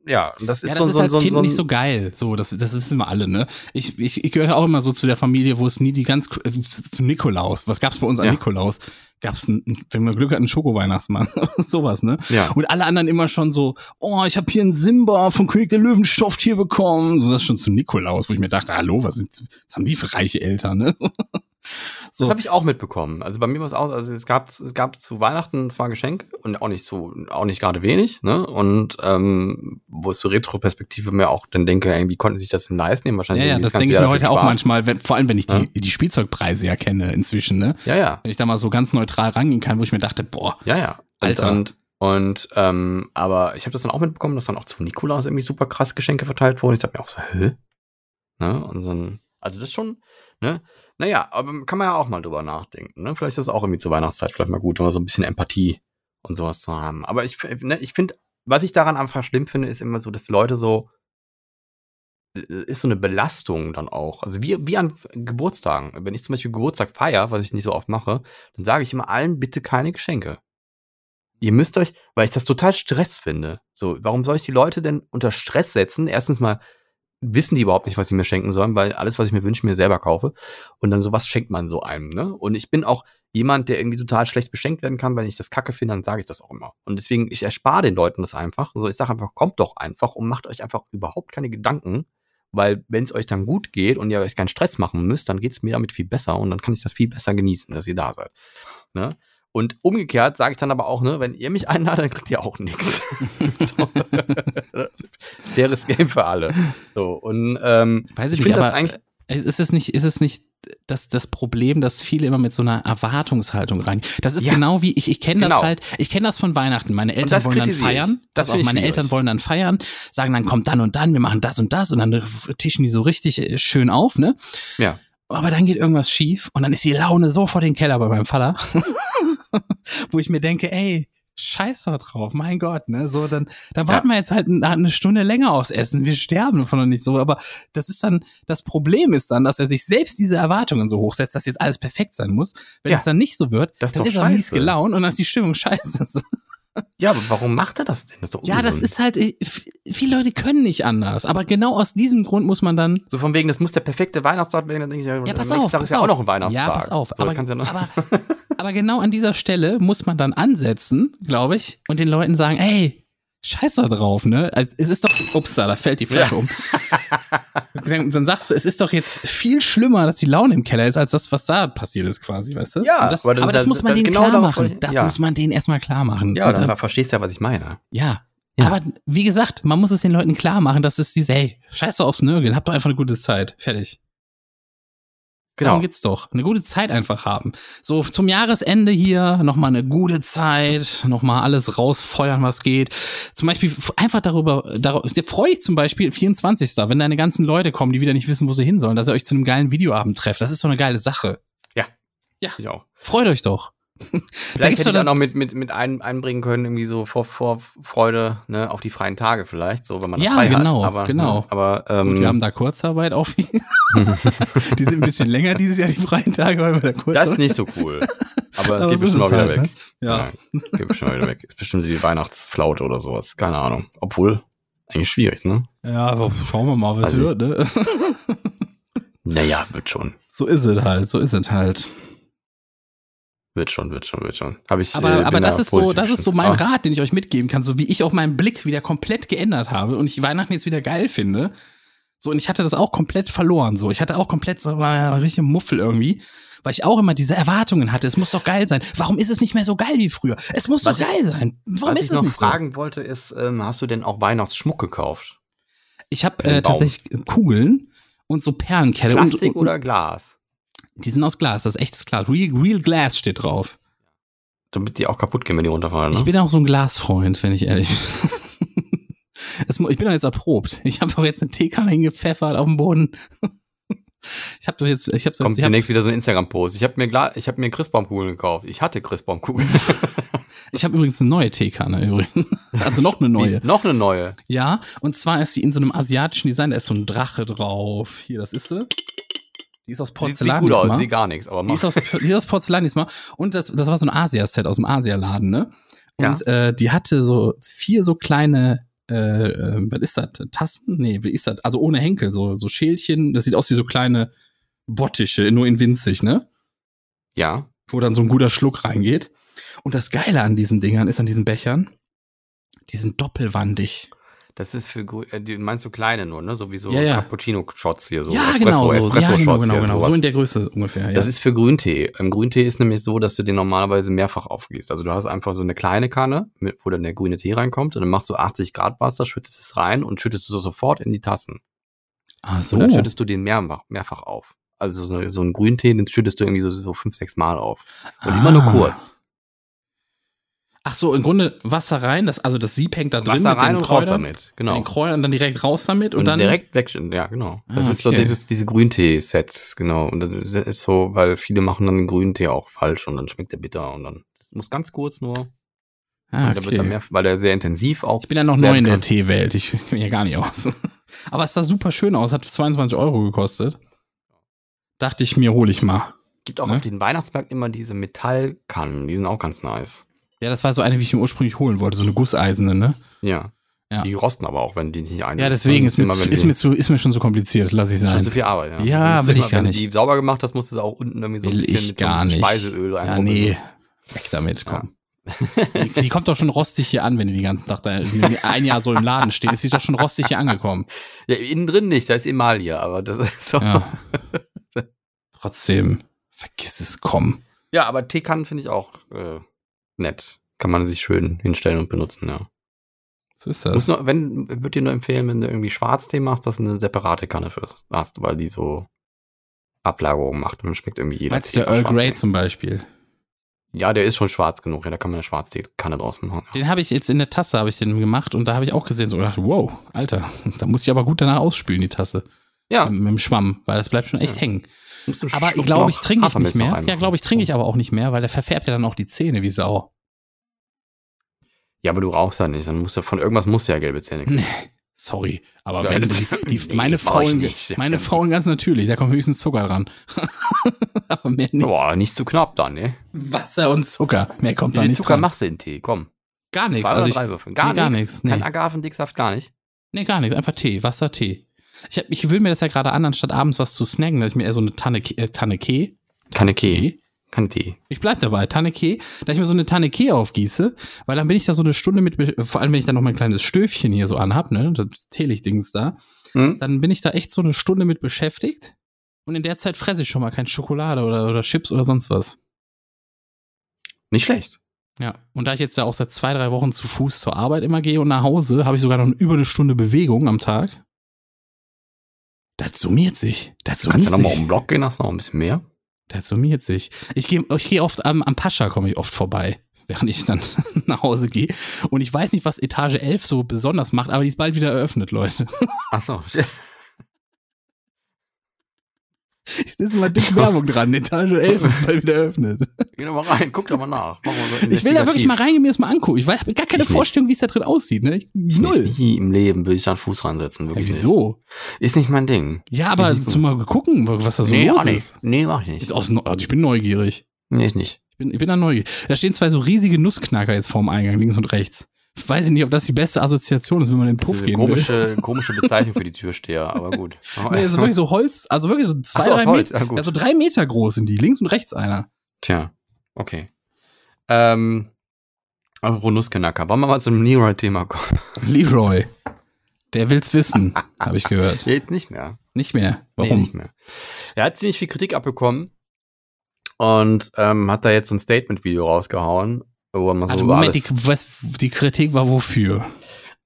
ja, und das Ja, ist das so, ist so, als so, Kind so ein. nicht so geil. So, das, das wissen wir alle, ne? Ich, ich, ich gehöre auch immer so zu der Familie, wo es nie die ganz äh, zu Nikolaus. Was gab's bei uns an Ja. Nikolaus? Gab's einen, wenn wir Glück hatten, einen Schoko-Weihnachtsmann. Sowas, ne? ja. Und alle anderen immer schon so, oh, ich habe hier einen Simba vom König der Löwen Stoff hier bekommen. So, das ist schon zu Nikolaus, wo ich mir dachte, hallo, was, sind, was haben die für reiche Eltern? Ne? So, Das habe ich auch mitbekommen. Also bei mir war es auch, also es gab, es gab zu Weihnachten zwar Geschenke und auch nicht so, auch nicht gerade wenig, ne? Und ähm, wo es so Retro-Perspektive mir auch dann denke, irgendwie konnten sich das denn leisten, Also Die ja, haben wahrscheinlich. ja, irgendwie das ganze denke ich Jahr mir dafür heute auch gespart. manchmal, wenn, vor allem wenn ich Ja. die, die Spielzeugpreise ja kenne inzwischen, ne? Ja, ja, Wenn ich da mal so ganz neutral rangehen kann, wo ich mir dachte, boah, ja, ja. Alter. Und, und ähm, aber ich habe das dann auch mitbekommen, dass dann auch zu Nikolaus irgendwie super krass Geschenke verteilt wurden. Ich dachte mir auch so, hä? Ne? Und so ein, also das schon, ne? Naja, aber kann man ja auch mal drüber nachdenken. Ne? Vielleicht ist es auch irgendwie zur Weihnachtszeit vielleicht mal gut, um mal so ein bisschen Empathie und sowas zu haben. Aber ich, f- ne, ich finde, was ich daran einfach schlimm finde, ist immer so, dass Leute so äh, ist so eine Belastung dann auch. Also wie, wie an Geburtstagen. Wenn ich zum Beispiel Geburtstag feiere, was ich nicht so oft mache, dann sage ich immer allen bitte keine Geschenke. Ihr müsst euch, weil ich das total Stress finde. So, warum soll ich die Leute denn unter Stress setzen? Erstens mal wissen die überhaupt nicht, was sie mir schenken sollen, weil alles, was ich mir wünsche, mir selber kaufe. Und dann sowas schenkt man so einem, ne? Und ich bin auch jemand, der irgendwie total schlecht beschenkt werden kann, wenn ich das Kacke finde, dann sage ich das auch immer. Und deswegen, ich erspare den Leuten das einfach. So, ich sage einfach, kommt doch einfach und macht euch einfach überhaupt keine Gedanken, weil wenn es euch dann gut geht und ihr euch keinen Stress machen müsst, dann geht es mir damit viel besser und dann kann ich das viel besser genießen, dass ihr da seid. Ne? Und umgekehrt sage ich dann aber auch, ne, wenn ihr mich einladet, dann kriegt ihr auch nichts. Faires Game für alle. So, und ähm, Weiß ich ich nicht, finde das aber- eigentlich. Ist ist es nicht, ist es nicht das, das Problem, dass viele immer mit so einer Erwartungshaltung rein. Das ist Ja. genau wie, ich, ich kenne das Genau. halt, ich kenne das von Weihnachten. Meine Eltern das wollen dann kritisiere ich. feiern. Pass Das finde auf, ich meine schwierig. Eltern wollen dann feiern, sagen dann, kommt dann und dann, wir machen das und das und dann äh, tischen die so richtig äh, schön auf, ne? Ja. Aber dann geht irgendwas schief und dann ist die Laune so vor den Keller bei meinem Vater, wo ich mir denke, ey, scheiß doch drauf, mein Gott, ne? So, dann, dann Ja. warten wir jetzt halt eine, eine Stunde länger aufs Essen. Wir sterben davon noch nicht so, aber das ist dann, das Problem ist dann, dass er sich selbst diese Erwartungen so hochsetzt, dass jetzt alles perfekt sein muss. Wenn Ja. es dann nicht so wird, Das ist dann doch ist er mies scheiße. gelaunt und dann ist die Stimmung scheiße. So. Ja, aber warum macht er das denn? Das ist doch Ja, das ungesund. ist halt, äh, f- viele Leute können nicht anders, aber genau aus diesem Grund muss man dann So von wegen, das muss der perfekte Weihnachtstag werden, dann denke ich, Ja, pass am nächsten auf, Tag pass ist ja auf. auch noch ein Weihnachtstag. Ja, pass auf. So, das kannst du ja noch, aber, aber genau an dieser Stelle muss man dann ansetzen, glaube ich, und den Leuten sagen, ey, scheiß da drauf, ne? Also, es ist doch, ups, da da fällt die Flasche um. Dann, dann sagst du, es ist doch jetzt viel schlimmer, dass die Laune im Keller ist, als das, was da passiert ist, quasi, weißt du? Ja, Und das, aber, aber dann- das dann- muss man dann denen genau klar darauf machen. wollte ich- das ja. muss man denen erstmal klar machen. ja, Und dann dann, verstehst du ja, was ich meine. ja. Ja. Aber wie gesagt, man muss es den Leuten klar machen, dass es diese, hey, scheiß doch aufs Nörgeln, habt doch einfach eine gute Zeit. Fertig. Genau. Darum geht's doch. Eine gute Zeit einfach haben. So zum Jahresende hier nochmal eine gute Zeit, nochmal alles rausfeuern, was geht. Zum Beispiel f- einfach darüber, darüber freue ich zum Beispiel 24. Wenn deine ganzen Leute kommen, die wieder nicht wissen, wo sie hin sollen, dass ihr euch zu einem geilen Videoabend trefft. Das ist so eine geile Sache. Ich auch. Freut euch doch. Vielleicht gibt's hätte doch ich auch dann- noch mit, mit, mit ein, einbringen können, irgendwie so vor, vor Freude ne, auf die freien Tage vielleicht, so wenn man Ja, frei genau, hat. Aber, genau. Ne, aber ähm, Gut, wir haben da Kurzarbeit auf. die sind ein bisschen länger dieses Jahr, die freien Tage, weil wir da das ist Kurzarbeit nicht so cool. Aber es Aber geht so ist bestimmt mal es wieder halt, weg. ne? Ja. es geht bestimmt mal wieder weg. Ist bestimmt die Weihnachtsflaute oder sowas. Keine Ahnung. Obwohl, eigentlich schwierig, ne? Ja, aber schauen wir mal, was Also ich- wird, ne? Naja, wird schon. So ist es halt, so ist es halt. Wird schon, wird schon, wird schon. Hab ich, Aber, äh, aber bin das, da ist so, positiv das ist so gestimmt. mein Ah, Rat, den ich euch mitgeben kann. So wie ich auch meinen Blick wieder komplett geändert habe und ich Weihnachten jetzt wieder geil finde. So, und ich hatte das auch komplett verloren. So, ich hatte auch komplett so äh, richtig Muffel irgendwie, weil ich auch immer diese Erwartungen hatte. Es muss doch geil sein. Warum ist es nicht mehr so geil wie früher? Es muss Was doch ich- geil sein. Warum Was ist ich es noch nicht so? fragen wollte, ist, ähm, hast du denn auch Weihnachtsschmuck gekauft? Ich habe Einen äh, Baum. tatsächlich Kugeln und so Perlenkette. Und, Plastik und, oder Glas? Die sind aus Glas, das ist echtes Glas. Real, real Glass steht drauf. Damit die auch kaputt gehen, wenn die runterfallen. Ne? Ich bin auch so ein Glasfreund, wenn ich ehrlich bin. Das, mu- ich bin doch jetzt erprobt. Ich habe doch jetzt eine Teekanne hingepfeffert auf dem Boden. Ich habe doch jetzt, ich habe doch Kommt jetzt, ich hab, demnächst wieder so ein Instagram-Post. Ich habe mir, Gla- ich hab mir Christbaumkugeln gekauft. Ich hatte Christbaumkugeln. ich hab übrigens eine neue Teekanne übrigens. Also noch eine neue. Wie? Noch eine neue. Ja, und zwar ist die in so einem asiatischen Design, da ist so ein Drache drauf. Hier, das ist sie. Die ist aus Sieht, Porzellan. sieht gut aus, diesmal. sieht gar nichts. Aber Die mach. ist, aus, die ist aus Porzellan diesmal. Und das, das war so ein Asia-Set aus dem Asialaden, ne? Und äh, die hatte so vier so kleine, äh, äh, was ist das? Tassen? Nee, wie ist das? Also ohne Henkel, so, so Schälchen. Das sieht aus wie so kleine Bottiche, nur in winzig, ne? ja. Wo dann so ein guter Schluck reingeht. Und das Geile an diesen Dingern ist, an diesen Bechern, die sind doppelwandig. Das ist für, gru- äh, die meinst du kleine nur, ne? So wie so Ja, ja. Cappuccino-Shots hier, so ja, Espresso- genau so. ja, Espresso-Shots genau, genau, hier, genau. sowas. So in der Größe ungefähr. Ja. Das ist für Grüntee. Im Grüntee ist nämlich so, dass du den normalerweise mehrfach aufgießt. Also du hast einfach so eine kleine Kanne, mit, wo dann der grüne Tee reinkommt und dann machst du 80 Grad Wasser, schüttest es rein und schüttest es sofort in die Tassen. Ach Ah, so. Und dann schüttest du den mehrfach, mehrfach auf. Also so, so einen Grüntee, den schüttest du irgendwie so, so fünf, sechs Mal auf. Und immer nur Ah. kurz. Ach so, im Grunde Wasser rein, das, also das Sieb hängt da drin. Wasser mit den rein und raus Kräutern. damit. Genau. Mit den Kräutern dann direkt raus damit und, dann direkt wegschütten, ja, genau. Das Ah, ist so okay. dieses, diese Grüntee-Sets, genau. Und dann ist so, weil viele machen dann den Grüntee auch falsch und dann schmeckt der bitter und dann das muss ganz kurz nur. Ah, Und da wird okay. dann mehr, weil er sehr intensiv auch. ich bin ja noch werden neu in der kann. Teewelt. Ich kenne mich ja gar nicht aus. Aber es sah super schön aus. Hat 22 Euro gekostet. Dachte ich mir, hole ich mal. Gibt auch ne? auf den Weihnachtsmärkten immer diese Metallkannen, die sind auch ganz nice. Ja, das war so eine, wie ich mir ursprünglich holen wollte. So eine gusseisene, ne? Ja. Ja. Die rosten aber auch, wenn die nicht ein. Ja, deswegen ist mir, immer, zu, wenn ist, die- mir zu, ist mir schon so kompliziert. Lass ich schon sein. zu viel Arbeit. Ja, Also musst du will ich immer, gar wenn nicht. du die sauber gemacht hast, musst du sie auch unten irgendwie so ein Will bisschen ich mit so ein gar bisschen nicht. Speiseöl Ja, einrubbeln nee. sonst- Weg damit, komm. Die, die kommt doch schon rostig hier an, wenn die den ganzen Tag da ein Jahr so im Laden steht. Ist die doch schon rostig hier angekommen. Ja, innen drin nicht, da ist Emal hier, aber das ist so. Ja. Trotzdem, vergiss es, komm. Ja, aber Teekannen finde ich auch äh, nett. Kann man sich schön hinstellen und benutzen, ja. So ist Muss das. nur, wenn, würde dir nur empfehlen, wenn du irgendwie Schwarztee machst, dass du eine separate Kanne für hast, weil die so Ablagerung macht und schmeckt irgendwie jeder. Meinst Tee du der Earl nach Grey Schwarztee. zum Beispiel? Ja, der ist schon schwarz genug, ja, da kann man eine Schwarzteekanne draus machen. Den habe ich jetzt in der Tasse habe ich den gemacht und da habe ich auch gesehen so gedacht, wow, Alter, da muss ich aber gut danach ausspülen die Tasse Ja, mit, mit dem Schwamm, weil das bleibt schon echt Ja. hängen. musst du einen Aber ich Schluck glaube, noch ich trinke ich nicht Hafermilch noch Oh. mehr. Ja, reinmachen. glaube ich trinke ich aber auch nicht mehr, weil der verfärbt ja dann auch die Zähne wie Sau. Ja, aber du rauchst ja nicht, dann musst du von irgendwas musst du ja gelbe Zähne kriegen. Nee, sorry, aber Ja, wenn das- die, die, Nee, meine brauch ich faulen, nicht. meine faulen ganz natürlich, da kommt höchstens Zucker dran. aber mehr nicht. Boah, nicht zu knapp dann, ne? Wasser und Zucker, mehr kommt da Den nicht Zucker dran. machst du in den Tee, komm. gar nichts, Zwei oder also ich drei Würfel. Gar, nee, gar nichts. nichts, nee. Kein Agavendicksaft, gar nicht. Nee, gar nichts. Einfach Tee. Wasser, Tee. Ich, hab, ich will mir das ja gerade an, anstatt abends was zu snacken, dass ich mir eher so eine Tanne, Ke- äh, Tanne Kee. Keine Kee. Keine Tee. Ich bleib dabei, Tanne Kee, dass ich mir so eine Tanne Kee aufgieße, weil dann bin ich da so eine Stunde mit, be- vor allem wenn ich da noch mein kleines Stöfchen hier so anhab, ne, das Teelichtdings da, Hm? dann bin ich da echt so eine Stunde mit beschäftigt und in der Zeit fresse ich schon mal keine Schokolade oder, oder Chips oder sonst was. Nicht schlecht. Ja, und da ich jetzt ja auch seit zwei, drei Wochen zu Fuß zur Arbeit immer gehe und nach Hause, habe ich sogar noch eine über eine Stunde Bewegung am Tag. Das summiert sich. Das Du kannst ja summiert nochmal um den sich. Block gehen, hast noch ein bisschen mehr. Das summiert sich. Ich gehe ich gehe oft am, am Pascha komme ich oft vorbei, während ich dann nach Hause gehe. Und ich weiß nicht, was Etage 11 so besonders macht, aber die ist bald wieder eröffnet, Leute. Achso. Es ist immer dick Werbung dran. Etage 11 ist bald wieder eröffnet. Geh doch mal rein, guck doch mal nach. Machen wir so Ich will da wirklich investigativ. mal rein und mir das mal angucken. Ich habe gar keine Ich nicht. Vorstellung, wie es da drin aussieht. Ne? Ich- Null. Nicht, nie im Leben will ich da einen Fuß reinsetzen. Ja, Wirklich wieso? Nicht. Ist nicht mein Ding. Ja, aber Finde ich zum mal gucken, was da Also so nee, los ist. auch nicht. Nee, mach ich nicht. Ist aus Neu- also ich bin neugierig. nee, ich nicht. Ich bin, ich bin da neugierig. Da stehen zwei so riesige Nussknacker jetzt vorm Eingang, links und rechts. weiß ich nicht, ob das die beste Assoziation ist, wenn man in den Das ist Puff eine gehen will. komische, komische Bezeichnung für die Türsteher, aber gut. Nee, das ist wirklich so Holz, also wirklich so zwei, Ach so, aus drei Holz, Meter, ja, gut. ja, so drei Meter groß sind die, links und rechts einer. Tja, okay. Ähm, apropos Nussknacker, wollen wir mal zum Leroy-Thema kommen? Leroy, der will's wissen, habe ich gehört. Jetzt nicht mehr. Nicht mehr. Nee, Warum? nicht mehr. Er hat ziemlich viel Kritik abbekommen und ähm, hat da jetzt so ein Statement-Video rausgehauen, wo er mal so also, über Moment, die, alles- was, die Kritik war wofür?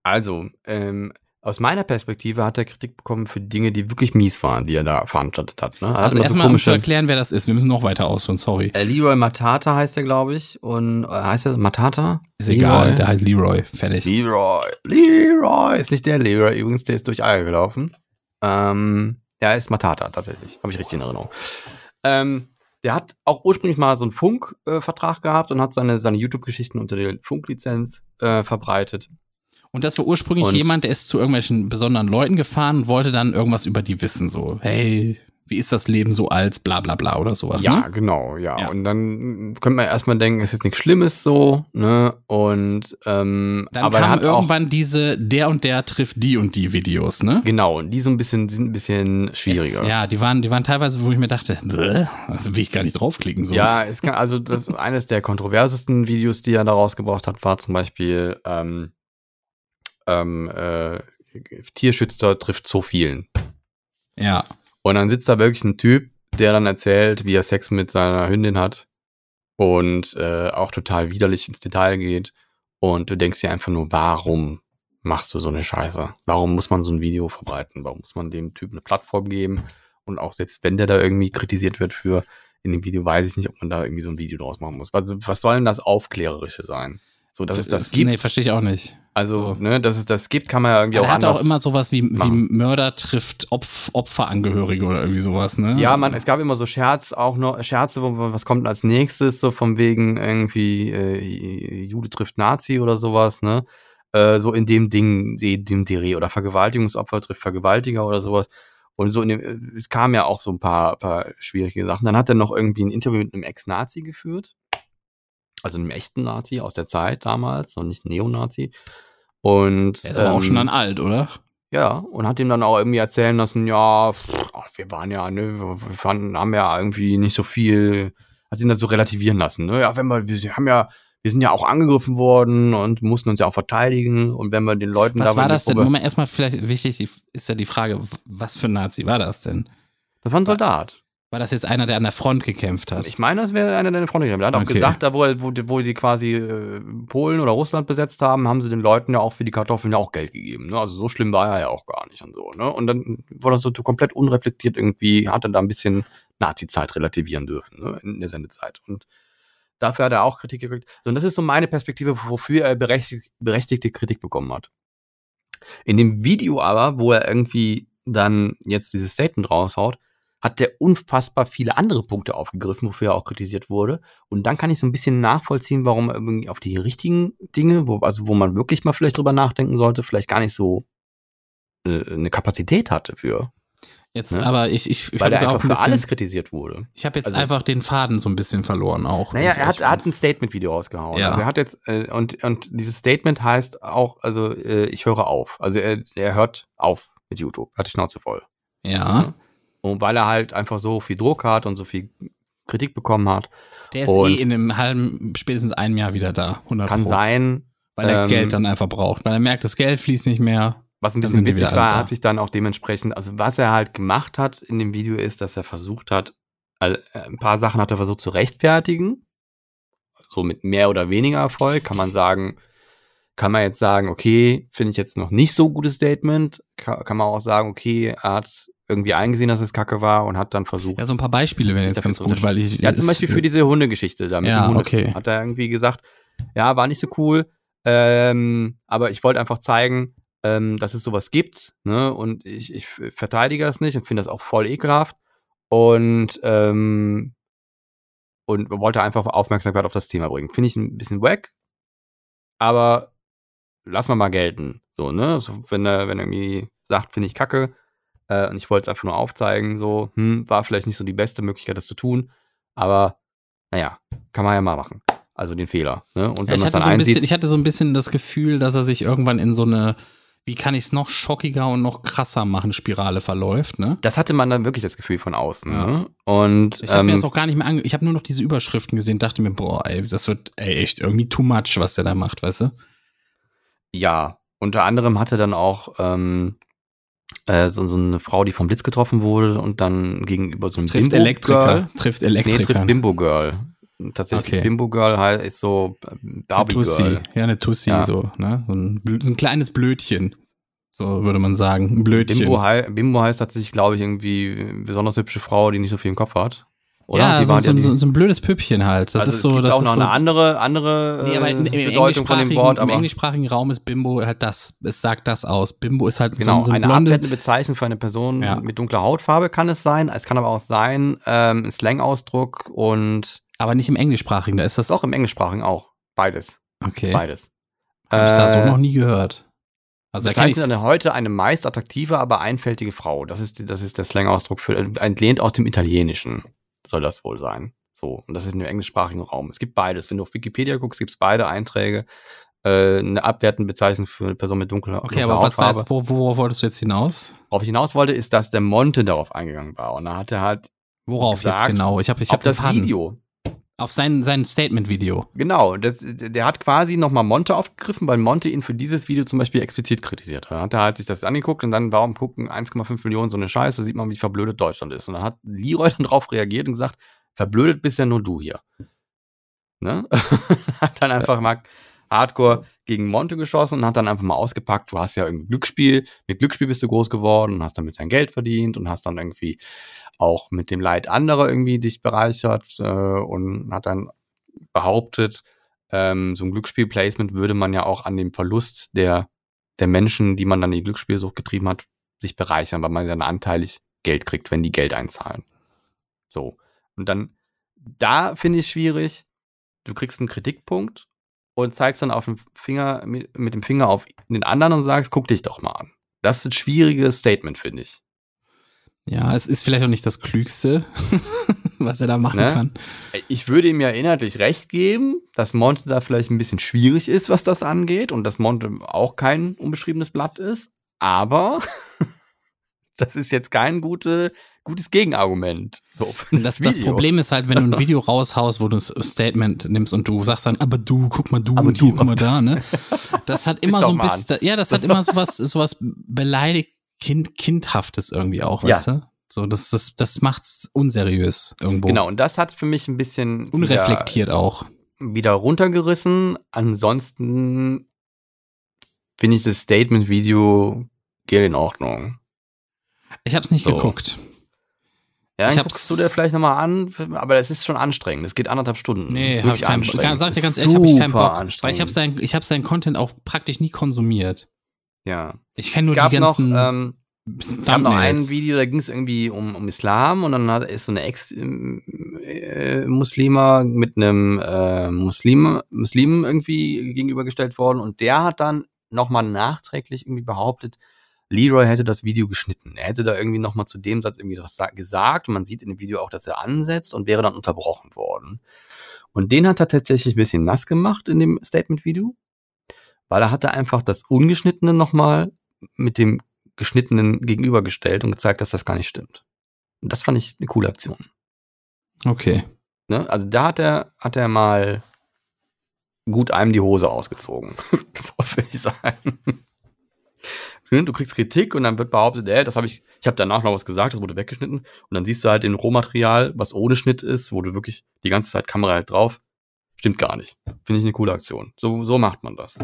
Also, ähm, aus meiner Perspektive hat er Kritik bekommen für Dinge, die wirklich mies waren, die er da veranstaltet hat. Ne? Er hat Also, immer erstmal um zu erklären, wer das ist. Wir müssen noch weiter ausholen, sorry. Äh, Leroy Matata heißt er, glaube ich. Und äh, heißt er Matata? Ist egal, Leroy? der heißt Leroy, fertig. Leroy. Leroy. Ist nicht der Leroy übrigens, der ist durch Eier gelaufen. Ähm, ja, ist Matata tatsächlich. Habe ich richtig in Erinnerung. Ähm, der hat auch ursprünglich mal so einen Funkvertrag äh, Vertrag gehabt und hat seine, seine YouTube-Geschichten unter der Funklizenz äh, verbreitet. Und das war ursprünglich Und- jemand, der ist zu irgendwelchen besonderen Leuten gefahren und wollte dann irgendwas über die wissen. So, hey, wie ist das Leben so als bla bla bla oder sowas. ja, Ne? genau, ja. Ja. Und dann könnte man erstmal denken, es ist nichts Schlimmes so, ne? Und ähm, Dann aber er kamen hat auch, irgendwann diese der und der trifft die und die Videos, ne? genau, und die so ein bisschen, die sind ein bisschen schwieriger. Es, ja, die waren, die waren teilweise, wo ich mir dachte, "Bäh, also will ich gar nicht draufklicken. So. Ja, es kann, also das, eines der kontroversesten Videos, die er da rausgebracht hat, war zum Beispiel ähm, ähm, äh, Tierschützer trifft so vielen. ja. Und dann sitzt da wirklich ein Typ, der dann erzählt, wie er Sex mit seiner Hündin hat und äh, auch total widerlich ins Detail geht. Und du denkst dir einfach nur, warum machst du so eine Scheiße? Warum muss man so ein Video verbreiten? Warum muss man dem Typen eine Plattform geben? Und auch selbst wenn der da irgendwie kritisiert wird für in dem Video, weiß ich nicht, ob man da irgendwie so ein Video draus machen muss. Was, was soll denn das Aufklärerische sein? So, dass es das gibt. Nee, verstehe ich auch nicht. also, so. ne, dass es das gibt, kann man ja irgendwie Er auch hat anders. auch immer sowas wie, wie machen. Mörder trifft Opf, Opferangehörige oder irgendwie sowas, ne? Ja, man, es gab immer so Scherz, auch noch Scherze, wo, wo- was kommt denn als nächstes, so von wegen irgendwie äh, Jude trifft Nazi oder sowas, ne? Äh, so in dem Ding, de- dem Dreh oder Vergewaltigungsopfer trifft Vergewaltiger oder sowas. Und so in dem, äh, es kamen ja auch so ein paar, paar schwierige Sachen. Dann hat er noch irgendwie ein Interview mit einem Ex-Nazi geführt. Also einem echten Nazi aus der Zeit damals, noch nicht Neonazi. Und Er ist aber auch ähm, schon dann alt, oder? ja, und hat ihm dann auch irgendwie erzählen lassen, ja, pff, ach, wir waren ja, ne, wir fanden, haben ja irgendwie nicht so viel, hat ihn das so relativieren lassen, ne? Ja, wenn wir, wir haben ja, wir sind ja auch angegriffen worden und mussten uns ja auch verteidigen und wenn wir den Leuten Was dabei war die das denn? Probe- Moment, erstmal vielleicht wichtig die- ist ja die Frage, was für ein Nazi war das denn? Das war ein Soldat. War das jetzt einer, der an der Front gekämpft hat? Ich meine, das wäre einer deiner Freunde. Der hat auch Okay. gesagt, da wo, er- wo, wo sie quasi äh, Polen oder Russland besetzt haben, haben sie den Leuten ja auch für die Kartoffeln ja auch Geld gegeben. Ne? Also so schlimm war er ja auch gar nicht und so. Ne? Und dann wurde das so komplett unreflektiert irgendwie, hat er da ein bisschen Nazi-Zeit relativieren dürfen ne? in der Sendezeit. Und dafür hat er auch Kritik gekriegt. So, und das ist so meine Perspektive, wofür er berechtigt, berechtigte Kritik bekommen hat. In dem Video aber, wo er irgendwie dann jetzt dieses Statement raushaut, hat der unfassbar viele andere Punkte aufgegriffen, wofür er auch kritisiert wurde. Und dann kann ich so ein bisschen nachvollziehen, warum er irgendwie auf die richtigen Dinge, wo, also wo man wirklich mal vielleicht drüber nachdenken sollte, vielleicht gar nicht so äh, eine Kapazität hatte für, jetzt, ne? aber ich, ich, ich weil habe er jetzt einfach auch ein für alles bisschen, kritisiert wurde. ich habe jetzt also- einfach den Faden so ein bisschen verloren auch. wenn Naja, ich er hat, ehrlich er hat ein Statement-Video rausgehauen. Ja. Also er hat jetzt, äh, und, und dieses Statement heißt auch, also äh, ich höre auf. Also er, er hört auf mit YouTube, hat die Schnauze voll. bin. ja. Und weil er halt einfach so viel Druck hat und so viel Kritik bekommen hat, Der ist Und- eh in einem halben, spätestens einem Jahr wieder da. 100 kann Pro. sein, Weil er ähm, Geld dann einfach braucht. Weil er merkt, das Geld fließt nicht mehr. Was ein Da bisschen sind die witzig wieder alle war, da. hat sich dann auch dementsprechend, also was er halt gemacht hat in dem Video ist, dass er versucht hat, also äh, ein paar Sachen hat er versucht zu rechtfertigen. So mit mehr oder weniger Erfolg kann man sagen, kann man jetzt sagen, okay, finde ich jetzt noch nicht so gutes Statement. Kann, kann man auch sagen, okay, er hat irgendwie eingesehen, dass es kacke war und hat dann versucht. Ja, so ein paar Beispiele wären Sich jetzt dafür ganz zu gut, weil ich. Ja, zum es- Beispiel für diese Hundegeschichte da mit Ja, dem Hund. okay. Hat er irgendwie gesagt, ja, war nicht so cool, ähm, aber ich wollte einfach zeigen, ähm, dass es sowas gibt, ne? Und ich, ich verteidige das nicht und finde das auch voll ekelhaft. Und, ähm, und wollte einfach Aufmerksamkeit auf das Thema bringen. Finde ich ein bisschen wack, aber lass mal mal gelten. So, ne? So, wenn er, wenn er irgendwie sagt, finde ich kacke, äh, und ich wollte es einfach nur aufzeigen, so, hm, war vielleicht nicht so die beste Möglichkeit, das zu tun, aber naja, kann man ja mal machen. Also den Fehler. Ne? Und Ja, wenn ich, man hatte es dann so ein bisschen, einsieht, ich hatte so ein bisschen das Gefühl, dass er sich irgendwann in so eine, wie kann ich es noch schockiger und noch krasser machen, Spirale verläuft, ne? das hatte man dann wirklich das Gefühl von außen. Ja. Ne? Und Ich habe mir ähm, jetzt auch gar nicht mehr ange Ich habe nur noch diese Überschriften gesehen, dachte mir, boah, ey, das wird ey, echt irgendwie too much, was der da macht, weißt du? Ja, unter anderem hatte dann auch ähm, äh, so, so eine Frau, die vom Blitz getroffen wurde und dann gegenüber so einem Trifft Bimbo Elektriker. Girl. Trifft Nee, Elektriker. trifft Bimbo Girl. Tatsächlich Okay. Bimbo Girl halt- ist so ähm, Eine Barbie Tussi. Girl. Ja, eine Tussi, Ja. so, ne? So ein, Blö- so ein kleines Blötchen. So würde man sagen. Ein Blötchen. Bimbo, halt, hei Bimbo heißt tatsächlich, glaube ich, irgendwie äh, besonders hübsche Frau, die nicht so viel im Kopf hat. Oder? Ja, Die so, waren so, die- so, so ein blödes Püppchen halt. Das also ist so. es gibt das auch ist noch so, eine andere, andere Nee, aber im, äh, im, Bedeutung von englischsprachigen- dem Wort, im aber genau, englischsprachigen Raum ist Bimbo halt das, es sagt das aus. Bimbo ist halt Genau, so, so ein eine blondes, abwertende Bezeichnung für eine Person Ja. mit dunkler Hautfarbe kann es sein. Es kann aber auch sein, ähm, ein Slang-Ausdruck und aber nicht im englischsprachigen, da ist das doch im Englischsprachigen auch. Beides. Okay, habe ich Beides. da so Äh, noch nie gehört. Also da kann bezeichnet ich's- eine heute eine meist attraktive, aber einfältige Frau. Das ist, die- das ist der Slang-Ausdruck für, äh, entlehnt aus dem Italienischen soll das wohl sein. So, und das ist im englischsprachigen Raum. Es gibt beides. Wenn du auf Wikipedia guckst, gibt es beide Einträge. Äh, eine abwertende Bezeichnung für eine Person mit dunkler, Okay, dunkler aber was war Hautfarbe. jetzt, wo, worauf wolltest du jetzt hinaus? Worauf ich hinaus wollte, ist, dass der Monte darauf eingegangen war. Und da hat er halt Worauf Gesagt, jetzt genau? Ich habe ich auf hab den das Faden. Video Auf sein, sein Statement-Video. Genau, das, der hat quasi nochmal Monte aufgegriffen, weil Monte ihn für dieses Video zum Beispiel explizit kritisiert hat. Dann hat er halt sich das angeguckt und dann, warum gucken 1,5 Millionen so eine Scheiße, sieht man, wie verblödet Deutschland ist. Und dann hat Leroy dann drauf reagiert und gesagt, verblödet bist ja nur du hier. Ne? hat dann einfach mal hardcore gegen Monte geschossen und hat dann einfach mal ausgepackt, du hast ja irgendwie Glücksspiel, mit Glücksspiel bist du groß geworden und hast damit dein Geld verdient und hast dann irgendwie auch mit dem Leid anderer irgendwie dich bereichert äh, und hat dann behauptet, ähm, so ein Glücksspiel-Placement würde man ja auch an dem Verlust der, der Menschen, die man dann in die Glücksspielsucht getrieben hat, sich bereichern, weil man dann anteilig Geld kriegt, wenn die Geld einzahlen. So. Und dann, da finde ich schwierig, du kriegst einen Kritikpunkt und zeigst dann auf den Finger, mit, mit dem Finger auf den anderen und sagst, guck dich doch mal an. Das ist ein schwieriges Statement, finde ich. Ja, es ist vielleicht auch nicht das Klügste, was er da machen Ne? kann. Ich würde ihm ja inhaltlich recht geben, dass Monte da vielleicht ein bisschen schwierig ist, was das angeht und dass Monte auch kein unbeschriebenes Blatt ist, aber das ist jetzt kein gute, gutes Gegenargument. So, für Das, das Video. Problem ist halt, wenn du ein Video raushaust, wo du ein Statement nimmst und du sagst dann, aber du, guck mal du Aber und du, hier, guck mal da, ne? Das hat immer Dich so ein doch mal bisschen, ja, das hat immer so was, so was beleidigt, kind, kindhaftes irgendwie auch, Ja. weißt du? So, das, das, das macht's unseriös irgendwo. Genau, und das hat für mich ein bisschen Unreflektiert auch. wieder, wieder runtergerissen. Ansonsten finde ich das Statement-Video geht in Ordnung. Ich hab's nicht So. geguckt. Ja, Ich dann hab's- guckst du dir vielleicht nochmal an, aber das ist schon anstrengend. Das geht anderthalb Stunden. Nee, das hab ich keinen Bock. Sag dir ganz ehrlich, hab habe ich keinen Bock. Weil Anstrengend. ich hab, sein, ich hab seinen Content auch praktisch nie konsumiert. ja. Ich kenne nur es gab die ganzen noch, ähm, es gab noch Thumbnails. ein Video, da ging es irgendwie um, um Islam und dann hat, ist so eine Ex-Muslima mit einem äh, Muslim, Muslim irgendwie gegenübergestellt worden und der hat dann nochmal nachträglich irgendwie behauptet, Leroy hätte das Video geschnitten. Er hätte da irgendwie nochmal zu dem Satz irgendwie was sa- gesagt und man sieht in dem Video auch, dass er ansetzt und wäre dann unterbrochen worden. Und den hat er tatsächlich ein bisschen nass gemacht in dem Statement-Video, weil er hatte einfach das Ungeschnittene nochmal mit dem Geschnittenen gegenübergestellt und gezeigt, dass das gar nicht stimmt. Und das fand ich eine coole Aktion. Okay. Ne? Also da hat er, hat er mal gut einem die Hose ausgezogen. so will ich sagen. Ne, Du kriegst Kritik und dann wird behauptet, ey, das habe ich, ich habe danach noch was gesagt, das wurde weggeschnitten. Und dann siehst du halt den Rohmaterial, was ohne Schnitt ist, wo du wirklich die ganze Zeit Kamera halt drauf. Stimmt gar nicht. Finde ich eine coole Aktion. So, so macht man das.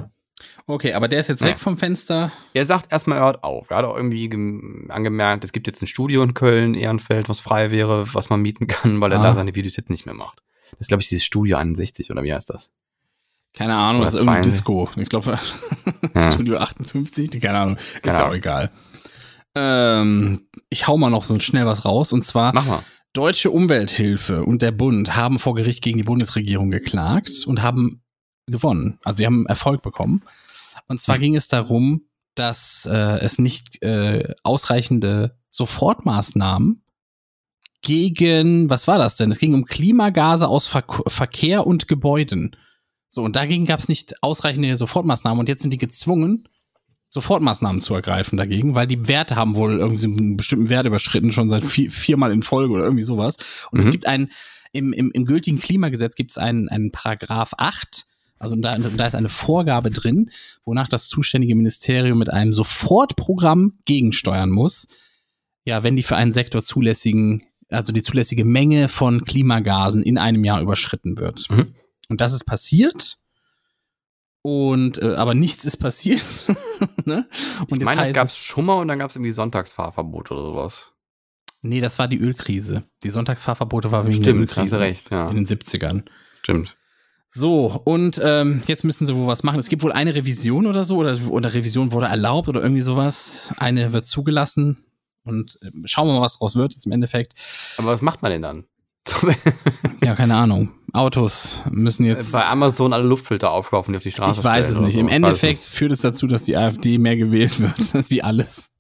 Okay, aber der ist jetzt Ja. weg vom Fenster. Er sagt erstmal, er hört auf. Er hat auch irgendwie gem- angemerkt, es gibt jetzt ein Studio in Köln, Ehrenfeld, was frei wäre, was man mieten kann, weil er Ah. da seine Videos jetzt nicht mehr macht. Das ist, glaube ich, dieses Studio 61 oder wie heißt das? Keine Ahnung, Oder das ist irgendein 62. Disco. Ich glaube, Ja. Studio 58, die- keine Ahnung. Ist Keine ja auch Ahnung. egal. Ähm, ich hau mal noch so schnell was raus. Und zwar, Mach mal. Deutsche Umwelthilfe und der Bund haben vor Gericht gegen die Bundesregierung geklagt und haben gewonnen. Also sie haben Erfolg bekommen. Und zwar ging es darum, dass äh, es nicht äh, ausreichende Sofortmaßnahmen gegen, was war das denn? Es ging um Klimagase aus Verk Verkehr und Gebäuden. So, und dagegen gab es nicht ausreichende Sofortmaßnahmen und jetzt sind die gezwungen, Sofortmaßnahmen zu ergreifen dagegen, weil die Werte haben wohl irgendwie einen bestimmten Wert überschritten, schon seit vier, viermal in Folge oder irgendwie sowas. Und es Mhm. gibt einen, im, im, im gültigen Klimagesetz gibt es einen, einen Paragraph 8, also da, da ist eine Vorgabe drin, wonach das zuständige Ministerium mit einem Sofortprogramm gegensteuern muss, ja, wenn die für einen Sektor zulässigen, also die zulässige Menge von Klimagasen in einem Jahr überschritten wird. Mhm. Und das ist passiert. Und äh, aber nichts ist passiert. ne? Und Ich meine, das heißt gab es es- schon mal und dann gab es irgendwie Sonntagsfahrverbot oder sowas. Nee, das war die Ölkrise. Die Sonntagsfahrverbote war wegen der Stimmt, hast Ölkrise du recht, ja. in den 70ern. Stimmt. So, und ähm, jetzt müssen sie wohl was machen. Es gibt wohl eine Revision oder so, oder, oder Revision wurde erlaubt oder irgendwie sowas. Eine wird zugelassen. Und ähm, schauen wir mal, was draus wird jetzt im Endeffekt. Aber was macht man denn dann? Ja, keine Ahnung. Autos müssen jetzt. Bei Amazon alle Luftfilter aufkaufen, die auf die Straße Ich weiß es stellen oder nicht. so. Im Weiß Endeffekt nicht. führt es dazu, dass die AfD mehr gewählt wird, wie alles.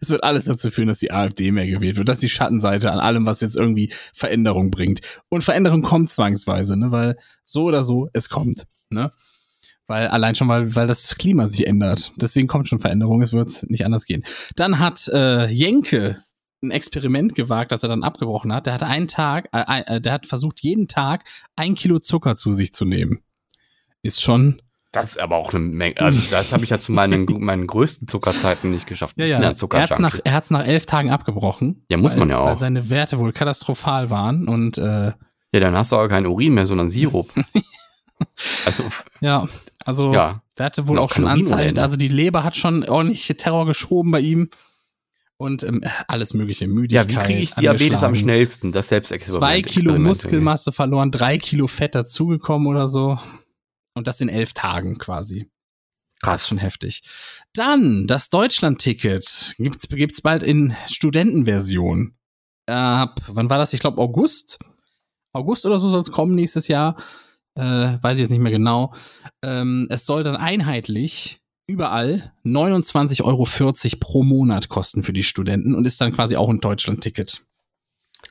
Es wird alles dazu führen, dass die AfD mehr gewählt wird. Das ist die Schattenseite an allem, was jetzt irgendwie Veränderung bringt. Und Veränderung kommt zwangsweise, ne? weil so oder so, es kommt. Ne? Weil allein schon, weil, weil das Klima sich ändert. Deswegen kommt schon Veränderung, es wird nicht anders gehen. Dann hat äh, Jenke ein Experiment gewagt, das er dann abgebrochen hat. Der hat einen Tag, äh, ein, äh, der hat versucht, jeden Tag ein Kilo Zucker zu sich zu nehmen. Ist schon Das ist aber auch eine Menge. Also, das habe ich ja zu meinen, meinen größten Zuckerzeiten nicht geschafft. Ja, ich ja. bin er ja ein hat's Zuckerjunkie. nach, er hat's nach elf Tagen abgebrochen. Ja, muss weil, man ja auch. Weil seine Werte wohl katastrophal waren und äh, Ja, dann hast du auch keinen Urin mehr, sondern Sirup. also, ja, also ja. der hatte wohl Noch auch schon Kalorien Anzeichen. ohne Ende. Also die Leber hat schon ordentlich Terror geschoben bei ihm und ähm, alles mögliche Ja, Müdigkeit. wie kriege ich Diabetes am angeschlagen. schnellsten? Das Selbstexperiment. Zwei Kilo Experiment Muskelmasse verloren, drei Kilo Fett dazugekommen oder so. Und das in elf Tagen quasi. irgendwie. ist Krass. schon heftig. Dann das Deutschland-Ticket. Gibt's, gibt's bald in Studentenversion. Ab, wann war das? Ich glaube August. August oder so soll es kommen nächstes Jahr. Äh, weiß ich jetzt nicht mehr genau. Ähm, es soll dann einheitlich überall 29,40 Euro pro Monat kosten für die Studenten und ist dann quasi auch ein Deutschland-Ticket.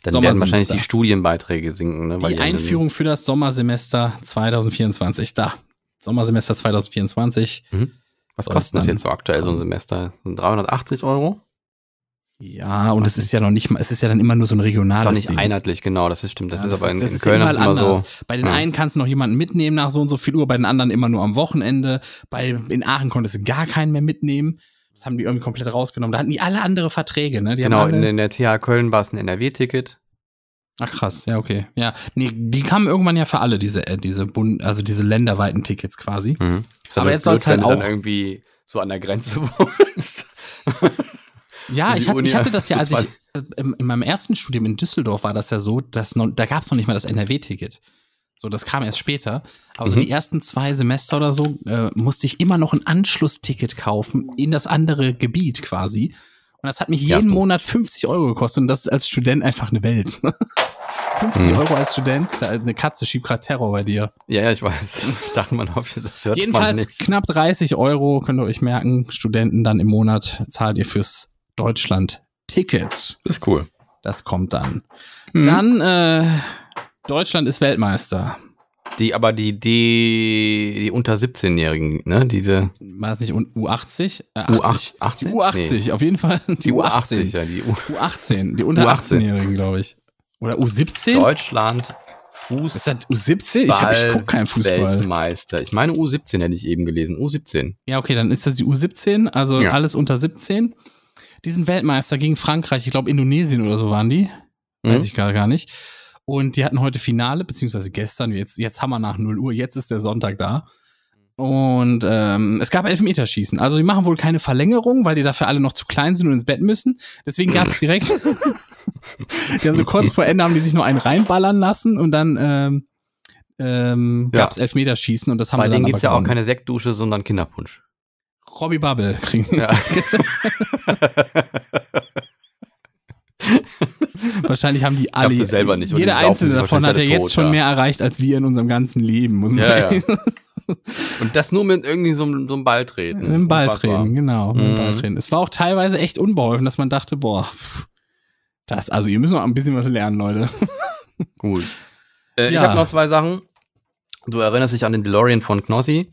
Dann werden wahrscheinlich Sommersemester. die Studienbeiträge sinken. Ne? Die ja in den- Einführung für das Sommersemester 2024. Da. Sommersemester 2024. Mhm. Was Sonst kostet das dann- jetzt so aktuell so ein Semester? So 380 Euro? Ja, und es ist ja noch nicht mal, es ist ja dann immer nur so ein Das ist regionales doch nicht Ding. einheitlich, genau. Das ist stimmt. Das Ja, ist aber in, das in ist Köln das überall ist immer so. anders. Bei den Ja. einen kannst du noch jemanden mitnehmen nach so und so viel Uhr, bei den anderen immer nur am Wochenende. Bei, in Aachen konntest du gar keinen mehr mitnehmen. Das haben die irgendwie komplett rausgenommen. Da hatten die alle andere Verträge, ne? Die Genau, haben in, alle, in der TH Köln war es ein NRW-Ticket. Ach krass, ja, okay. Ja, nee, die kamen irgendwann ja für alle, diese, äh, diese Bund, also diese länderweiten Tickets quasi. Mhm. Aber jetzt soll's halt Wenn du auch- dann irgendwie so an der Grenze wohnst. Ja, Und ich, die hat, Uni ich hatte das ja, als zu ich äh, im- in meinem ersten Studium in Düsseldorf war das ja so, dass noch, da gab es noch nicht mal das NRW-Ticket. So, das kam erst später. Aber so Mhm. die ersten zwei Semester oder so äh, musste ich immer noch ein Anschlussticket kaufen in das andere Gebiet quasi. Und das hat mich Ja, jeden stimmt. Monat 50 Euro gekostet und das ist als Student einfach eine Welt. 50 Mhm. Euro als Student, da eine Katze schiebt gerade Terror bei dir. ja, ja, ich weiß. Das dachte man auf, das hört man Jedenfalls nicht. knapp 30 Euro, könnt ihr euch merken, Studenten dann im Monat zahlt ihr fürs Deutschland-Ticket. Das ist cool. Das kommt dann. Hm. Dann, äh, Deutschland ist Weltmeister. Die, aber die, die, die unter 17-Jährigen, ne? Diese War es nicht un- U80? Äh, U8 80? Die U80, auf jeden Fall. die U80, ja, die U U18, die unter U18. 18-Jährigen, glaube ich. Oder U17? Deutschland Ist Fußball das U17? Ich, hab- ich gucke keinen Fußball. Weltmeister. Ich meine U17 hätte ich eben gelesen. U17. Ja, okay, dann ist das die U17, also Ja. alles unter 17. Die sind Weltmeister gegen Frankreich, ich glaube Indonesien oder so waren die. Weiß Mhm. ich gerade gar nicht. Und die hatten heute Finale, beziehungsweise gestern, jetzt, jetzt haben wir nach 0 Uhr, jetzt ist der Sonntag da. Und ähm, es gab Elfmeterschießen. Also die machen wohl keine Verlängerung, weil die dafür alle noch zu klein sind und ins Bett müssen. Deswegen gab es direkt. die haben so kurz vor Ende haben die sich noch einen reinballern lassen und dann ähm, ähm, Ja. gab es Elfmeterschießen und das haben Bei sie dann denen aber gibt es ja auch gewonnen. keine Sektdusche, sondern Kinderpunsch. Robbie Bubble kriegen. Ja. Wahrscheinlich haben die alle. Gab's das selber nicht und Jeder die saufen einzelne sich davon hat ja wahrscheinlich alle jetzt tot, schon ja. mehr erreicht als wir in unserem ganzen Leben. Muss man Ja, ja. sagen. Und das nur mit irgendwie so, einem- so einem Ball treten. Mit dem Ball drehen, genau. Mit dem Mhm. Ball drehen. Es war auch teilweise echt unbeholfen, dass man dachte, boah, pff, das, also ihr müsst noch ein bisschen was lernen, Leute. Gut. Äh, Ich Ja. habe noch zwei Sachen. Du erinnerst dich an den DeLorean von Knossi?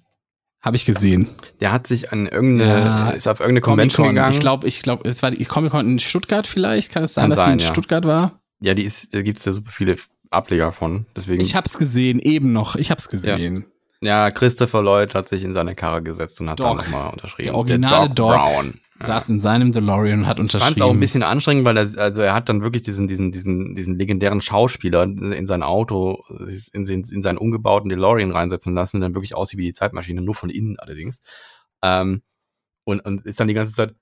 Habe ich gesehen. Der hat sich an irgendeine, Ja, ist auf irgendeine Convention Comic-Con. gegangen. Ich glaube, ich glaube, es war die Comic-Con in Stuttgart vielleicht. Kann es sein, Kann dass die sein, in ja. Stuttgart war? ja, die ist, da gibt es ja super viele Ableger von. Deswegen. Ich habe es gesehen, eben noch. Ich habe es gesehen. ja, Christopher Lloyd hat sich in seine Karre gesetzt und hat Doc. dann nochmal unterschrieben. Der originale Doc Brown. Ja. Saß in seinem DeLorean und hat Ich unterschrieben. fand es auch ein bisschen anstrengend, weil er, also er hat dann wirklich diesen, diesen, diesen, diesen legendären Schauspieler in sein Auto, in, in, in seinen umgebauten DeLorean reinsetzen lassen, der dann wirklich aussieht wie die Zeitmaschine, nur von innen allerdings. Ähm, und, und ist dann die ganze Zeit,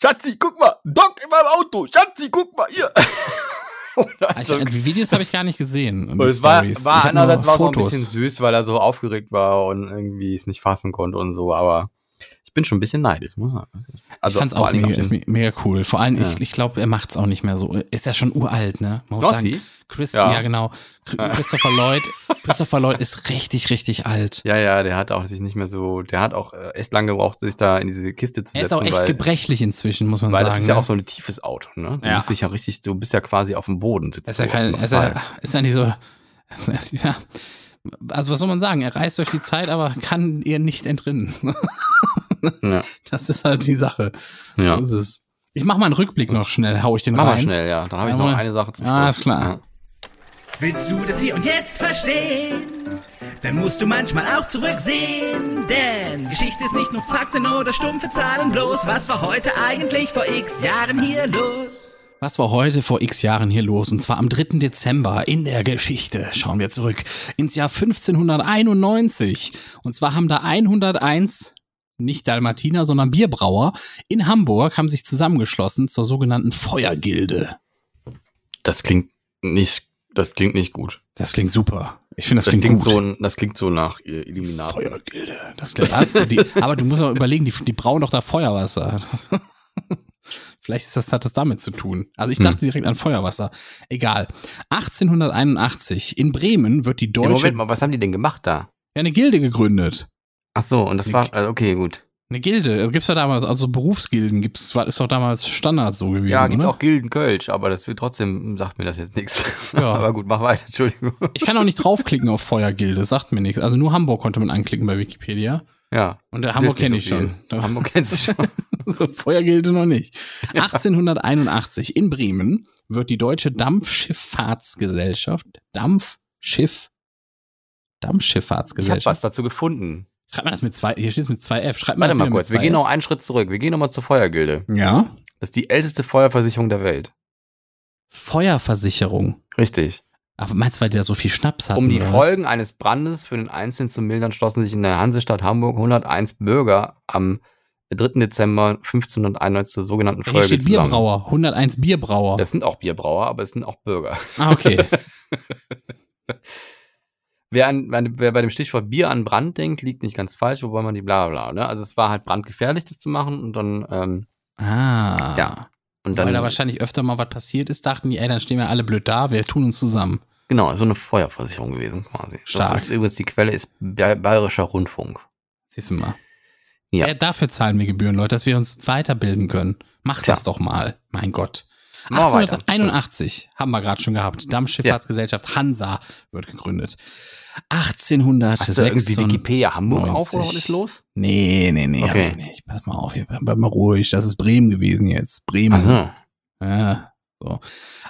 Schatzi, guck mal, Doc in meinem Auto, Schatzi, guck mal, hier. Und Ah, Ich, also, die Videos habe ich gar nicht gesehen. und die es war, Stories. war Ich hab nur andererseits war es auch ein Fotos. bisschen süß, weil er so aufgeregt war und irgendwie es nicht fassen konnte und so, aber ich bin schon ein bisschen neidisch. muss man sagen. ich fand's Also vor auch allen Dingen auf mega, den- me- mega cool. Vor allem, Ja. ich, ich glaube, er macht's auch nicht mehr so. Ist ja schon uralt, ne? Man muss Knossi? sagen, Chris, ja, Ja. genau. Chr- Ja. Christopher Lloyd, Christopher Lloyd ist richtig, richtig alt. Ja, ja, der hat auch sich nicht mehr so, der hat auch äh, echt lange gebraucht, sich da in diese Kiste zu Er ist setzen. auch echt weil, gebrechlich inzwischen, muss man weil sagen. das ist ja ne? auch so ein tiefes Auto, ne? Du Ja. musst dich ja richtig, du bist ja quasi auf dem Boden sitzen. Er ist ja kein, er ist ja, ist ja nicht so. ist ja- Also was soll man sagen? Er reist durch die Zeit, aber kann ihr nicht entrinnen. Ja. Das ist halt die Sache. ja. So ist es. Ich mach mal einen Rückblick noch schnell, hau ich den Mach rein. mal schnell, ja. Dann habe ich Jawohl. noch eine Sache zum Schluss. Ja, Ah, ist klar. Ja. Willst du das hier und jetzt verstehen? Dann musst du manchmal auch zurücksehen, denn Geschichte ist nicht nur Fakten oder stumpfe Zahlen bloß. Was war heute eigentlich vor x Jahren hier los? Was war heute vor x Jahren hier los? Und zwar am 3. Dezember in der Geschichte. Schauen wir zurück ins Jahr 1591. Und zwar haben da 101 nicht Dalmatiner, sondern Bierbrauer in Hamburg haben sich zusammengeschlossen zur sogenannten Feuergilde. Das klingt nicht, das klingt nicht gut. Das klingt super. Ich finde, das, Das, klingt, klingt, gut. so, das klingt so nach äh, Illuminaten. Feuergilde. Das klingt, das, die, aber du musst auch überlegen, die, die brauen doch da Feuerwasser. Das, vielleicht ist das, hat das damit zu tun. Also ich dachte direkt an Feuerwasser. Egal. 1881 in Bremen wird die Hey, deutsche Moment mal, was haben die denn gemacht da? ja, eine Gilde gegründet. Ach so, und das Nick. war, also okay, gut. Eine Gilde. Das gibt's ja damals, also Berufsgilden gibt's, war- ist doch damals Standard so gewesen, Ja, gibt oder? auch Gilden Kölsch, aber das wird trotzdem, sagt mir das jetzt nichts. Ja. Aber gut, mach weiter, Entschuldigung. Ich kann auch nicht draufklicken auf Feuergilde, sagt mir nichts. Also nur Hamburg konnte man anklicken bei Wikipedia. Ja. Und der Hamburg Hilft kenne nicht ich so schon. viel. Hamburg kennst du schon. So Feuergilde noch nicht. 1881 in Bremen wird die Deutsche Dampfschifffahrtsgesellschaft, Dampfschiff, Ich habe was Dampfschifffahrtsgesellschaft. dazu gefunden. Schreibt man das mit zwei, hier steht es mit zwei F. Schreibt man Warte das mal wieder kurz, mit wir zwei gehen F? noch einen Schritt zurück. Wir gehen nochmal zur Feuergilde. Ja. Das ist die älteste Feuerversicherung der Welt. Feuerversicherung. Richtig. Aber meinst du, weil die da so viel Schnaps hatten? Um die oder was? Folgen eines Brandes für den Einzelnen zu mildern, schlossen sich in der Hansestadt Hamburg 101 Bürger am 3. Dezember 1591 zur sogenannten Ja, Hier Folge steht zusammen. Bierbrauer, 101 Bierbrauer. Das sind auch Bierbrauer, aber es sind auch Bürger. ah, okay. Wer, an, an- wer bei dem Stichwort Bier an Brand denkt, liegt nicht ganz falsch, wobei man die bla bla, bla ne? Also es war halt brandgefährlich, das zu machen und dann, ähm, Ah. Ja. und dann Weil da wahrscheinlich öfter mal was passiert ist, dachten die, ey, dann stehen wir alle blöd da, wir tun uns zusammen. Genau, so eine Feuerversicherung gewesen quasi. Stark. Das ist übrigens die Quelle ist Bay- Bayerischer Rundfunk. Siehst du mal. Ja. Ja. dafür zahlen wir Gebühren, Leute, dass wir uns weiterbilden können. Macht Tja. das doch mal. Mein Gott. Machen wir weiter. 1881 haben wir gerade schon gehabt. Dampfschifffahrtsgesellschaft Hansa wird gegründet. 1806. Hast du irgendwie Wikipedia Hamburg auf oder was 90. ist los? Nee, nee, nee, Okay. hab ich nicht. Pass mal auf, hier, bleib mal ruhig. Das ist Bremen gewesen jetzt. Bremen. Also, Ja, so.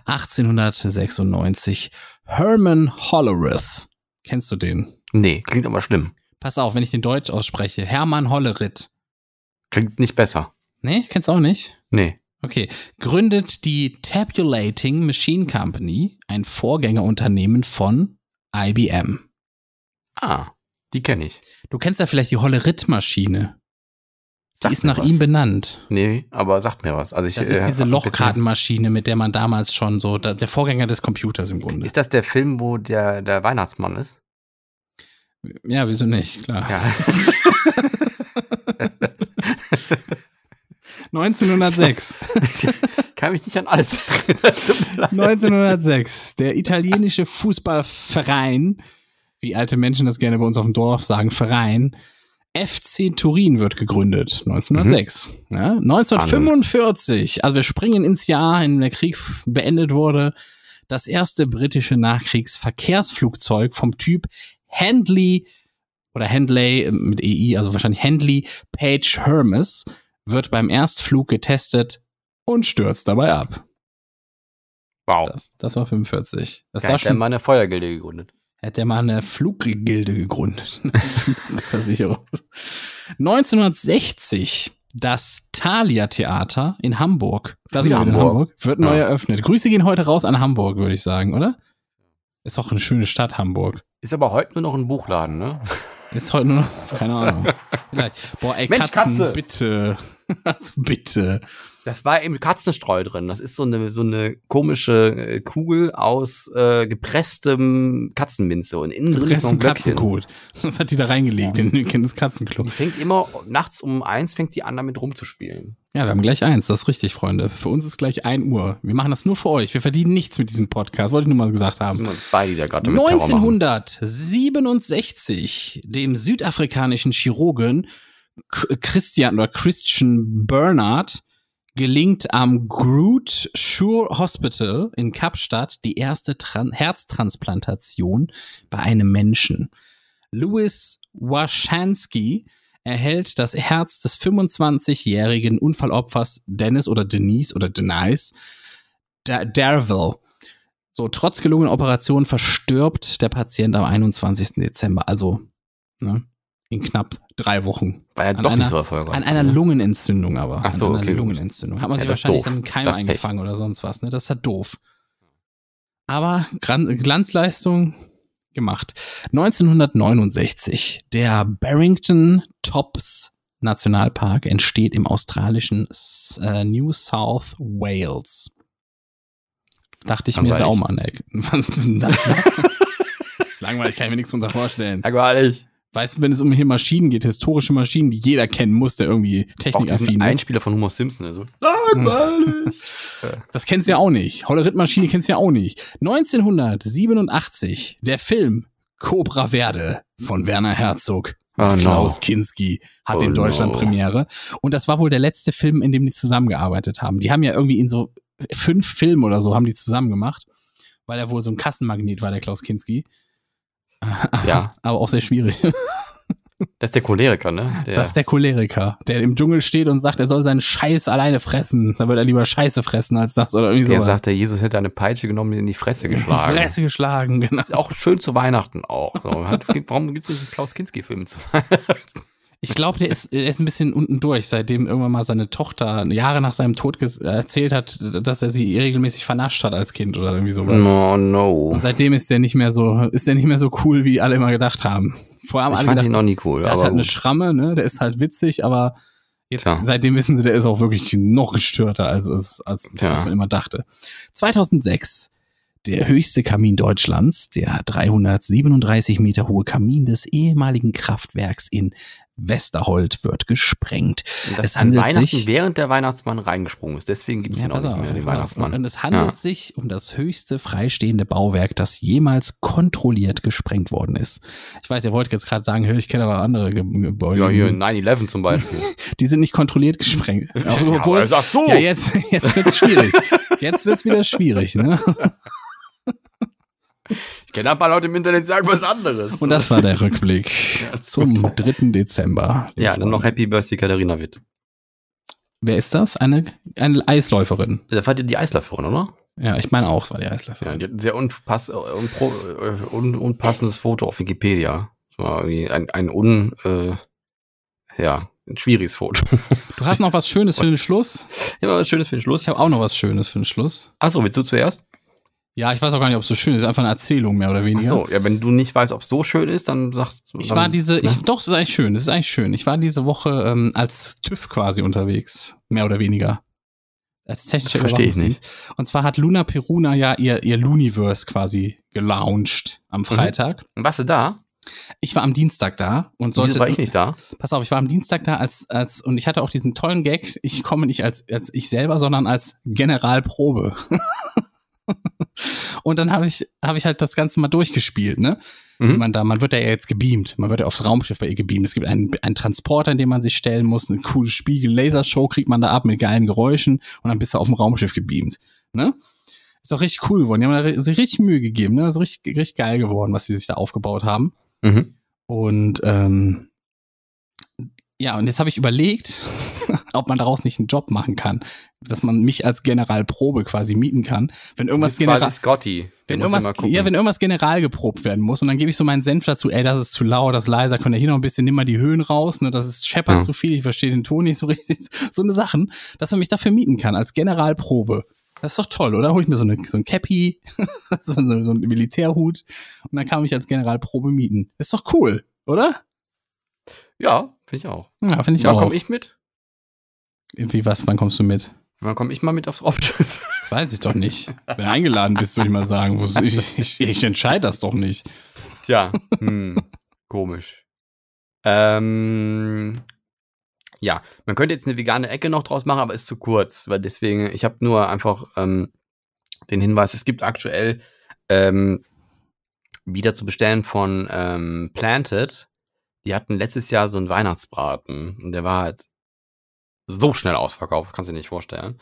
1896. Herman Hollerith. Kennst du den? nee, klingt aber schlimm. Pass auf, wenn ich den Deutsch ausspreche. Hermann Hollerith. Klingt nicht besser. Nee, kennst du auch nicht? Nee. Okay. Gründet die Tabulating Machine Company, ein Vorgängerunternehmen von IBM. Ah, die kenne ich. Du kennst ja vielleicht die Hollerith-Maschine. Die Sagt ist mir nach was. ihm benannt. Nee, aber sagt mir was. Also ich, Das ist äh, diese hab ein bisschen- Lochkartenmaschine, mit der man damals schon so, da- der Vorgänger des Computers im Grunde. Ist das der Film, wo der, der Weihnachtsmann ist? Ja, wieso nicht? Klar. Ja. 1906. Kann mich nicht an alles erinnern. 1906. Der italienische Fußballverein, wie alte Menschen das gerne bei uns auf dem Dorf sagen, Verein, FC Turin wird gegründet. 1906. Ja, 1945. Also wir springen ins Jahr, in dem der Krieg beendet wurde. Das erste britische Nachkriegsverkehrsflugzeug vom Typ Handley oder Handley mit EI, also wahrscheinlich Handley Page Hermes, wird beim Erstflug getestet und stürzt dabei ab. Wow. Das, das war 45. Das Da sah hat er schon, mal eine Feuergilde gegründet. hätte er mal eine Fluggilde gegründet. Eine Flugversicherung. 1960. Das Thalia Theater in Hamburg. Da sind wir wieder in Hamburg. Hamburg. Wird neu eröffnet. Grüße gehen heute raus an Hamburg, würde ich sagen, oder? Ist auch eine schöne Stadt, Hamburg. Ist aber heute nur noch ein Buchladen, ne? Ist heute nur noch, keine Ahnung. Vielleicht. Boah, ey, Mensch, Katzen, Katze! bitte. Also bitte. Das war eben Katzenstreu drin. Das ist so eine, so eine komische äh, Kugel aus äh, gepresstem Katzenminze. Und innen drin ist noch Rest ein im Blöckchen. Katzenkot. Das hat die da reingelegt in in das Katzenklo. Die fängt immer nachts um eins fängt die an, damit rumzuspielen. Ja, wir haben gleich eins, das ist richtig, Freunde. Für uns ist gleich 1 Uhr. Wir machen das nur für euch. Wir verdienen nichts mit diesem Podcast, wollte ich nur mal gesagt Sind haben. wir uns beide da gerade damit Terror machen. 1967, dem südafrikanischen Chirurgen K- Christian oder Christian Bernard gelingt am Groot Shure Hospital in Kapstadt die erste Tran Herztransplantation bei einem Menschen. Louis Waschanski erhält das Herz des 25-jährigen Unfallopfers Dennis oder Denise oder Denise Da- Darville. So, trotz gelungener Operation verstirbt der Patient am 21. Dezember, also ne, in knapp drei Wochen. War ja An doch einer- nicht so erfolgreich. An einer Lungenentzündung aber. Ach so, An einer okay, gut. Lungenentzündung. Hat man Ja, sich das ist wahrscheinlich doof. einen Keim Das ist Pech. eingefangen oder sonst was. Ne? Das ist ja doof. Aber Gran Glanzleistung gemacht. 1969. Der Barrington Tops Nationalpark entsteht im australischen S- äh, New South Wales. Dachte ich mir da auch mal an. Langweilig, kann ich mir nichts drunter vorstellen. Langweilig. Weißt du, wenn es um hier Maschinen geht, historische Maschinen, die jeder kennen muss, der irgendwie Auch diesen technikaffin ist. Einspieler von Homer Simpson. Also. Das kennst du ja auch nicht. Hollerit-Maschine kennst du ja auch nicht. 1987, der Film Cobra Verde von Werner Herzog. Oh, no. Klaus Kinski hat Oh, in Deutschland no. Premiere. Und das war wohl der letzte Film, in dem die zusammengearbeitet haben. Die haben ja irgendwie in so fünf Filmen oder so haben die zusammen gemacht, weil er wohl so ein Kassenmagnet war, der Klaus Kinski. Ja, Aber auch sehr schwierig. das ist der Choleriker, ne? Der, Das ist der Choleriker, der im Dschungel steht und sagt, er soll seinen Scheiß alleine fressen. Dann wird er lieber Scheiße fressen als das oder irgendwie der sowas. sagt, der Jesus hätte eine Peitsche genommen und in die Fresse geschlagen. Fresse geschlagen, genau. Ist Auch schön zu Weihnachten auch. So. Hat, warum gibt es nicht Klaus Kinski-Filme zu Ich glaube, der ist, der ist ein bisschen unten durch, seitdem irgendwann mal seine Tochter Jahre nach seinem Tod ges- erzählt hat, dass er sie regelmäßig vernascht hat als Kind oder irgendwie sowas. No, no. Und seitdem ist der nicht mehr so, ist der nicht mehr so cool, wie alle immer gedacht haben. Vorher haben Ich alle fand gedacht, ihn noch nie cool. der hat Aber halt eine gut. Schramme, ne? Der ist halt witzig, aber jetzt, Klar. seitdem wissen sie, der ist auch wirklich noch gestörter, als, es, als, Tja. als man immer dachte. 2006, der höchste Kamin Deutschlands, der 337 Meter hohe Kamin des ehemaligen Kraftwerks in Westerhold wird gesprengt. Und dass es handelt an Weihnachten sich- während der Weihnachtsmann reingesprungen ist. Deswegen gibt es ihn auch nicht mehr, den genau. Und Weihnachtsmann. es handelt Ja. sich um das höchste freistehende Bauwerk, das jemals kontrolliert gesprengt worden ist. Ich weiß, ihr wollt jetzt gerade sagen, hör, ich kenne aber andere Ge Gebäude. Ja, die hier sind- 9-11 zum Beispiel. die sind nicht kontrolliert gesprengt. Ja, Obwohl, aber sagst du! ja, jetzt, jetzt wird's schwierig. Jetzt wird's wieder schwierig, ne? Ich kenne ein paar Leute im Internet, die sagen was anderes. Und das war der Rückblick zum 3. Dezember. ja, dann noch Happy Birthday Katharina Witt. Wer ist das? Eine, eine Eisläuferin. Da fand ihr die Eislauferin, oder? Ja, ich meine auch, es war die Ja, Eisläuferin. die hat ein sehr unpass, äh, unpro, äh, un, unpassendes Foto auf Wikipedia. Das war irgendwie ein, ein un, äh, ja, ein schwieriges Foto. Du hast noch was Schönes für den Schluss? Ja, aber was Schönes für den Schluss. Ich habe auch noch was Schönes für den Schluss. Achso, willst du zuerst? Ja, ich weiß auch gar nicht, ob es so schön ist. Einfach eine Erzählung mehr oder weniger. Achso, ja, wenn du nicht weißt, ob es so schön ist, dann sagst du. Ich dann, war diese, ich, ne? doch, es ist eigentlich schön, es ist eigentlich schön. Ich war diese Woche ähm, als TÜV quasi unterwegs, mehr oder weniger. Als technischer Das verstehe ich Überwachungsdienst. Und zwar hat Luna Peruna ja ihr, ihr Luniverse quasi gelauncht Mhm. am Freitag. Warst du da? Ich war am Dienstag da und sollte. Wieso war ich nicht da? Pass auf, ich war am Dienstag da als, als, und ich hatte auch diesen tollen Gag. Ich komme nicht als, als ich selber, sondern als Generalprobe. und dann habe ich, habe ich halt das Ganze mal durchgespielt, ne? Wie Mhm. man da, man wird ja jetzt gebeamt. Man wird ja aufs Raumschiff bei ihr gebeamt. Es gibt einen, einen Transporter, in den man sich stellen muss, eine coole Spiegel-Lasershow kriegt man da ab mit geilen Geräuschen und dann bist du auf dem Raumschiff gebeamt, ne? Ist doch richtig cool geworden. Die haben da ri- sich richtig Mühe gegeben, ne? Ist richtig, richtig geil geworden, was sie sich da aufgebaut haben. Mhm. Und ähm, ja, und jetzt habe ich überlegt, ob man daraus nicht einen Job machen kann, dass man mich als Generalprobe quasi mieten kann, wenn irgendwas ist quasi general Scotty. wenn irgendwas, ja, wenn irgendwas general geprobt werden muss und dann gebe ich so meinen Senf dazu, ey, das ist zu laut, das ist leiser, könnt ihr hier noch ein bisschen, nimm mal die Höhen raus, ne, das ist scheppert Ja. zu viel, ich verstehe den Ton nicht so richtig, so eine Sachen, dass man mich dafür mieten kann, als Generalprobe. Das ist doch toll, oder? Hol ich mir so, eine, so ein Cappy, so, so so einen Militärhut und dann kann man mich als Generalprobe mieten. Ist doch cool, oder? ja finde ich auch. Ja, finde ich wann auch. komme ich mit? Wie was, wann kommst du mit? Wann komme ich mal mit aufs Raumschiff? Das weiß ich doch nicht. Wenn du eingeladen bist, würde ich mal sagen, wo- ich, ich, ich entscheide das doch nicht. Tja, hm, komisch. Ähm, ja, man könnte jetzt eine vegane Ecke noch draus machen, aber ist zu kurz, weil deswegen, ich habe nur einfach ähm, den Hinweis, es gibt aktuell ähm, wieder zu bestellen von ähm, Planted. Die hatten letztes Jahr so einen Weihnachtsbraten und der war halt so schnell ausverkauft, kannst du dir nicht vorstellen.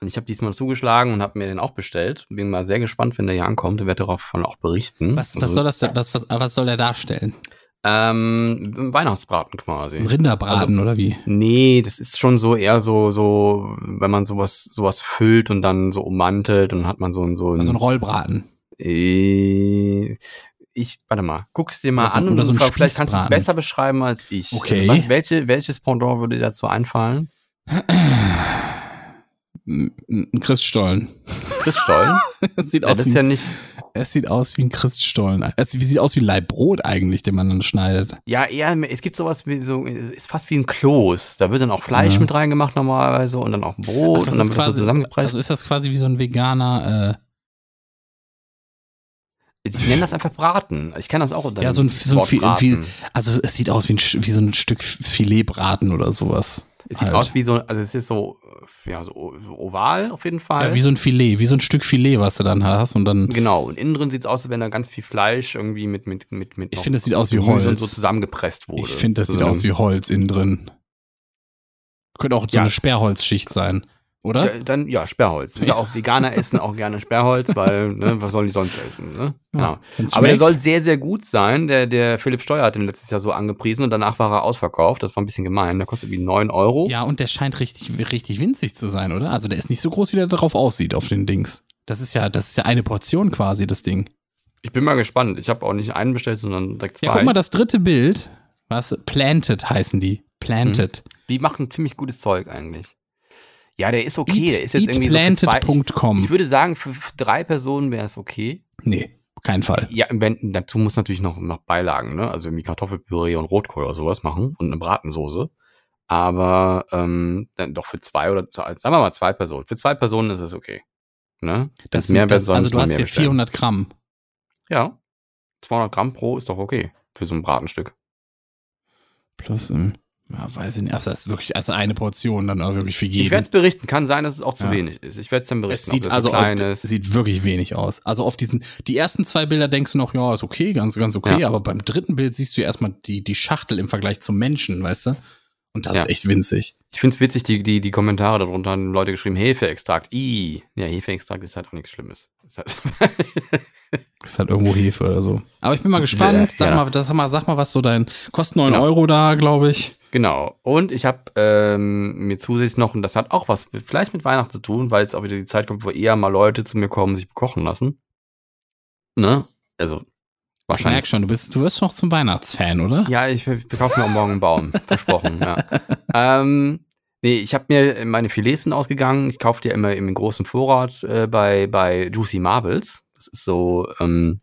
Und ich habe diesmal zugeschlagen und habe mir den auch bestellt. Bin mal sehr gespannt, wenn der hier ankommt. Ich werde davon auch berichten. Was, was Also- soll das denn, was, was, was soll er darstellen? ähm, ein Weihnachtsbraten quasi. Ein Rinderbraten also oder wie? Nee, das ist schon so eher so, so, wenn man sowas, sowas füllt und dann so ummantelt und hat man so ein, so ein, Also ein Rollbraten. äh, ich, warte mal, guck's dir mal Oder so- an oder so ein vielleicht kannst du es Spießbraten. besser beschreiben als ich. Also Okay. was, welche, welches Pendant würde dir dazu einfallen? Ein ein Christstollen. Christstollen? Es sieht, ja, das aus ist wie, ja nicht, es sieht aus wie ein Christstollen. Es sieht aus wie Leibbrot eigentlich, den man dann schneidet. ja, eher, es gibt sowas wie so, ist fast wie ein Kloß. Da wird dann auch Fleisch Ja. mit reingemacht normalerweise und dann auch Brot und dann wird das so zusammengepresst. also ist das quasi wie so ein veganer, äh, Ich nenne das einfach Braten. Ich kann das auch unter Ja, dem so ein- so ein Wort Fi- Braten. Fi- äh, also es sieht aus wie, ein, Sch- wie so ein Stück Filetbraten oder sowas. Es sieht halt. aus wie so, also es ist so, äh, ja, so o- so oval auf jeden Fall. Ja, wie so ein Filet, wie so ein Stück Filet, was du dann hast und dann Halt. genau, und innen drin sieht es aus, als wenn da ganz viel Fleisch irgendwie mit, mit, mit, mit Ich noch finde, es sieht aus wie Gemüse und Holz. so zusammengepresst wurde. Ich finde, das Zu sieht einem- aus wie Holz innen drin. Könnte auch so Ja. eine Sperrholzschicht sein, oder? Da- Dann, ja, Sperrholz. Ist ja auch Veganer essen auch gerne Sperrholz, weil, ne, was sollen die sonst essen, ne? Ja. Wenn's Aber der schmeckt. soll sehr, sehr gut sein. Der, der Philipp Steuer hat den letztes Jahr so angepriesen und danach war er ausverkauft. Das war ein bisschen gemein. Der kostet wie 9 Euro. Ja, und der scheint richtig, richtig winzig zu sein, oder? Also der ist nicht so groß, wie der drauf aussieht, auf den Dings. Das ist ja, das ist ja eine Portion quasi, das Ding. Ich bin mal gespannt. Ich habe auch nicht einen bestellt, sondern direkt zwei. Ja, guck mal, das dritte Bild, was Planted heißen die. Planted. Die machen ziemlich gutes Zeug eigentlich. Ja, der ist okay. Eat- der ist jetzt irgendwie so für zwei, eatplanted.com. ich, ich würde sagen, für, für drei Personen wäre es okay. Nee, auf keinen Fall. Ja, wenn, dazu muss natürlich noch, noch Beilagen, ne? Also irgendwie Kartoffelpüree und Rotkohl oder sowas machen und eine Bratensoße. Aber ähm, dann doch für zwei oder sagen wir mal zwei Personen. Für zwei Personen ist es okay. Ne? Das, Wenn's mehr wird, das, soll also nicht du mal hast mehr hier bestellen. 400 Gramm. Ja. 200 Gramm pro ist doch okay für so ein Bratenstück. Plus, ähm, ja, weiß ich nicht. Also das ist wirklich also eine Portion dann auch wirklich für Ich werde jeden. es berichten. Kann sein, dass es auch zu Ja. wenig ist. Ich werde es dann berichten. Es sieht ob das also so klein es ist. sieht wirklich wenig aus. Also auf diesen die ersten zwei Bilder denkst du noch, ja, ist okay, ganz ganz okay, Ja. aber beim dritten Bild siehst du ja erstmal die die Schachtel im Vergleich zum Menschen, weißt du? Und das Ja. ist echt winzig. Ich finde es witzig, die, die, die Kommentare darunter haben Leute geschrieben, Hefeextrakt, i. Ja, Hefeextrakt ist halt auch nichts Schlimmes. Ist halt Ist halt irgendwo Hefe oder so. Aber ich bin mal gespannt. Sehr, Sag, ja. mal, das, sag mal, sag mal, was so dein. Kostet 9 Ja. Euro da, glaube ich. genau. Und ich habe ähm, mir zusätzlich noch, und das hat auch was mit, vielleicht mit Weihnachten zu tun, weil jetzt auch wieder die Zeit kommt, wo eher mal Leute zu mir kommen, sich bekochen lassen. Ne? Also, Ich merk wahrscheinlich. schon, du, bist, du wirst noch zum Weihnachtsfan, oder? Ja, ich verkaufe mir auch morgen einen Baum. versprochen, ja. Ähm, nee, ich habe mir meine Filets sind ausgegangen. Ich kaufe die immer im großen Vorrat äh, bei, bei Juicy Marbles. Das ist so, ähm,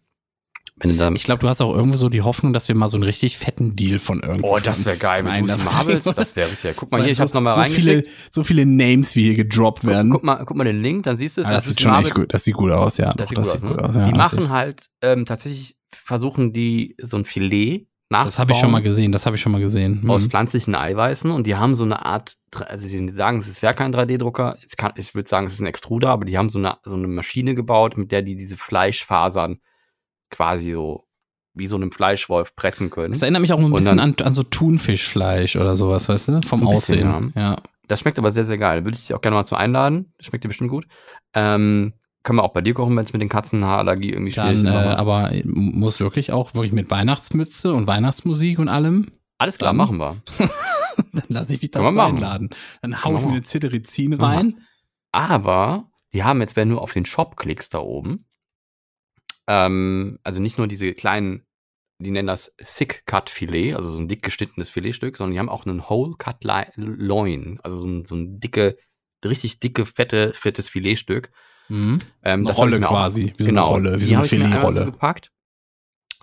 wenn du da Ich glaube, du hast auch irgendwo so die Hoffnung, dass wir mal so einen richtig fetten Deal von irgendwo. Oh, das wäre geil mit Nein, Juicy das- Marbles. Das wäre richtig. Guck mal hier, ich hab's nochmal so viele, reingeschickt. so viele Names, wie hier gedroppt werden. Guck mal, guck mal den Link, dann siehst du es. Ah, das, ist sieht Juicy schon echt Marbles. gut. Das sieht gut aus, ja. Das sieht doch, gut aus. Ne? ja, die das machen sieht- halt ähm, tatsächlich, versuchen die so ein Filet nachzubauen. Das habe ich schon mal gesehen. Das habe ich schon mal gesehen. Hm. Aus pflanzlichen Eiweißen und die haben so eine Art, also sie sagen, es ist- wäre kein 3D-Drucker, ich, kann- ich würde sagen, es ist ein Extruder, aber die haben so eine, so eine Maschine gebaut, mit der die diese Fleischfasern quasi so wie so einem Fleischwolf pressen können. Das erinnert mich auch ein Und bisschen dann- an, an so Thunfischfleisch oder sowas, weißt du? Vom So ein bisschen, Aussehen. ja. Das schmeckt aber sehr, sehr geil. Würde ich dich auch gerne mal zum einladen. Schmeckt dir bestimmt gut. Ähm, Kann man auch bei dir kochen, wenn es mit den Katzenhaarallergie irgendwie schwierig Dann, ist. äh, machen wir. aber muss wirklich auch wirklich mit Weihnachtsmütze und Weihnachtsmusik und allem. Alles klar, dann- machen wir. Dann lasse ich mich Kann man dazu machen. einladen. Dann hau Kann ich man mir eine Zitterizin Kann man rein. Aber die haben jetzt, wenn du auf den Shop klickst da oben, ähm, also nicht nur diese kleinen, die nennen das Thick Cut Filet, also so ein dick geschnittenes Filetstück, sondern die haben auch einen Whole Cut Li- Loin, also so ein, so ein dicke, richtig dicke, fette, fettes Filetstück. Mhm. Ähm, Eine das hab ich Rolle mir auch- quasi, wie so eine genau, Rolle, wie die so eine hab ich mir einmal Filetrolle. so gepackt.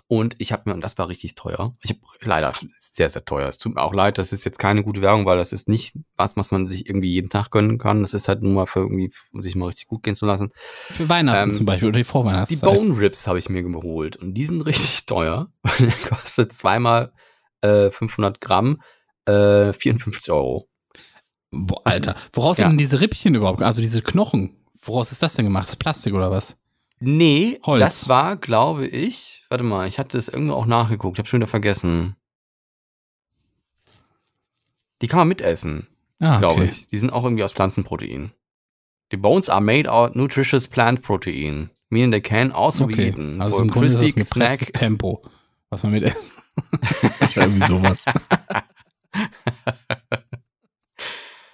Und ich habe mir, und das war richtig teuer. Ich habe leider sehr, sehr teuer. Es tut mir auch leid, das ist jetzt keine gute Werbung, weil das ist nicht was, was man sich irgendwie jeden Tag gönnen kann. Das ist halt nur mal für irgendwie, um sich mal richtig gut gehen zu lassen. Für Weihnachten Ähm, zum Beispiel oder die Die Vorweihnachtszeit. Bone Ribs habe ich mir geholt und die sind richtig teuer. Der kostet zweimal äh, 500 Gramm äh, 54 Euro. Boah, Alter, woraus Ja. sind denn diese Rippchen überhaupt? Also diese Knochen, woraus ist das denn gemacht? Ist Plastik oder was? Nee, Holz. das war, glaube ich, warte mal, ich hatte es irgendwo auch nachgeguckt, habe schon wieder vergessen. Die kann man mitessen, Ah, glaube ich. Die sind auch irgendwie aus Pflanzenprotein. The bones are made out nutritious plant protein, meaning they can also be Okay, eaten. also for im Grunde ist das ein crispy gepresstes Tempo, was man mit isst. Irgendwie sowas.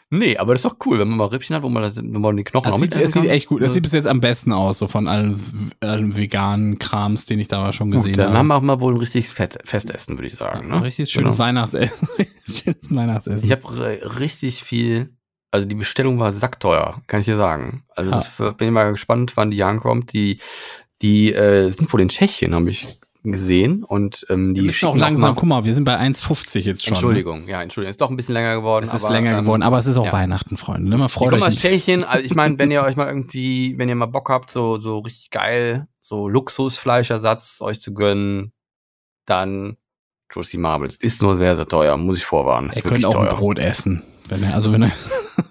Nee, aber das ist doch cool, wenn man mal Rippchen hat, wo man, das, wo man die Knochen Das auch sieht, mitessen das sieht kann. echt gut. Das Ja. sieht bis jetzt am besten aus, so von allen, allen veganen Krams, den ich da mal schon gesehen Gut, dann habe. haben wir auch mal wohl ein richtiges Fest, Festessen, würde ich sagen. Ein Ne? Richtig schönes Genau. Weihnachtsessen. Richtig schönes Weihnachtsessen. Ich habe richtig viel, also die Bestellung war sackteuer, kann ich dir sagen. Also das wird- bin ich mal gespannt, wann die ankommt. Die, die äh, sind wohl in Tschechien, habe ich gesehen. Und ähm, wir die müssen auch schicken langsam, mal- guck mal, wir sind bei 1,50 jetzt schon. ne? Entschuldigung, ja, Entschuldigung. Ist doch ein bisschen länger geworden. Es ist aber, länger ähm, geworden, aber es ist auch ja. Weihnachten, Freunde. Ne? Man Die freut kommen euch. aus nicht. Tschechien. Also ich meine, wenn ihr euch mal irgendwie, wenn ihr mal Bock habt, so, so richtig geil, so Luxusfleischersatz euch zu gönnen, dann Juicy Marbles. Ist nur sehr, sehr teuer, muss ich vorwarnen. Ist Ihr könnt wirklich auch teuer. ein Brot essen. Wenn ihr, also wenn ihr,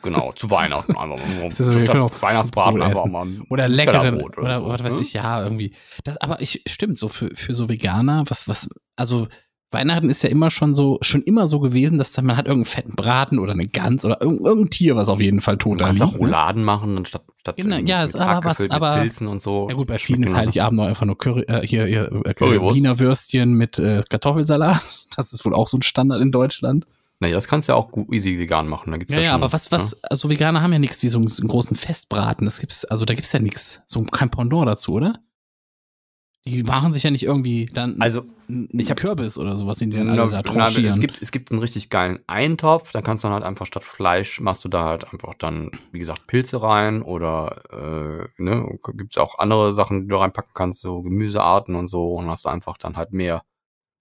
Genau, zu Weihnachten einfach. mal. Das ist aber- wir können auch Weihnachtsbraten Brot einfach essen. mal. ein oder leckeren Tellerbrot oder, so, was weiß ne? ich, ja, irgendwie. Das, aber ich stimmt, so für, für so Veganer, was, was, also Weihnachten ist ja immer schon so, schon immer so gewesen, dass dann man hat irgendeinen fetten Braten oder eine Gans oder irgendein, irgendein Tier, was auf jeden Fall tot Du kannst auch liegt, ne? Rouladen machen, anstatt statt Genau, irgendwie ja, mit ist aber Hack was- gefüllt mit aber- Pilzen und so. Ja gut, bei vielen ist Schmeckt genauso. Heiligabend noch einfach nur Curry, äh, hier, hier äh, Currywurst. Wiener Würstchen mit äh, Kartoffelsalat. Das ist wohl auch so ein Standard in Deutschland. Nee, das kannst du ja auch gut easy vegan machen. Da gibt's Ja, ja, schon, ne? aber was, was, also Veganer haben ja nichts wie so einen, so einen großen Festbraten. Das gibt's, also da gibt's ja nichts. So kein Pendant dazu, oder? Die machen sich ja nicht irgendwie dann Ne? Also, einen ich hab- Kürbis oder sowas, den die dann alle na, da na, tranchieren. es, gibt, es gibt einen richtig geilen Eintopf, da kannst du dann halt einfach statt Fleisch, machst du da halt einfach dann, wie gesagt, Pilze rein oder äh, ne, gibt's auch andere Sachen, die du reinpacken kannst, so Gemüsearten und so und hast einfach dann halt mehr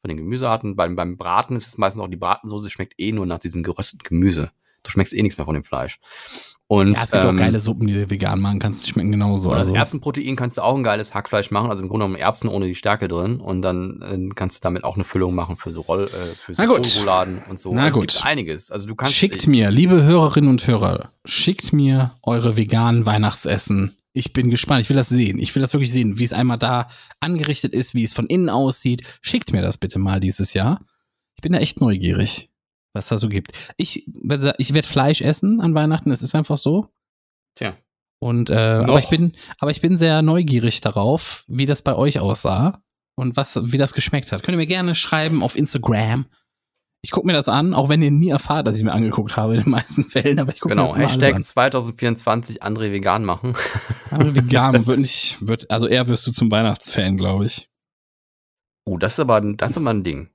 von den Gemüsearten. Beim, beim Braten ist es meistens auch die Bratensoße, schmeckt eh nur nach diesem gerösteten Gemüse. Du schmeckst eh nichts mehr von dem Fleisch. Und, ja, es gibt ähm, auch geile Suppen, die du vegan machen kannst. Die schmecken genauso. also, Also, Erbsenprotein kannst du auch ein geiles Hackfleisch machen, also im Grunde genommen Erbsen ohne die Stärke drin und dann äh, kannst du damit auch eine Füllung machen für so Roll, äh, für so Na gut. Rouladen und so. Na also, gut. Es gibt einiges. Also du kannst schickt mir, liebe Hörerinnen und Hörer, schickt mir eure veganen Weihnachtsessen. Ich bin gespannt. Ich will das sehen. Ich will das wirklich sehen, wie es einmal da angerichtet ist, wie es von innen aussieht. Schickt mir das bitte mal dieses Jahr. Ich bin da echt neugierig, was da so gibt. Ich, werd sa- ich werde Fleisch essen an Weihnachten. Es ist einfach so. Tja. Und äh, aber Noch. ich bin, aber ich bin sehr neugierig darauf, wie das bei euch aussah und was, wie das geschmeckt hat. Könnt ihr mir gerne schreiben auf Instagram. Ich gucke mir das an, auch wenn ihr nie erfahrt, dass ich mir angeguckt habe in den meisten Fällen, aber ich gucke genau, mir das immer Hashtag alles 2024 André vegan machen. an. Aber vegan wird nicht, wird, also eher wirst du zum Weihnachtsfan, glaube ich. Oh, das ist aber, das ist aber ein Ding.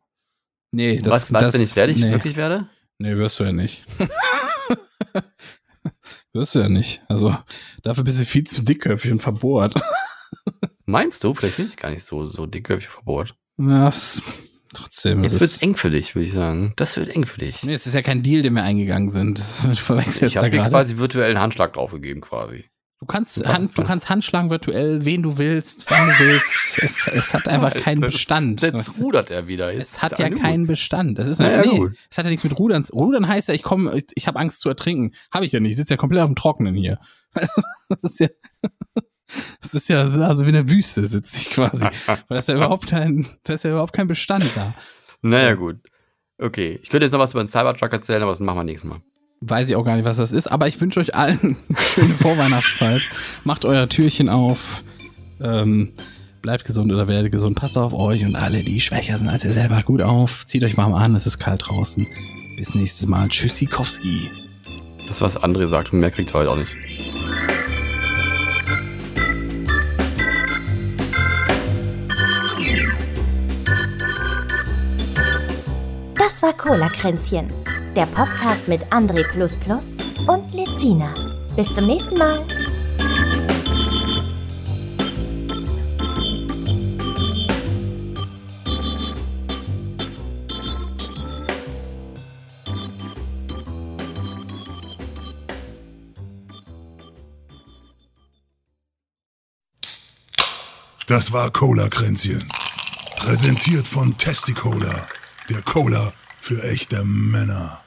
Nee, das was, was das, wenn ich fertig nee, wirklich werde? Nee, wirst du ja nicht. wirst du ja nicht. Also, dafür bist du viel zu dickköpfig und verbohrt. Meinst du? Vielleicht bin ich gar nicht so, so dickköpfig verbohrt. Ja, es- trotzdem. es Jetzt wird's ist- eng für dich, würde ich sagen. Das wird eng für dich. Nee, es ist ja kein Deal, den wir eingegangen sind. Das verwechselt ich jetzt da habe dir gerade. quasi virtuellen Handschlag draufgegeben, quasi. Du kannst, Super. Hand, du kannst handschlagen virtuell, wen du willst, wann du willst. Es, es hat einfach keinen Das- Bestand. Jetzt Es, rudert er wieder. Jetzt es hat ist ja alles gut. keinen Bestand. Das ist halt Na ja, nee, gut. Es hat ja nichts mit Rudern. zu- Rudern heißt ja, ich komme, ich, ich habe Angst zu ertrinken. Habe ich ja nicht. Ich sitze ja komplett auf dem Trockenen hier. Das ist ja, das ist ja so- also wie in der Wüste sitze ich quasi. Weil das ist ja überhaupt kein, das ist ja überhaupt kein Bestand da. Naja, gut. Okay, ich könnte jetzt noch was über den Cybertruck erzählen, aber das machen wir nächstes Mal. Weiß ich auch gar nicht, was das ist, aber ich wünsche euch allen eine schöne Vorweihnachtszeit. Macht euer Türchen auf. Ähm, bleibt gesund oder werdet gesund. Passt auf euch und alle, die schwächer sind als ihr selber, gut auf. Zieht euch warm an, es ist kalt draußen. Bis nächstes Mal. Tschüssikowski. Das, was André sagt, und mehr kriegt er heute auch nicht. Das war Cola-Kränzchen, der Podcast mit André und Lezina. Bis zum nächsten Mal. Das war Cola-Kränzchen. Präsentiert von Testicola, der Cola für echte Männer.